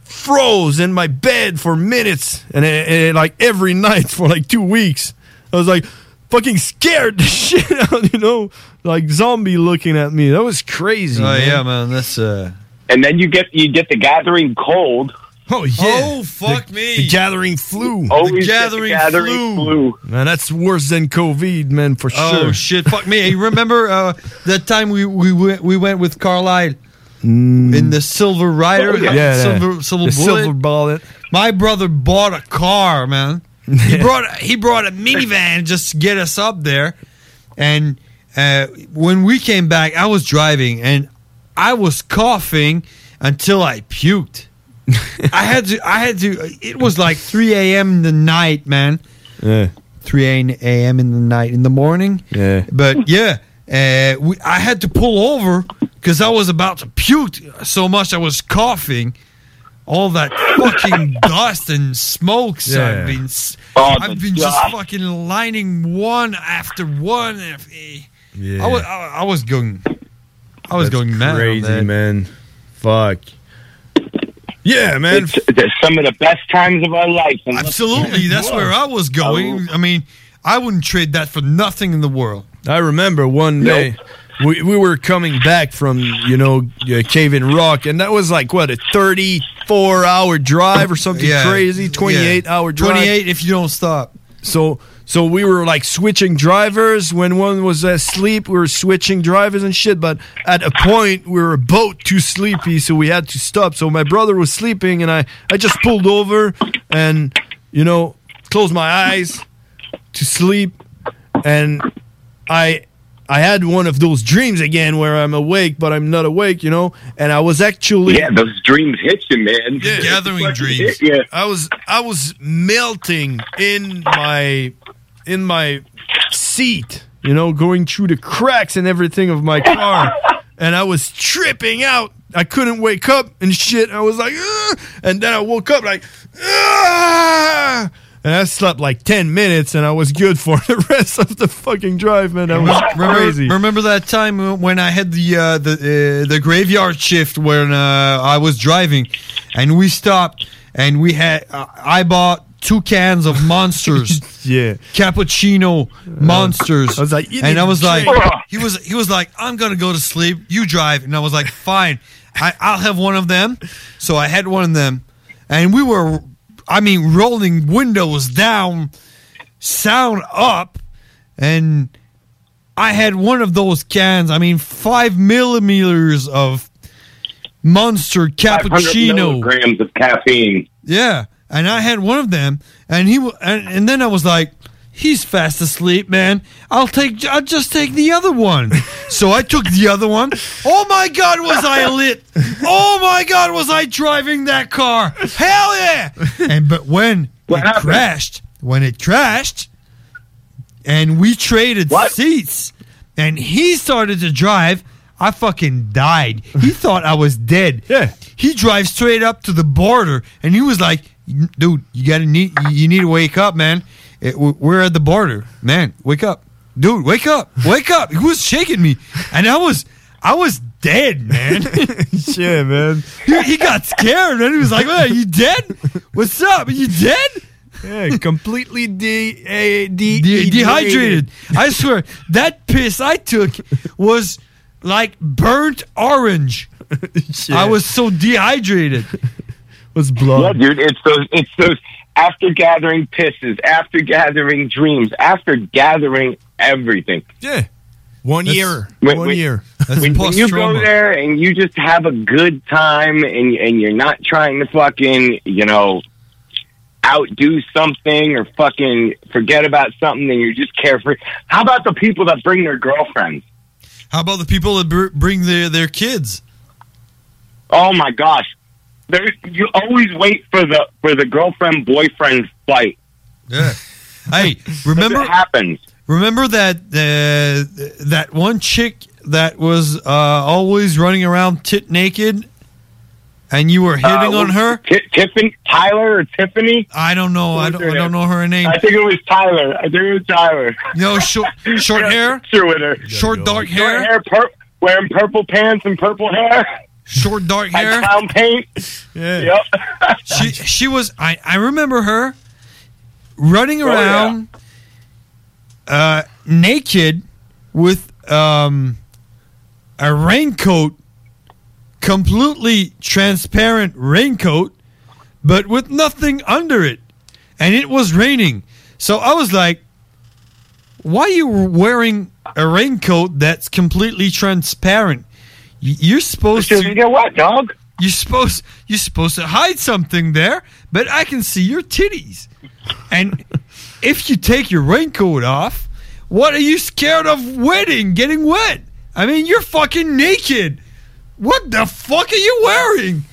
froze in my bed for minutes and, it, it- like every night for like two weeks i was like fucking scared the (laughs) shit out you know like zombie looking at me that was crazy Oh man. yeah, man. That's uh. And then you get you get the gathering cold, Oh Oh, fuck the, me. The gathering flu. Oh, The he said the gathering gathering flu. flu. Man, that's worse than COVID, man, for Oh sure. shit! Fuck me! Hey, remember uh, that time we we went, we went with Carlisle in the Silver Rider, Mm. Oh, yeah. Yeah, silver, yeah. silver, bullet. The Silver bullet. My brother bought a car, man. (laughs) He brought he brought a minivan just to get us up there, and uh, when we came back, I was driving and I was coughing until I puked. I had to. I had to. It was like 3 a.m. in the night, man. Yeah. 3 a.m. in the night, in the morning. Yeah. But yeah, uh, we, I had to pull over because I was about to puke so much I was coughing. All that (laughs) fucking dust and smoke. So Yeah. I've been, s- Oh, I've the been just dust. fucking lining one after one. af- eh. Yeah. I was, I, I was going, I was That's going mad. on Crazy, that. man. Fuck. Yeah, man. It's, it's some of the best times of our life. Absolutely, that's where I was going. I mean, I wouldn't trade that for nothing in the world. I remember one day we, we were coming back from, you know, uh, Cave in Rock, and that was like, what, a 34 hour drive or something Yeah. crazy? 28 Yeah. hour drive. 28 if you don't stop. So. So we were like switching drivers when one was asleep. We were switching drivers and shit. But at a point, we were both too sleepy, so we had to stop. So my brother was sleeping, and I I just pulled over and you know closed my eyes to sleep and i i had one of those dreams again where i'm awake but i'm not awake you know and i was actually Yeah, those dreams hit you, man. Gathering (laughs) dreams. Yeah. i was i was melting in my in my seat you know going through the cracks and everything of (laughs) my car and i was tripping out i couldn't wake up and shit i was like "Ugh!" and then i woke up like "Ugh!" and I slept like ten minutes, and I was good for (laughs) the rest of the fucking drive, man. That was remember, crazy. remember that time when I had the uh, the uh, the graveyard shift when uh, I was driving, and we stopped and we had uh, I bought two cans of (laughs) monsters. yeah, Uh, cappuccino monsters. I was like, "You and need I was to like, drink." he was he was like, I'm gonna go to sleep. You drive, and I was like, fine, I, I'll have one of them. So I had one of them, and we were, I mean, rolling windows down, sound up, and I had one of those cans. I mean, five millimeters of monster 500 cappuccino. milligrams of caffeine. Yeah, and I had one of them, and he wa- and, and then I was like, he's fast asleep, man. I'll take, I'll just take the other one. so I took the other one. Oh my god, was I lit? Oh my god, was I driving that car? Hell yeah! And but when it crashed, when it crashed, and we traded seats, and he started to drive. I fucking died. He thought I was dead. Yeah. He drives straight up to the border, and he was like, "Dude, you gotta need, you need to wake up, man. It- w- we're at the border, man. Wake up, dude. Wake up, wake up." He was shaking me, and I was, I was dead, man. yeah, man. He, he got scared, and he was like, "Man, you dead? What's up? Are you dead?" Yeah, completely de- eh, de- De- dehydrated. I swear, that piss I took was like burnt orange. I was so (laughs) dehydrated. was blood. Yeah, dude, it's those it's those after gathering pisses, after gathering dreams, after gathering everything. Yeah. One That's- year. when- One when- year. When, when you go there and you just have a good time and and you're not trying to fucking, you know, outdo something or fucking forget about something and you're just carefree. How about the people that bring their girlfriends? How about the people that br- bring their, their kids? Oh my gosh. There you always wait for the for the girlfriend boyfriend fight. Yeah. (laughs) Hey, remember it happens. Remember that uh, that one chick that was uh, always running around tit naked, and you were hitting Uh, on her. Ti- Tiffany, Tyler, or Tiffany? I don't know. I don't, I don't know her name. I think it was Tyler. I think it was Tyler. (laughs) No short, short hair. Sure with her. Short dark hair. hair pur- wearing purple pants and purple hair. Short dark And hair. clown paint. Yeah. she she was I, I remember her running Oh, yeah. around uh naked with um a raincoat completely transparent raincoat but with nothing under it. And it was raining. So I was like, why are you wearing a raincoat that's completely transparent? Y- You're supposed to get what, dog? You're supposed you're supposed to hide something there, but I can see your titties. And if you take your raincoat off, what are you scared of wetting, getting wet? I mean, you're fucking naked. What the fuck are you wearing?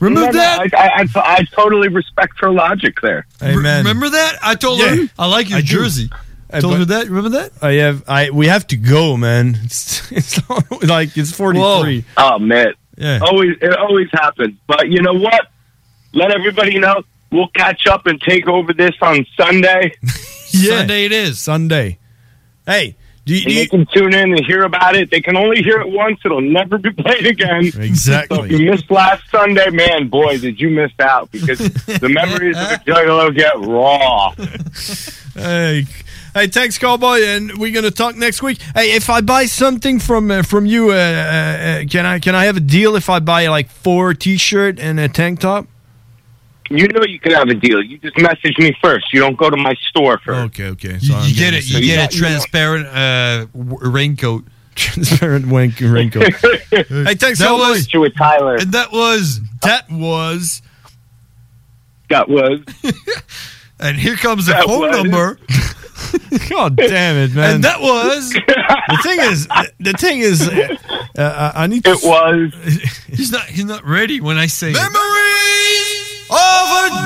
Remember No, no, that? I, I, I, I totally respect her logic there. Amen. Remember that? I told Yeah. her I like your I do. jersey. Hey, told but- her that. Remember that? I have. I we have to go, man. (laughs) It's, it's like it's forty three. Oh man, Oh, Yeah. always it always happens. But you know what? Let everybody know we'll catch up and take over this on Sunday. Sunday it is. Sunday. (laughs) Hey, do you, And they can tune in and hear about it. They can only hear it once; it'll never be played again. (laughs) Exactly. So if you missed last Sunday, man, boy, did you miss out (laughs) because the memories of the Juggalo get raw. Hey, hey, thanks, cowboy, and we're gonna talk next week. Hey, if I buy something from uh, from you, uh, uh, uh, can I can I have a deal if I buy like four t-shirt and a tank top? You know you can have a deal. You just message me first. You don't go to my store first. Okay, okay. You, you get it. You You got- you (laughs) get a got- transparent uh, w- raincoat. (laughs) Transparent (laughs) wank raincoat. hey, That thanks so was- much. with Tyler. And that was that was that was. (laughs) and here comes the That phone was- number. (laughs) God damn it, man! And that was. the thing is the thing is uh, uh, I need to. It was. (laughs) He's not. He's not ready when I say. Memories of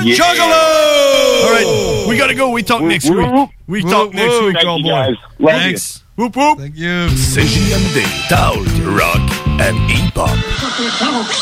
a yeah. All right, we gotta go. We talk next week. We talk next week, cowboy. Thanks. Whoop whoop. Thank you. CJMD, Talk, Rock and Hip-Hop.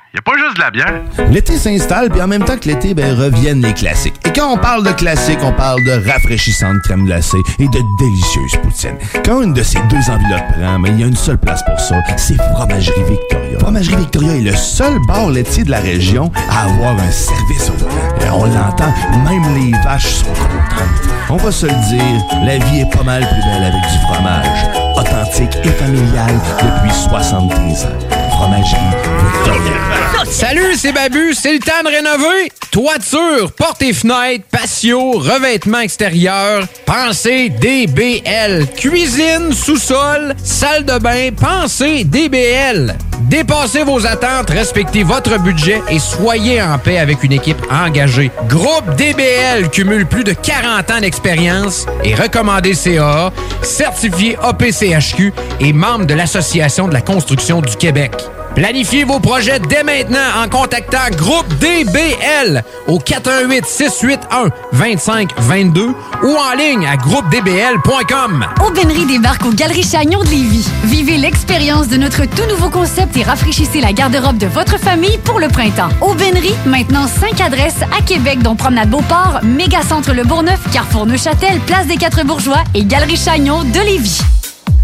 y a pas juste de la bière. L'été s'installe, puis en même temps que l'été, ben, reviennent les classiques. Et quand on parle de classiques, on parle de rafraîchissantes crèmes glacées et de délicieuses poutines. Quand une de ces deux enveloppes prend, mais il y a une seule place pour ça, c'est Fromagerie Victoria. Fromagerie Victoria est le seul bar laitier de la région à avoir un service au volant. Et on l'entend, même les vaches sont contentes. On va se le dire, la vie est pas mal plus belle avec du fromage. Authentique et familial depuis 73 ans. Fromagerie Victoria. Salut, c'est Babu, c'est le temps de rénover. Toiture, portes et fenêtres, patio, revêtement extérieur. Pensez DBL. Cuisine, sous-sol, salle de bain, pensez DBL. Dépassez vos attentes, respectez votre budget et soyez en paix avec une équipe engagée. Groupe DBL cumule plus de 40 ans d'expérience et recommandé CA, certifié APCHQ et membre de l'Association de la construction du Québec. Planifiez vos projets dès maintenant en contactant Groupe DBL au 418 681 2522 ou en ligne à groupedbl.com. Aubainerie débarque aux Galeries Chagnon de Lévis. Vivez l'expérience de notre tout nouveau concept et rafraîchissez la garde-robe de votre famille pour le printemps. Aubainerie, maintenant 5 adresses à Québec, dont Promenade Beauport, Mégacentre Le Bourgneuf, Carrefour Neuchâtel, Place des Quatre Bourgeois et Galerie Chagnon de Lévis.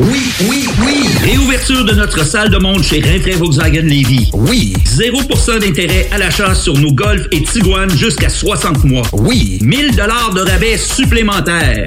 Oui, oui, oui. Réouverture de notre salle de monde chez Rinfrae Volkswagen Levy. Oui. 0% d'intérêt à l'achat sur nos Golf et Tiguan jusqu'à 60 mois. Oui. 1000 dollars de rabais supplémentaires.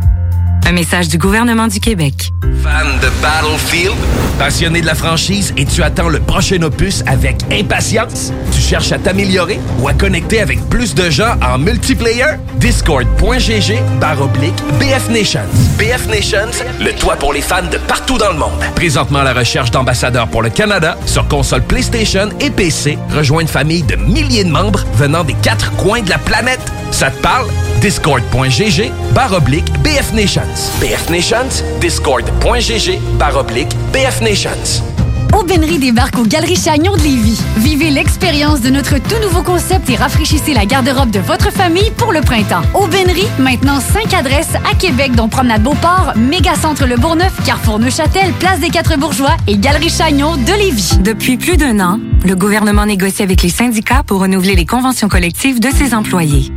Un message du gouvernement du Québec. Fan de Battlefield? Passionné de la franchise et tu attends le prochain opus avec impatience? Tu cherches à t'améliorer ou à connecter avec plus de gens en multiplayer? Discord.gg barre oblique BF Nations. BF Nations, le toit pour les fans de partout dans le monde. Présentement à la recherche d'ambassadeurs pour le Canada sur console PlayStation et PC. Rejoins une famille de milliers de membres venant des quatre coins de la planète. Ça te parle? Discord.gg barre oblique BF Nations. BF Nations, Discord.gg barre oblique BF Nations. Aubainerie débarque aux Galeries Chagnon de Lévis. Vivez l'expérience de notre tout nouveau concept et rafraîchissez la garde-robe de votre famille pour le printemps. Aubainerie, maintenant 5 adresses à Québec, dont Promenade Beauport, Mégacentre Le Bourgneuf, Carrefour Neuchâtel, Place des Quatre Bourgeois et Galerie Chagnon de Lévis. Depuis plus d'un an, le gouvernement négocie avec les syndicats pour renouveler les conventions collectives de ses employés.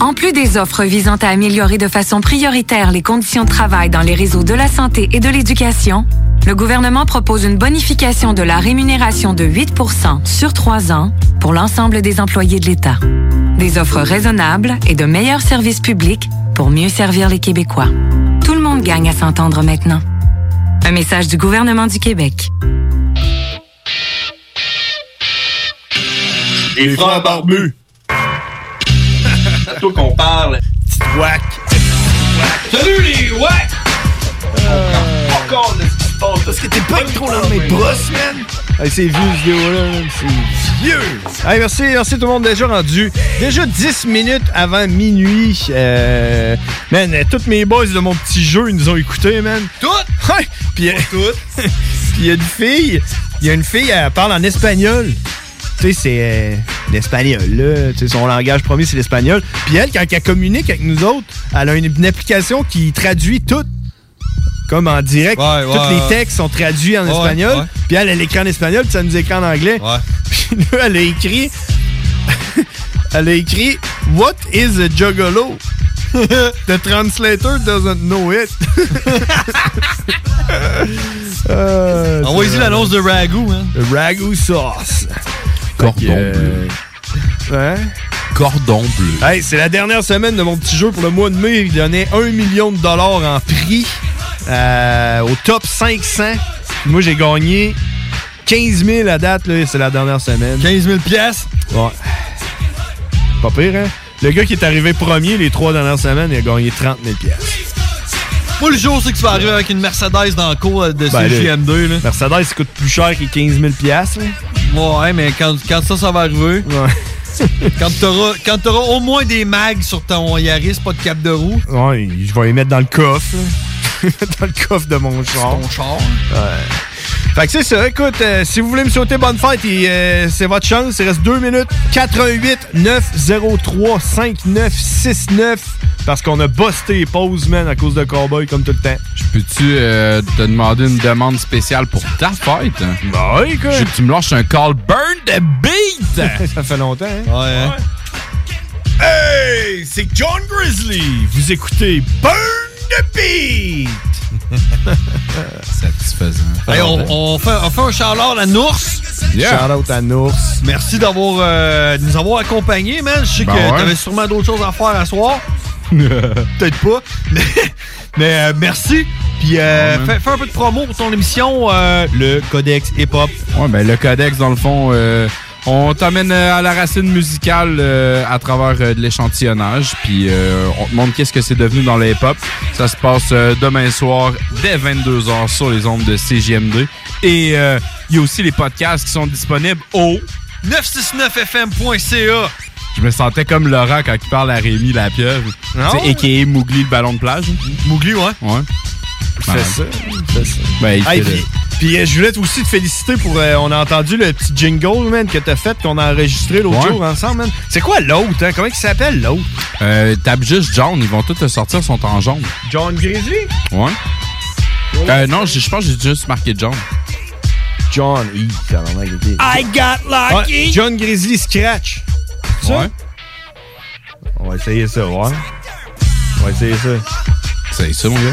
En plus des offres visant à améliorer de façon prioritaire les conditions de travail dans les réseaux de la santé et de l'éducation, le gouvernement propose une bonification de la rémunération de 8 sur trois ans pour l'ensemble des employés de l'État. Des offres raisonnables et de meilleurs services publics pour mieux servir les Québécois. Tout le monde gagne à s'entendre maintenant. Un message du gouvernement du Québec. Les frères barbus. C'est (laughs) toi qu'on parle. Petite whack. Salut les whack! Fuck all de ce qui se passe, Euh. parce que t'es pas trop dans mes brosses, man. Hey, c'est vieux, ce vidéo-là. là. C'est vieux. Hey, merci, merci tout le monde. Déjà rendu. Déjà 10 minutes avant minuit. Euh, man, euh, tous mes boys de mon petit jeu, ils nous ont écoutés, man. Toutes? Ouais. Puis, euh, (laughs) Puis il y a une fille. Il y a une fille, elle parle en espagnol. Tu sais, c'est euh, l'espagnol, là. Tu sais, son langage premier, c'est l'espagnol. Puis elle, quand elle communique avec nous autres, elle a une, une application qui traduit tout. Comme en direct, Ouais, ouais, tous les ouais. textes sont traduits en Ouais, espagnol. ouais. Puis elle, elle écrit en espagnol, puis ça nous écrit en anglais. Puis là, elle a écrit. (laughs) elle a écrit What is a (laughs) juggalo? The translator doesn't know it. Euh, Envoyez-y c'est Ah, l'annonce de Ragu, hein. Le Ragu sauce. Cordon bleu. Ouais. Cordon bleu. Hey, c'est la dernière semaine de mon petit jeu pour le mois de mai. Il donnait 1 million de dollars en prix euh, au top 500. Puis moi, j'ai gagné 15 000 à date. là. C'est la dernière semaine. 15 000 pièces? Ouais. Pas pire, hein? Le gars qui est arrivé premier les trois dernières semaines, il a gagné 30 000 pièces. Moi, le jour, c'est que tu vas arriver avec une Mercedes dans le cours euh, de Ben, CGM2, là. Mercedes, ça coûte plus cher que 15 000 piastres, Ouais, mais quand, quand ça, ça va arriver. (laughs) quand t'auras quand t'auras au moins des mags sur ton Yaris, pas de cap de roue. Ouais, je vais les mettre dans le coffre. là. (laughs) dans le coffre de mon char. Ton char. Ouais. Fait que c'est ça. Écoute, euh, si vous voulez me souhaiter bonne fête, et, euh, c'est votre chance. Il reste 2 minutes. 88 903 5969. Parce qu'on a busté les pauses, man, à cause de Cowboy, comme tout le temps. Peux-tu euh, te demander une demande spéciale pour ta fête? Bah oui, quoi. Je veux que tu me lâches un call burn the beat! (laughs) ça fait longtemps, hein? Ouais, hein? Hey, c'est John Grizzly. Vous écoutez Burn the (laughs) Beat. Satisfaisant. Hey, on, on fait, on fait un shout-out à Nours. Yeah. Shout out à Nours. Merci d'avoir euh, de nous avoir accompagnés, man. Je sais Ben que ouais. t'avais sûrement d'autres choses à faire à soir. Peut-être pas. Mais, mais, euh, merci. Puis euh, Ouais, man. fais, fais un peu de promo pour ton émission, euh, le Codex Hip-Hop. Ouais, ben le codex, dans le fond, euh, on t'amène euh, à la racine musicale euh, à travers euh, de l'échantillonnage, puis euh, on te montre qu'est-ce que c'est devenu dans le hip-hop. Ça se passe euh, demain soir, dès 22h, sur les ondes de CGM2. Et euh, il y a aussi les podcasts qui sont disponibles au... 969fm.ca. Je me sentais comme Laurent quand il parle à Rémi Lapierre. Ah Tu sais, ouais? a.k.a. Mougli, le ballon de plage. Mougli, ouais. Ouais. Fais ça. Fais ça. Ben, il Hey, fait le- puis, puis, euh, je voulais aussi te féliciter pour. euh, on a entendu le petit jingle, man, que t'as fait, qu'on a enregistré l'autre Ouais. jour ensemble, man. C'est quoi l'autre, hein? Comment il s'appelle, l'autre? Euh, tape juste jaune, ils vont tous le sortir, ils sont en jaune. John Grizzly? Ouais. Euh, non, je je pense que j'ai juste marqué John. John, oui, I got lucky. John Grizzly Scratch. Ça? Ouais. On va essayer ça, ouais. On va essayer ça. C'est ça, mon gars.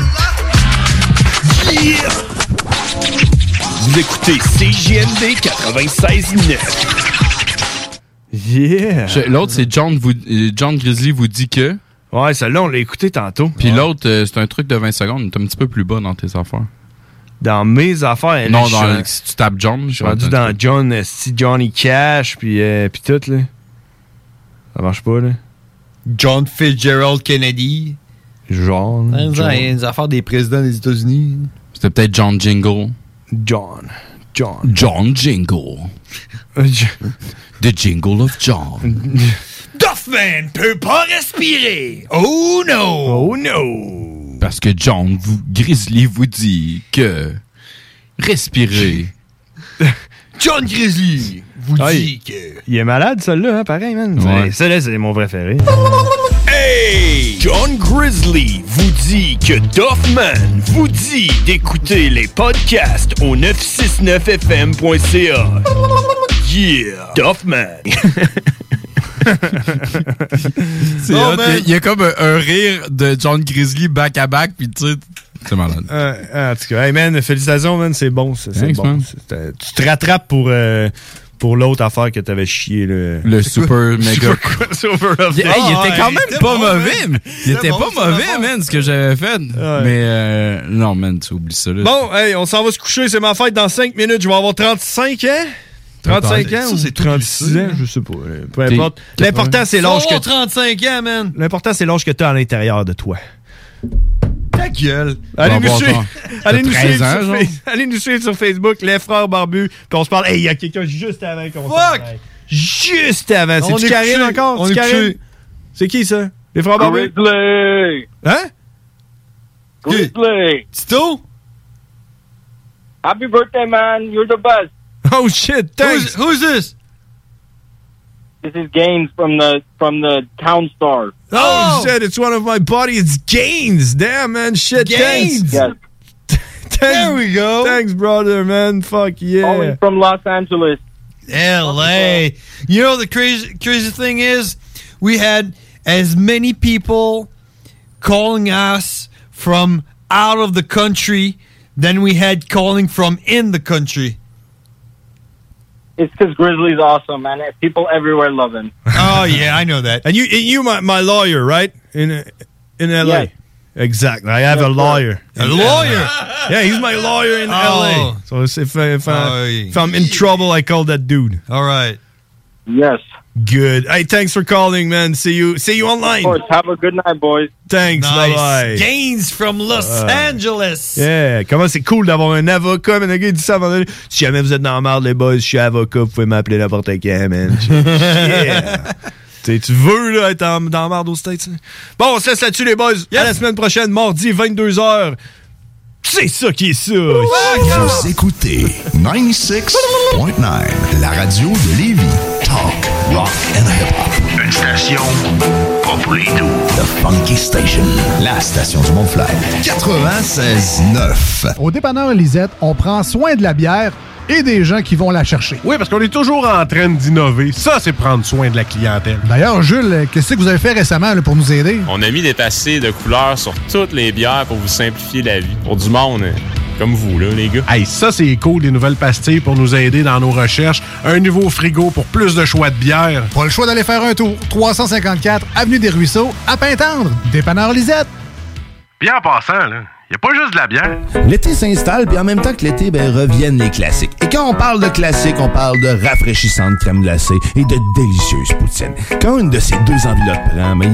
Vous écoutez CJMD 96.9. Yeah! L'autre, c'est John, vous, euh, John Grizzly vous dit que. Ouais, celle-là, on l'a écouté tantôt. Puis l'autre, euh, c'est un truc de 20 secondes, est un petit peu plus bas dans tes affaires. Dans mes affaires. non, là, je dans- suis- si tu tapes John, Je suis rendu dans John, euh, si Johnny Cash, puis, euh, puis tout, là. Ça marche pas, là. John Fitzgerald Kennedy. Genre. Ben, Hein, John. ça, Il y a des affaires des présidents des États-Unis. C'était peut-être John Jingle. John. John. John Jingle. The Jingle of John. Duffman peut pas respirer. Oh no. Oh no. Parce que John vous, Grizzly vous dit que. Respirez. John Grizzly vous dit que... Il est malade, celui-là, hein, pareil, man. Ouais. C'est- Celui-là, c'est mon préféré. Hey! John Grizzly vous dit que Doffman vous dit d'écouter les podcasts au 969fm.ca. Yeah! (laughs) Doffman! C'est Non, hot, mais- il y a- Il y a comme un, un rire de John Grizzly back à back, puis tu sais. C'est malade. Euh, en tout cas, hey, man, félicitations, man, c'est bon, ça, c'est Thanks, bon. man. C'est, euh, tu te rattrapes pour, euh, pour l'autre affaire que t'avais chié, le... Le super (laughs) méga. Il, hey, il était hein. quand même pas mauvais. mais- Il était pas mauvais, man, ce que j'avais fait. Mais euh, non, man, tu oublies ça. Là. Bon, hey, on s'en va se coucher, c'est ma fête dans 5 minutes, je vais avoir 35 ans. 35 ans Ça, ou c'est tout 36 ans, je sais pas. euh, Peu T'es- importe. t'es- L'important, c'est l'âge que... 35 ans, man. L'important, c'est l'âge que t'as à l'intérieur de toi. Ta gueule. Allez Bon, nous bon, suivre. (laughs) bon. (laughs) Allez nous T'as 13 suivre ans, sur genre? Face- allez nous suivre sur Facebook, les frères barbus. Puis on se parle. Hey, il y a quelqu'un juste avant qu'on Fuck! Juste avant. On C'est est du Karine couché. encore? On C'est est Karine? couché. C'est qui ça? Les frères barbus? Grizzly! Hein? Grizzly! Tito? Happy birthday, man! You're the (laughs) best! Oh shit! Thanks. Who's, this? This is Gaines from the from the Town Star. Oh, shit, it's one of my buddies. It's Gaines. Damn, man. Shit, Gaines. thanks. There we go. Thanks, brother, man. Fuck yeah. Calling from Los Angeles. LA. You know the crazy crazy thing is we had as many people calling us from out of the country than we had calling from in the country. It's because Grizzly's awesome, man. People everywhere love him. Oh yeah, I know that. And you, and you, my, my lawyer, right? In uh, in L.A. Yeah. Exactly. I have a lawyer. A lawyer. (laughs) yeah, he's my lawyer in L.A. So it's- if I- if, I, if I'm in trouble, I call that dude. Oh, All right. Yes. Good. Hey, thanks for calling, man. See you. See you online. Have a good night, boys. Thanks. Bye bye. Gains from Los Ah. Angeles. Yeah, comment c'est cool d'avoir un avocat, man. Le gars, il dit ça à un moment donné. Si jamais vous êtes dans la merde, les boys, je suis avocat, vous pouvez m'appeler n'importe quand, man. yeah. Tu sais, tu veux, là, être en- dans la merde aux States. hein? Bon, on se laisse là-dessus, les boys. À la semaine prochaine, mardi, 22h. C'est ça qui est ça. Vous écoutez 96.9, la radio de Lévis. Talk, rock and hip-hop. Une station pas pour les doux. The Funky Station, la station du Mont-Flair. 96.9. Au dépanneur Lisette, on prend soin de la bière et des gens qui vont la chercher. Oui, parce qu'on est toujours en train d'innover. Ça, c'est prendre soin de la clientèle. D'ailleurs, Jules, qu'est-ce que vous avez fait récemment là, pour nous aider? On a mis des passés de couleurs sur toutes les bières pour vous simplifier la vie. Pour du monde, hein, comme vous, là, les gars. Hey, ça, c'est cool, des nouvelles pastilles pour nous aider dans nos recherches. Un nouveau frigo pour plus de choix de bière. Pas le choix d'aller faire un tour. 354 Avenue des Ruisseaux, à Pintendre. Dépanneur Lisette. Bien en passant, là, y a pas juste de la bière. L'été s'installe, puis en même temps que l'été, ben, reviennent les classiques. Et quand on parle de classiques, on parle de rafraîchissantes crèmes glacées et de délicieuses poutines. Quand une de ces deux enveloppes prend, ben, mais